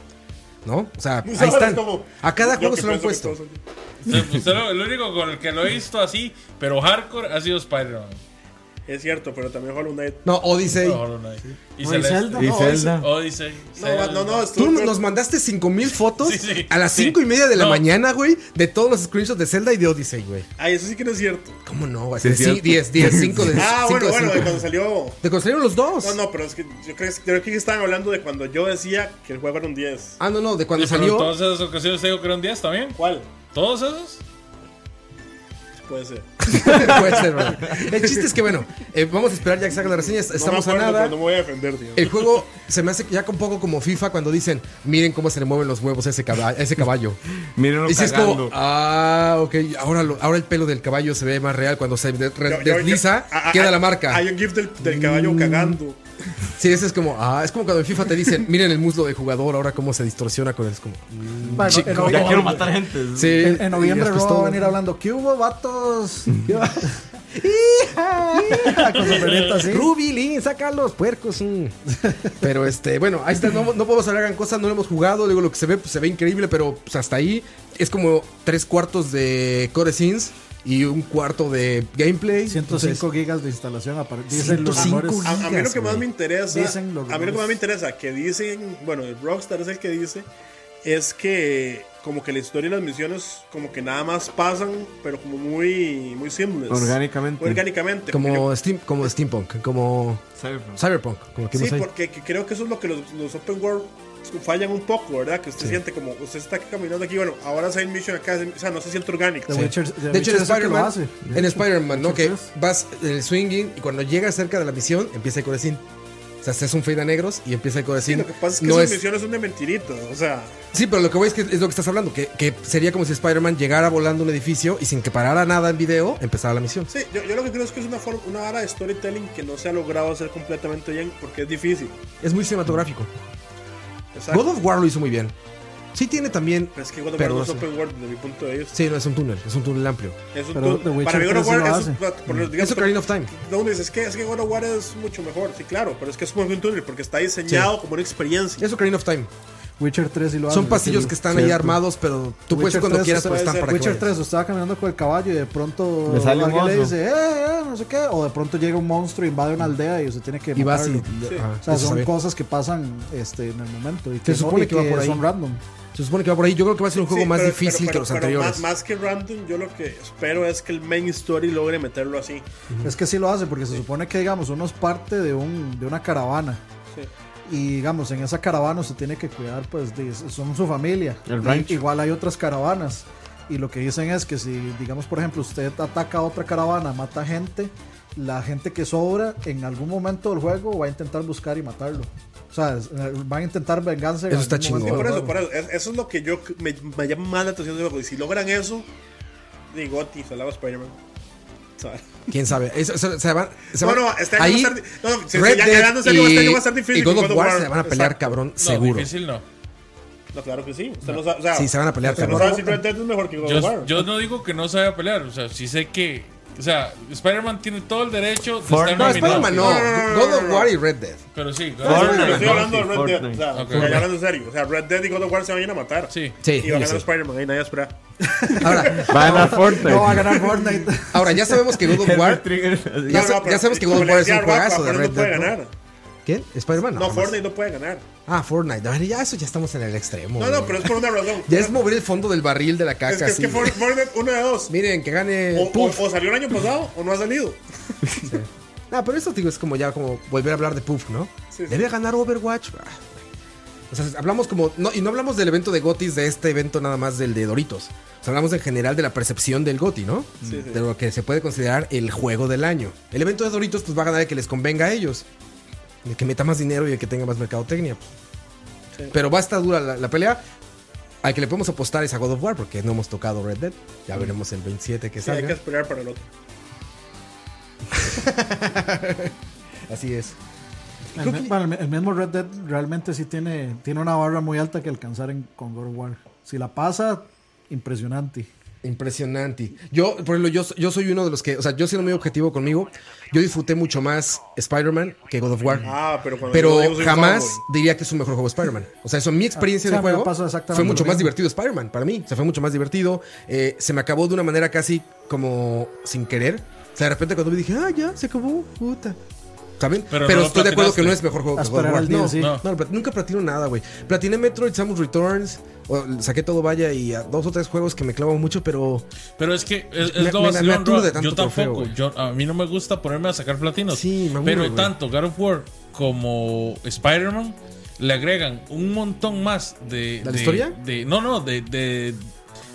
A: ¿No? O sea, ahí
C: Es
A: están.
C: como-
A: A cada
C: yo
A: juego
C: que
A: se lo han
C: pienso que
A: puesto.
C: todos son-
F: Usted- usted lo- el único con el que lo he visto así, pero hardcore, ha sido Spider-Man.
C: Es cierto, pero también Hollow Knight.
A: No, Odyssey.
F: No, Hollow Knight. Y
E: No, y
F: Celeste.
E: Zelda.
B: Y
C: No,
B: Zelda.
F: Odyssey.
C: No, no, no. estuvo
A: Tú
C: peor.
A: nos mandaste 5000 fotos
F: Sí, sí.
A: a las
F: Sí.
A: 5 y media de la
F: No.
A: mañana, güey, de todos los screenshots de Zelda y de Odyssey, güey.
C: Ay, eso sí que no es cierto.
A: ¿Cómo no? güey?
B: Sí, es
A: Sí,
B: cierto.
A: 10, 10, 5 de 5.
C: Ah, bueno, bueno, de cuando salió.
A: Te construyeron los dos.
C: No, no, pero es que yo creo, creo que estaban hablando de cuando yo decía que el juego era un 10.
A: Ah, no, no, de cuando
F: Cuando
A: salió.
F: salió. Todas esas ocasiones te digo que eran 10 también.
C: ¿Cuál?
F: ¿Todos esos?
C: Puede ser.
A: Puede ser, ¿verdad? El chiste es que, bueno, eh, vamos a esperar ya que salga la reseña. Estamos
C: no me
A: a
C: acuerdo,
A: nada.
C: pero no me voy a defender, tío.
A: El juego se me hace ya un poco como FIFA cuando dicen, miren cómo se le mueven los huevos a ese caballo. Ese caballo.
B: Mírenlo
A: Y si es como,
B: cagando.
A: ah, ok, ahora, lo- ahora el pelo del caballo se ve más real cuando se de- re-
C: Yo- yo- yo-
A: desliza,
C: a- a-
A: queda la
C: Hay
A: marca.
C: un gif del,
E: Mm,
C: del caballo cagando.
A: Sí, ese es como, ah, es como cuando en FIFA te dicen, miren el muslo del jugador, ahora cómo se distorsiona con él. Es como,
E: Bueno, en,
A: Ah,
B: Ya
E: noviembre-
B: quiero matar gente.
A: sí.
E: en- en noviembre
A: Y después
E: Rob va
A: todo-
E: a venir hablando. ¿Qué hubo, vatos? ¿Qué va- ¡Hija! Con su perrito así.
A: Ruby, Lin, saca los puercos. mm. Pero este, bueno, ahí está. No, no podemos hablar gran cosa, no lo hemos jugado. Digo, lo que se ve, pues, se ve increíble, pero pues, hasta ahí es como tres cuartos de core scenes y un cuarto de gameplay.
E: 105 gigas de instalación. apare- Dicen los
A: 105
E: rumores.
A: gigas.
C: A, a mí lo que más
A: güey.
C: me interesa,
E: Dicen los
C: a mí lo que más
E: rumores.
C: me interesa, que dicen, bueno, el Rockstar es el que dice, es que como que la historia y las misiones como que nada más pasan, pero como muy, muy seamless.
B: Orgánicamente.
C: Orgánicamente.
A: Como,
C: Yo-
A: steam, como Steampunk, como
B: Cyberpunk.
A: Cyberpunk. Como que
C: sí,
A: no sé.
C: porque que creo que eso es lo que los, los open world fallan un poco, ¿verdad? Que usted siente como, usted está aquí caminando aquí, bueno, ahora side mission acá, o sea, no se siente orgánico.
E: The
A: Sí.
E: Witcher- The
A: de hecho, en
E: Witcher es el que lo
A: Spider-Man,
E: hace.
A: en Spider-Man, ¿no?
E: Witcher
A: Que
E: tres.
A: vas el swinging y cuando llegas cerca de la misión, empieza el core scene. O sea, haces un fade a negros y empieza el core
C: Sí,
A: scene.
C: lo que pasa es que
A: No
C: esas
A: es-
C: misiones son de mentiritos, o sea,
A: Sí, pero lo que voy es que es lo que estás hablando, que, que sería como si Spider-Man llegara volando a un edificio y sin que parara nada en video, empezara la misión.
C: sí, yo, yo lo que creo es que es una forma, una vara de storytelling que no se ha logrado hacer completamente bien porque es difícil.
A: Es muy cinematográfico.
C: Exacto. Pues,
A: God of War lo hizo muy bien. Sí tiene también...
C: Pero es que God of War
A: Pero
C: no
A: no
C: es
A: sé.
C: open world desde mi punto de vista.
A: Sí, no, es un túnel, es un túnel amplio.
C: Es un
E: Pero
C: tu-
E: The Witcher
C: para mí God of
E: 3
C: War
E: no lo
C: es un-
E: hace.
C: por los- digamos,
A: Es Ocarina of Time.
C: no, uno dice, es que, es que God of War es mucho mejor, sí, claro, pero es que es como un túnel porque está diseñado como una experiencia.
A: Es Ocarina of Time.
E: Witcher 3 y lo
A: Son
E: hace,
A: pasillos
E: sí,
A: que están ahí
E: cierto.
A: armados, pero tú puedes ir
E: Witcher
A: cuando
E: 3
A: quieras, pero
C: puede
A: están
C: ser.
A: para
E: eh, Witcher
A: que vayas.
E: 3 estaba caminando con el caballo y de pronto
B: Le sale un
E: alguien le
B: oso.
E: dice, eh, eh, no sé qué, o de pronto llega un monstruo y invade una aldea y usted tiene que
A: Y vas y...
E: matarlo.
A: ajá,
E: O sea,
A: eso
E: son
A: sabía.
E: cosas que pasan este, en el momento y que, no-
A: supone
E: y
A: que va por ahí.
E: son random.
A: Se supone que va por ahí. Yo creo que va a ser un juego
C: Sí,
A: más
C: pero-
A: difícil
C: pero-
A: que los
C: pero- pero
A: anteriores.
C: Más, más que random, yo lo que espero es que el main story logre meterlo así.
E: Es que sí lo hace porque se supone que, digamos, uno es parte de, un, de una caravana.
C: Sí.
E: Y digamos, en esa caravana se tiene que cuidar, pues de- son su familia.
B: El
E: Y
B: rancho.
E: Igual hay otras caravanas. Y lo que dicen es que si, digamos, por ejemplo, usted ataca a otra caravana, mata gente, la gente que sobra en algún momento del juego va a intentar buscar y matarlo. O sea, es- van a intentar venganza. en
A: Eso está
E: algún
A: chingón.
E: momento
C: Sí,
E: del
C: por eso,
E: juego.
C: por eso. Es- eso es lo que yo me, me llama más la atención del juego. Y si logran eso, digo, ti, salaba Spider-Man.
A: Quién sabe. Eso- eso- se van, se
C: No,
A: van-
C: no, este año
A: ahí,
C: va a estar di- no, no, se-
A: Red
C: ya
A: Dead
C: quedando en serio,
A: y,
C: este año va a estar difícil
A: y God
C: con
A: of
C: God of
A: War
C: War.
A: se van a pelear
C: Exacto.
A: cabrón,
F: No,
A: seguro.
F: difícil no.
C: No, claro que sí. Usted no sabe, o sea,
A: Sí, se van a pelear,
C: usted no
A: cabrón.
C: sabe si Red Dead es mejor que God of
F: Yo,
C: War.
F: yo no digo que no sabe pelear, o sea, sí sé que. O sea, Spider-Man tiene todo el derecho de
B: Fortnite.
F: estar
A: No,
F: nominado.
A: Spider-Man no.
C: No, no, no, no,
A: God of
C: no, no.
A: War y Red Dead.
F: Pero sí,
C: No,
F: God of
C: no,
F: War
C: no,
B: Fortnite,
C: no, estoy hablando de
B: Fortnite,
C: Red Dead. O sea,
F: Ok.
C: ya hablando en serio. O sea, Red Dead y God of War se van a ir a matar.
F: Sí.
A: Sí,
C: Y va a
A: sí.
C: ganar Spider-Man. Ahí nadie espera.
A: Ahora,
B: Va a ganar Fortnite.
E: No va a ganar Fortnite.
A: ahora, ya sabemos que God of War. Ya, sa- ya sabemos que God of War es un juegazo de Red
C: Fortnite no puede
A: Dead. ¿no?
C: ganar.
A: ¿Quién? ¿Spider-Man?
C: No,
A: jamás.
C: Fortnite no puede ganar.
A: Ah, Fortnite. A ver, ya eso ya estamos en el extremo.
C: No, no,
A: güey.
C: pero es por una razón.
A: Ya es mover el fondo del barril de la
C: Es que,
A: caca.
C: es
A: así.
C: que For- Fortnite, uno de dos.
A: Miren, que
C: O,
A: gane. Puff.
C: o- o salió el año pasado o no ha salido.
A: Ah, pero eso digo, es como ya como volver a hablar de Puff, ¿no?
C: Sí, sí.
A: Debe ganar Overwatch. Ah, O sea, hablamos como. No, y no hablamos del evento de Gotis, de este evento nada más del de Doritos. O sea, hablamos en general de la percepción del Goti, ¿no?
C: Sí, sí.
A: De lo que se puede considerar el juego del año. El evento de Doritos, pues va a ganar el que les convenga a ellos. El que meta más dinero y el que tenga más mercadotecnia. pues.
C: Sí.
A: Pero va a estar dura la, la pelea. Al que le podemos apostar es a God of War, porque no hemos tocado Red Dead. Ya veremos el 27 que
C: Mm. Sí, hay
A: salga.
C: que esperar para el otro.
A: Así es.
E: El, mi- bueno, el mi- el mismo Red Dead realmente sí tiene, tiene una barra muy alta que alcanzar en, con God of War. Si la pasa, impresionante.
A: Impresionante. Yo, por ejemplo, yo, yo soy uno de los que, o sea, yo siendo muy objetivo conmigo, yo disfruté mucho más Spider-Man que God of War.
C: Ah, pero cuando yo
A: pero
C: lo digo, soy un
A: jamás
C: fanboy.
A: diría que es un mejor juego Spider-Man. O sea, eso en mi experiencia
E: o
A: de
E: sea, Ah, me
A: juego
E: pasó exactamente
A: fue mucho
E: lo
A: más
E: mismo.
A: divertido Spider-Man para mí. O sea, fue mucho más divertido. Eh, se me acabó de una manera casi como sin querer. O sea, de repente cuando me dije, ah, ya, se acabó, puta. ¿Saben?
F: Pero
A: Pero,
F: no lo
A: estoy de acuerdo
F: platinaste.
A: que no es mejor juego
E: A
A: que God of
E: esperar
A: War.
E: al día,
A: No,
E: sí.
A: no, plat- nunca platino nada, güey. Platiné Metroid Samus Returns, o- saqué todo vaya y a dos o tres juegos que me clavan mucho, pero
F: Pero es que es, es
A: Me-
F: lo
A: me-
F: vacilón,
A: me aturde
F: Rob.
A: tanto
F: Yo tampoco.
A: trofeo,
F: yo, a mí no me gusta ponerme a sacar platinos.
A: Sí, me aburre,
F: pero
A: güey.
F: tanto God of War como Spider-Man le agregan un montón más de.
A: ¿La
F: de-
A: historia?
F: de- no, no, de, de,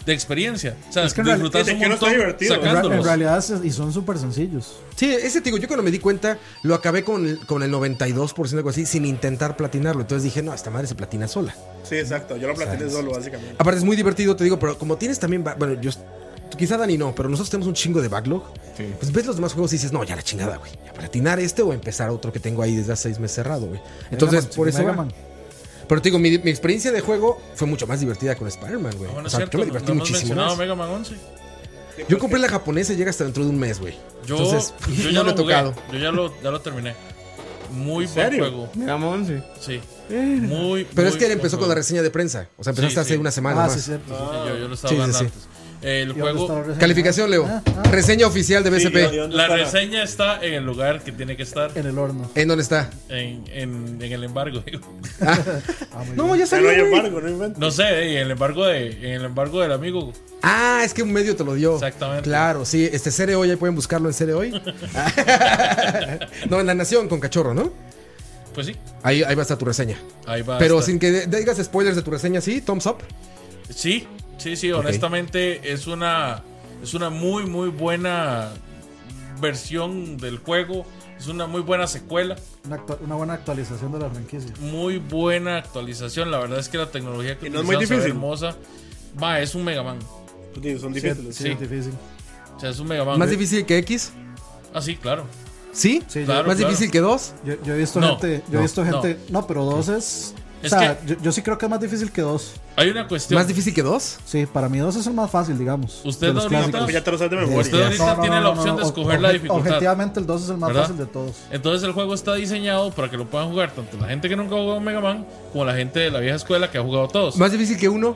F: de experiencia. O sea,
E: Es que en
F: disfrutas
C: realidad-
F: un
C: es que no está
F: montón
C: divertido.
E: En, ra- en
F: sacándolos.
E: realidad, se- y son súper sencillos.
A: Sí, ese te digo, yo cuando me di cuenta, lo acabé con el, con el 92% algo así, sin intentar platinarlo. Entonces dije, no, esta madre se platina sola.
C: Sí, exacto. Yo lo platiné solo, básicamente.
A: Aparte es muy divertido, te digo, pero como tienes también, ba- bueno, yo, quizá Dani no, pero nosotros tenemos un chingo de backlog. Pues ves los demás juegos y dices, no, ya la chingada, güey. Ya platinar este o empezar otro que tengo ahí desde hace seis meses cerrado, güey. Entonces,
E: Mega Man,
A: por eso...
E: Mega
A: va.
E: Man.
A: Pero te digo, mi, mi experiencia de juego fue mucho más divertida con Spider-Man, güey.
F: Ah, bueno,
A: o
F: es
A: sea,
F: cierto.
A: yo me divertí
F: no hemos
A: muchísimo
F: mencionado
A: más.
F: Mega Man 11.
A: Yo compré la japonesa y llega hasta dentro de un mes, güey.
F: Yo,
A: Entonces,
F: yo
A: no
F: ya lo
A: me ha
F: jugué,
A: tocado.
F: Yo ya lo, ya lo terminé. Muy buen
C: serio?
F: juego.
B: Digamos 11.
F: Sí. Muy
A: Eh. Pero
F: muy
A: es que él
F: buen
A: empezó con la
F: juego.
A: reseña de prensa. O sea, empezaste
F: Sí,
A: hace
F: sí.
A: una semana.
E: Ah,
A: más.
E: sí, cierto.
F: Sí, yo, yo lo estaba
A: Sí, sí,
F: hablando
A: sí.
F: antes. El
E: ¿Y dónde está la
F: juego.
E: reseña?
A: Calificación, Leo.
E: Ah, ah,
A: Reseña oficial de
C: Sí,
A: BSP.
C: ¿y dónde
F: La
C: está
F: reseña está en el lugar que tiene que estar.
E: en el horno.
A: ¿En dónde está?
F: En, en, en el embargo, digo.
A: No, ya
C: Ya no hay
A: güey.
C: embargo, no invento.
F: No sé, eh, en el embargo de, en el embargo del amigo.
A: Ah, es que un medio te lo dio.
F: Exactamente.
A: Claro, sí. Este Cere Hoy, ahí pueden buscarlo en Cere Hoy. no, en La Nación con Cachorro, ¿no?
F: Pues sí,
A: Ahí, ahí va a estar tu reseña.
F: ahí va. a
A: Pero
F: estar.
A: sin que de- digas spoilers de tu reseña, sí, thumbs up.
F: Sí, sí, sí, honestamente es una es una muy muy buena versión del juego, es una muy buena secuela,
E: Una, actua- una buena actualización de la franquicia.
F: muy buena actualización, la verdad es que la tecnología que
C: Y no es muy
F: utilizaron se ve
C: difícil.
F: hermosa. Va, es un Mega Man.
C: Sí, Son
E: Sí,
C: difíciles.
E: sí, es difícil.
F: O sea, es un Mega Man.
A: Más difícil que X.
F: Ah, sí, claro.
A: ¿Sí?
E: Sí,
F: Claro.
A: Más difícil que 2.
E: yo, yo- yo he visto
F: No,
E: gente. Yo
A: no,
E: he visto gente. No, pero dos es.
F: Es
E: o sea,
F: que-
E: yo, yo sí creo que es más difícil que dos.
F: Hay una cuestión.
A: Más difícil que 2.
E: Sí, para mí dos es el más fácil, digamos.
F: Usted
E: de los
F: ahorita-
E: clásicos.
C: Pues ya te lo sabes de
F: Usted
C: memoria.
F: ahorita tiene la opción de
E: o-
F: escoger la
E: obje-
F: dificultad.
E: Objetivamente el 2 es el más
F: ¿Verdad?
E: fácil de todos.
F: Entonces el juego está diseñado para que lo puedan jugar tanto la gente que nunca ha jugado Mega Man como la gente de la vieja escuela que ha jugado todos.
A: Más difícil que 1.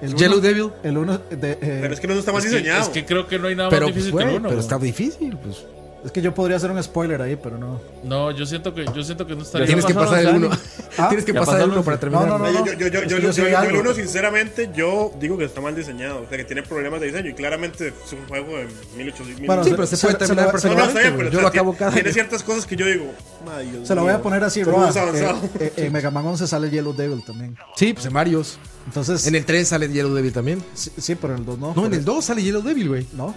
E: El uno-
A: Yellow Devil.
E: El 1 de, eh,
C: Pero
E: es,
C: es que no está mal
F: es, que,
C: diseñado.
F: es que creo que no hay nada
A: Pero,
F: más
A: pues,
F: difícil
A: güey,
F: que el uno.
A: pero
F: güey.
A: está difícil. Pues.
E: que, yo podría hacer un spoiler ahí, pero no.
F: No, yo siento que yo siento que no estaría.
A: Tienes que
B: pasaron
A: pasar el
B: los
A: 1.
E: Ah,
A: Tienes que
B: ya
A: pasar el
B: pasaron
A: 1 para
B: los-
A: terminar.
E: No, no, no.
C: Yo, yo, yo, yo,
E: Es
C: yo,
E: que yo soy
C: yo- yo-
E: algo.
C: uno, sinceramente, yo digo que está mal diseñado. O sea, que tiene problemas de diseño. Y claramente es un juego de 1800.
E: Bueno,
A: Sí,
E: se-
A: pero se,
E: se-
A: puede
E: se
A: terminar
E: lo- se lo-
C: no, no, está
A: perfectamente.
C: bien,
A: güey.
C: pero
A: Yo
C: o
A: lo
C: sea,
A: acabo
C: ti-
A: cada
C: Tiene
A: año.
C: ciertas cosas que yo digo. "Ay, Dios
E: Se lo voy a
C: mío,
E: poner así,
C: cómo
E: Roa.
C: es avanzado".
E: Eh, eh, en Mega Man 11 sale Yellow Devil también.
A: Sí, pues en varios.
E: Entonces,
A: En el 3 sale Yellow Devil también.
E: sí, sí, pero en el 2 no.
A: No, en el 2 sale Yellow Devil, güey.
E: No.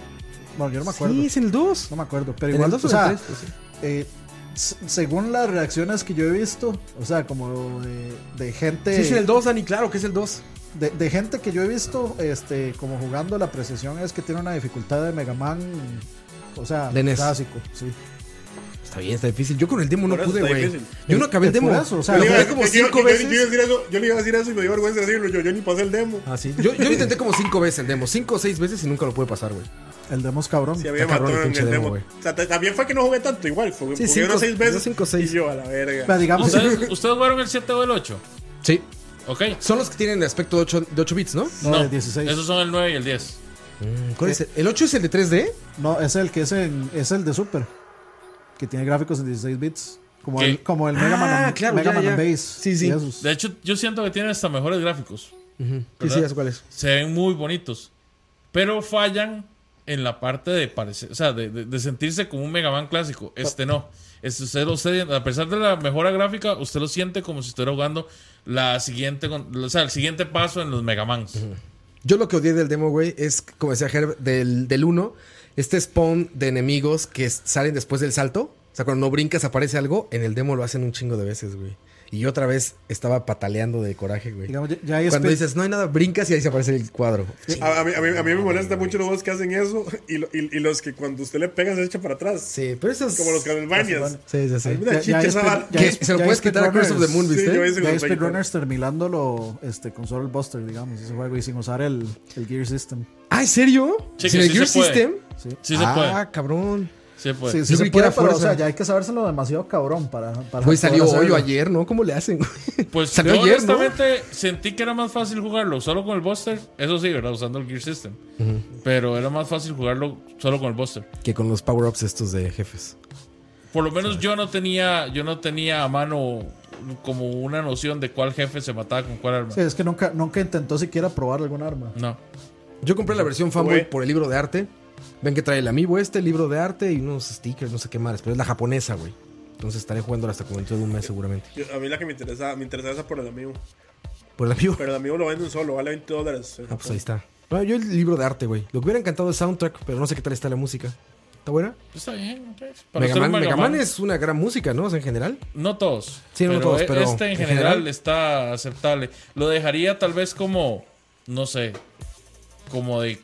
E: Bueno, yo no me acuerdo.
A: Sí, es en el 2.
E: No me acuerdo. Pero
A: ¿En
E: igual,
A: el dos
E: o
A: o en el
E: sea,
A: tres? Pues sí.
E: eh, s- según las reacciones que yo he visto, o sea, como de, de gente.
A: Sí, es en el 2, Dani, claro que es el 2.
E: de, de gente que yo he visto este, como jugando la precisión es que tiene una dificultad de Mega Man, o sea,
A: De E NES.
E: clásico. Sí.
A: Está bien, está difícil. Yo con el demo no
C: Por eso
A: pude,
C: está
A: güey.
C: difícil.
A: Yo no acabé el
E: Es
A: demo.
E: por eso, o sea,
A: lo
E: yo-
A: jugué como
C: yo-
A: cinco
C: yo- yo- Yo, iba a
A: veces.
C: decir eso, yo le iba a decir eso y me dio vergüenza decirlo. Yo, yo ni pasé el demo.
E: Ah, sí.
A: Yo, yo lo intenté como cinco veces el demo, cinco o seis veces y nunca lo pude pasar, güey.
E: El demo es cabrón.
C: Si había
A: Está cabrón
C: matado
A: el
C: en
A: pinche
C: el
A: demo,
C: demo.
A: güey.
C: O sea, ta- también fue que no jugué tanto igual. Fue, jugué
A: cinco-
C: unas seis
A: yo
C: veces.
A: cinco, seis.
C: Y yo a la
E: Pero
C: verga.
E: digamos,
F: ¿Ustedes, ¿Ustedes jugaron el 7 o el 8?
A: Sí.
F: Ok.
A: Son los que tienen el aspecto de 8, de 8 bits, ¿no?
E: no, de 16.
F: Esos son el 9 y el 10.
A: ¿Cuál es el? ¿El 8 es el de 3D?
E: No, es el que es, en, es el de Super, que tiene gráficos en 16 bits. Como,
F: ¿Qué?
E: el, como el Mega Man,
A: Ah,
E: and-
A: claro,
E: Mega
A: ya,
E: Man
A: ya.
E: and Base.
A: Sí, sí.
E: y esos.
F: De hecho, yo siento que tienen hasta mejores gráficos.
A: Sí, sí, ya sé cuál es.
F: Se ven muy bonitos. Pero fallan en la parte de parecer, o sea, de, de- de sentirse como un Mega Man clásico. Este no. Este, usted, lo- usted, a pesar de la mejora gráfica, usted lo siente como si estuviera jugando la siguiente, con- o sea, el siguiente paso en los Mega Mans.
A: Yo lo que odié del demo, güey, es, como decía Herb, del, del 1, este spawn de enemigos que s- salen después del salto. O sea, cuando no brincas aparece algo, en el demo lo hacen un chingo de veces, güey. Y yo otra vez estaba pataleando de coraje, güey.
E: Digamos, ya, ya hay
A: Cuando
E: espe-
A: dices, no hay nada, brincas y ahí se aparece el cuadro.
C: A, a mí, a mí- a mí me molesta mucho los juegos que hacen eso y, lo- y- y los que cuando usted le pega se echa para atrás.
A: Sí, pero eso es...
C: Como los Castlevanias.
A: Sí, sí, sí.
C: Ay, mira,
E: ya- ya
C: chicha
E: hay
C: esa
E: espe-
C: vara.
E: ya hay-
A: Que se lo
E: ya hay
A: puedes quitar a Curse of the Moon,
E: speedrunners.
A: ¿viste?
C: Sí, yo hice
E: Ya hay
C: con
E: speedrunners terminándolo este, con Soul Buster, digamos, ese juego, y sin usar el, el Gear System.
A: Ah, ¿en serio?
F: Sí,
A: ¿Sin
F: que
A: el
F: sí
A: Gear
F: se puede.
A: System?
E: Sí,
F: Sí se puede.
A: Ah, cabrón.
F: Sí se puede.
E: sí, sí
A: Yo
E: se
A: creí que
E: puede,
A: era
E: pero o sea,
A: fuerza.
E: ya hay que sabérselo demasiado cabrón para. para
A: Güey,
E: poder
A: salió hoy
E: hacerlo.
A: o ayer, ¿no? ¿Cómo le hacen? güey?
F: Pues
A: salió
F: yo
A: ayer, ¿no?
F: honestamente sentí que era más fácil jugarlo solo con el Buster. Eso sí, ¿verdad? Usando el Gear System. Pero era más fácil jugarlo solo con el Buster.
A: Que con los power-ups estos de jefes.
F: Por lo menos yo no tenía, yo no tenía a mano como una noción de cuál jefe se mataba con cuál arma.
E: Sí, es que nunca, nunca intentó siquiera probar algún arma.
F: No.
A: Yo compré la versión fanboy
C: Güey.
A: por el libro de arte. Ven que trae el amiibo este, el libro de arte y unos stickers, no sé qué más. Pero es la japonesa, güey. Entonces estaré jugando hasta como dentro de un mes seguramente.
C: Yo- a mí la que me interesaba, me interesaba esa por el amigo.
A: Por el amiibo.
C: Pero el amigo lo venden solo, vale 20 dólares.
A: Ah, pues ahí está. No, yo el libro de arte, güey. Lo que hubiera encantado es soundtrack, pero no sé qué tal está la música. ¿Está buena?
F: Está bien. ok. Para
A: Mega
F: ser un
A: Man, Mega Man
F: Man,
A: es una gran música, ¿no? O sea, en general.
F: No todos.
A: Sí, no
F: pero
A: todos,
F: e-
A: pero
F: Este en
A: en
F: general,
A: general.
F: está aceptable. Lo dejaría tal vez como, no sé, como de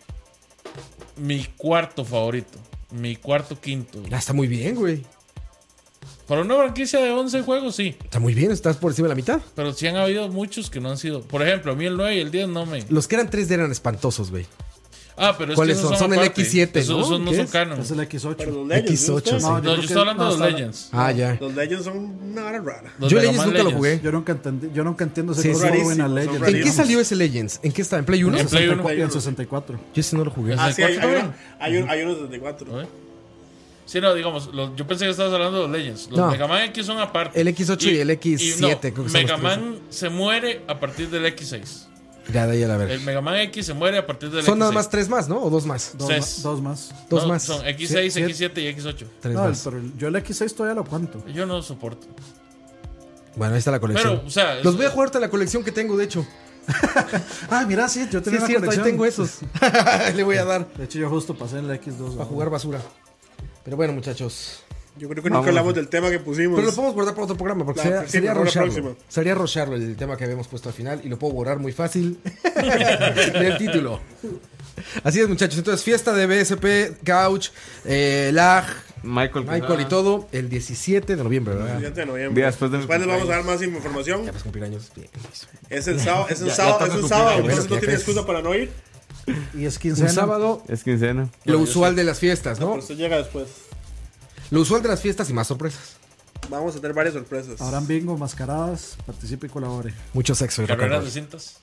F: mi cuarto favorito. Mi cuarto quinto.
A: Ah, está muy bien, güey.
F: Para una franquicia de 11 juegos, sí.
A: Está muy bien, estás por encima de la mitad.
F: Pero sí han habido muchos que no han sido. Por ejemplo, a mí el 9 y el 10 no me.
A: Los que eran 3D eran espantosos, güey.
F: Ah, pero es
A: ¿Cuáles
F: que
A: son?
F: esos
A: Son el
F: aparte.
A: X7,
F: Esos,
A: ¿no?
F: esos no
A: ¿Qué
F: son
A: es?
F: canon.
E: Es el X8.
C: Pero los Legends.
A: X8,
C: ¿ustedes?
A: sí.
E: No,
F: No, yo
E: creo que-
F: estoy hablando
E: no,
F: de los
E: está-
F: Legends.
A: Ah, ya.
C: Los Legends son una vara rara.
F: Los
A: Ah, Yo
F: Mega
A: Legends
F: Man
A: nunca lo
F: Legends.
A: jugué.
E: Yo nunca entendí, yo nunca entiendo ese
A: Sí,
E: juego
A: son
E: de
C: rarísimos,
E: Legend.
C: son
A: ¿En qué
C: rarísimos.
A: salió ese Legends? ¿En qué está? ¿En Play 1?
F: En Play 1.
E: Y el 64.
A: Yo ese no lo jugué.
F: Ah,
C: Ah, sí, hay, hay,
F: ¿cuatro?
C: uno- hay, un- hay unos 64.
F: ¿Eh? Sí, no, digamos, los- yo pensé que estabas hablando de los Legends. Los
A: No.
F: Mega Man X son aparte.
A: El X8 y el X7
F: no,
A: creo que son los
F: Mega
A: tres.
F: Man se muere a partir del X6.
A: Ya, de ahí a la
F: El
A: verga.
F: Mega Man X se muere a partir del X6.
A: Son nada más tres más, ¿no? ¿O dos más?
E: Dos,
F: Seis.
E: ma- dos más.
A: Dos
F: No,
A: más.
F: Son X6,
E: Sí, sí.
F: X7 y X8.
A: Tres
E: No, el-
A: más.
E: pero el- yo el X6 todavía lo cuento.
F: Yo no soporto.
A: Bueno, ahí está la colección.
F: Pero, o sea,
A: Los
F: es-
A: voy a jugar hasta la colección que tengo, de hecho.
E: Ah, mira, sí, yo
A: Sí,
E: tenía
A: es
E: una
A: cierto, ahí
E: colección.
A: tengo esos. Le voy a dar
E: De hecho, yo justo pasé en la X2.
A: para jugar basura. Pero bueno, muchachos.
C: Yo creo que nunca hablamos del tema que pusimos.
A: Pero lo podemos guardar para otro programa porque
C: La
A: sería,
C: próxima,
A: sería
C: para la
A: rocharlo.
C: próxima.
A: Sería rocharlo el tema que habíamos puesto al final y lo puedo borrar muy fácil del título. Así es, muchachos. Entonces, fiesta de BSP, Couch, eh, Lag,
B: Michael,
A: Michael y todo el 17 de noviembre, ¿verdad?
C: El 17 de noviembre.
B: Día después del
C: Después les vamos a dar más información.
A: Ya pues cumpleaños. Bien, eso.
C: Es el sábado, es el
F: Ya- ya
C: sábado,
F: estás
C: es
F: en
C: un
F: tu
C: sábado,
A: cumpleaños,
C: entonces
A: bueno,
C: no
A: ya Oh.
C: tiene
A: crees.
C: excusa para no ir.
E: Y es
A: Un
E: quincena.
A: sábado,
B: Es quincena.
A: lo usual de las fiestas,
C: Por
A: ¿no?
C: eso llega después.
A: Lo usual de las fiestas y más sorpresas.
C: Vamos a tener varias sorpresas.
E: Habrán bingo, mascaradas, participe y colabore.
A: Mucho sexo y rock and
F: Carreras de
A: roll.
F: cintas.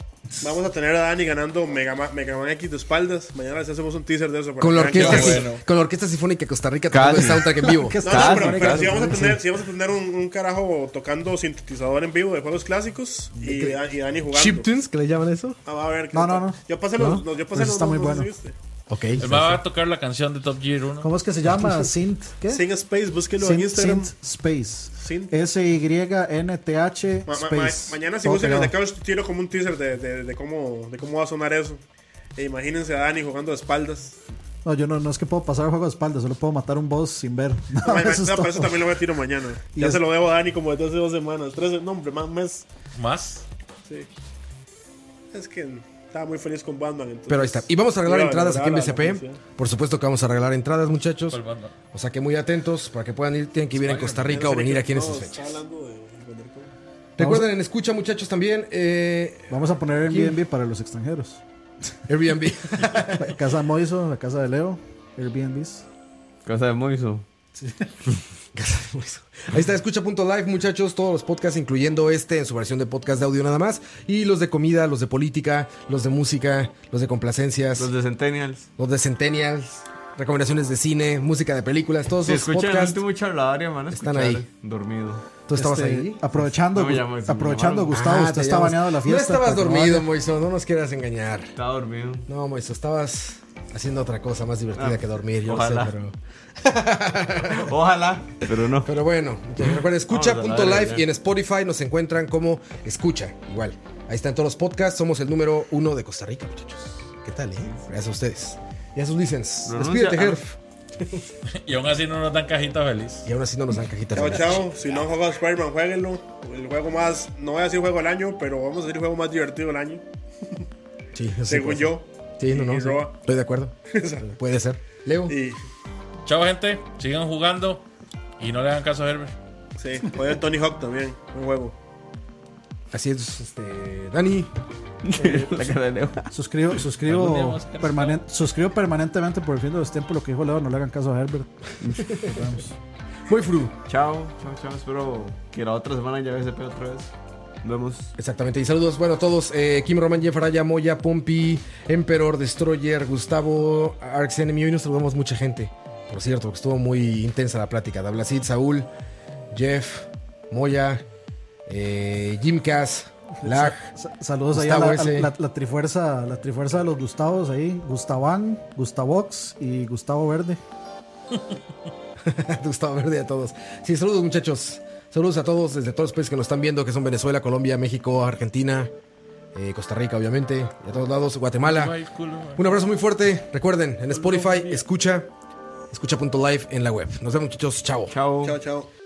C: Vamos a tener a Dani ganando Mega Man, Mega Man X de espaldas. Mañana les hacemos un teaser de eso. para
A: Con la,
C: que vean
A: orquesta,
C: que-
F: Qué
A: sin-
F: bueno.
A: con la Orquesta Sinfónica de Costa Rica
B: Casi.
A: tocando el soundtrack en vivo.
E: ¿Qué
C: No, no,
E: estás?
C: pero,
B: Casi,
C: pero
B: casi,
C: si vamos a tener, si vamos a tener un, un carajo tocando sintetizador en vivo de juegos clásicos y, Da- y Dani jugando.
A: Chiptunes, que le llaman eso.
C: Ah, va a ver.
E: No, no, no.
C: Yo pasé los.
E: No,
C: los- yo pasé
E: eso
C: los.
E: está
C: los-
E: muy
C: los-
E: bueno.
C: ¿viste?
A: Ok.
F: El va a tocar la canción de Top Gear 1.
E: ¿Cómo es que se llama? Synth. ¿Qué?
C: Sing Space, búsquelo en
E: Synth,
C: Instagram.
E: Synth Space.
C: Synth.
E: S-Y-N-T-H
C: Ma- ma- ma-
E: Space.
C: mañana si
E: Todo
C: buscan el de
E: pegado.
C: Couch tiro como un teaser de, de- de cómo, de cómo va a sonar eso. E imagínense a Dani jugando de espaldas.
E: No, yo no, no es que puedo pasar el juego de espaldas, solo puedo matar un boss sin ver. No,
C: Ma- ma-
E: Ah, eso es
C: no, pero
E: todo.
C: eso también lo voy a tiro mañana.
E: Y
C: Ya
E: es-
C: se lo debo a Dani como desde hace dos semanas. Tres, no, hombre, más mes.
F: Más.
C: Sí. Es que estaba muy feliz con Batman. Entonces,
A: Pero ahí está. Y vamos a regalar
C: Iba
A: entradas aquí en
C: regalar a la
A: BCP.
C: policía.
A: Por supuesto que vamos a regalar entradas, muchachos.
F: ¿Cuál banda?
A: O sea que muy atentos para que puedan ir. Tienen que vivir en Costa Rica o venir aquí en
C: No,
A: estas
C: está
A: fechas.
C: hablando de- de-
A: Recuerden, en escucha, muchachos, también eh,
E: Vamos a poner Airbnb para los extranjeros.
A: Airbnb.
E: La casa Moiso, la casa de Leo, Airbnbs.
B: Casa de Moiso.
A: Ahí está, escucha.live, muchachos, todos los podcasts, incluyendo este en su versión de podcast de audio nada más. Y los de comida, los de política, los de música, los de complacencias,
B: Los de Centennials.
A: los de Centennials, recomendaciones de cine, música de películas, todos
B: Si
A: esos
B: escuchan el
A: podcasts.
B: último charladaria, van a
A: Están
B: escuchar.
A: ahí.
B: Dormido.
A: ¿Tú estabas
E: Este,
A: ahí?
E: Aprovechando,
B: No me llamo, me
E: aprovechando
B: llamaron.
E: Gustavo,
A: Ah,
E: usted
A: te
E: está
A: llamas-
E: baneado de la fiesta.
A: No estabas
E: para que
A: dormido,
E: vaya.
A: Moiso, no nos quieras engañar.
B: Estaba dormido.
A: No, Moiso, estabas haciendo otra cosa más divertida
B: Ah,
A: que dormir, yo lo
B: ojalá.
A: sé, pero...
B: Ojalá. Pero no.
A: Pero bueno, entonces recuerden,
B: Vamos a darle,
A: escucha.live
B: ya.
A: y en Spotify nos encuentran como escucha, igual. Ahí están todos los podcasts, somos el número uno de Costa Rica, muchachos. ¿Qué tal, eh? Gracias a ustedes. Y a sus licens.
B: Renuncia
A: Despídete,
B: a-
A: Herf.
F: Y aún así no nos dan cajita feliz.
A: Y aún así no nos dan cajita.
C: Chao,
A: feliz.
C: chao. Si no han jugado Spider-Man, jueguenlo. El juego más, no voy a decir juego del año, pero vamos a decir el juego más divertido del año.
A: Sí, eso sí
C: según
A: puede ser.
C: yo.
A: Sí, no,
C: Y
A: no. sí.
C: Roa.
A: Estoy de acuerdo. Puede ser. Leo.
C: Y
F: Chao, gente. Sigan jugando y no le hagan caso a Herbert.
C: sí, jueguen Tony Hawk también. Buen juego.
A: Así es, este. Dani. Eh,
B: La cara de Leo.
E: Suscribo,
F: Algún día
E: suscribo,
F: vamos a hacer
E: permanen- suscribo permanentemente por el fin de los tiempos lo que dijo Leo, no le hagan caso a Herbert.
A: Muy fru.
B: Chao, chao, chao. Espero que la otra semana ya BCP otra vez. Nos vemos.
A: Exactamente. Y saludos, bueno, a todos. eh, Kim Roman, Jeff Araya, Moya, Pompi, Emperor, Destroyer, Gustavo, Arx Enemy. Hoy nos saludamos mucha gente, por cierto, porque estuvo muy intensa la plática. Dablacid, Saúl, Jeff, Moya, eh, Jimcas, Lag.
E: Sa- Saludos ahí a
A: Gustavo
E: la,
A: ese.
E: a la- la trifuerza, la trifuerza de los Gustavos ahí, Gustaván, Gustavox y Gustavo Verde.
A: Gustavo Verde a todos. Sí, saludos muchachos. Saludos a todos desde todos los países que nos están viendo, que son Venezuela, Colombia, México, Argentina, eh, Costa Rica, obviamente, y a todos lados, Guatemala.
F: Ay, culo, man.
A: Un abrazo muy fuerte. Recuerden, en Spotify, escucha, escucha.live en la web. Nos vemos muchachos. Chao.
B: Chao.
C: Chao, chao.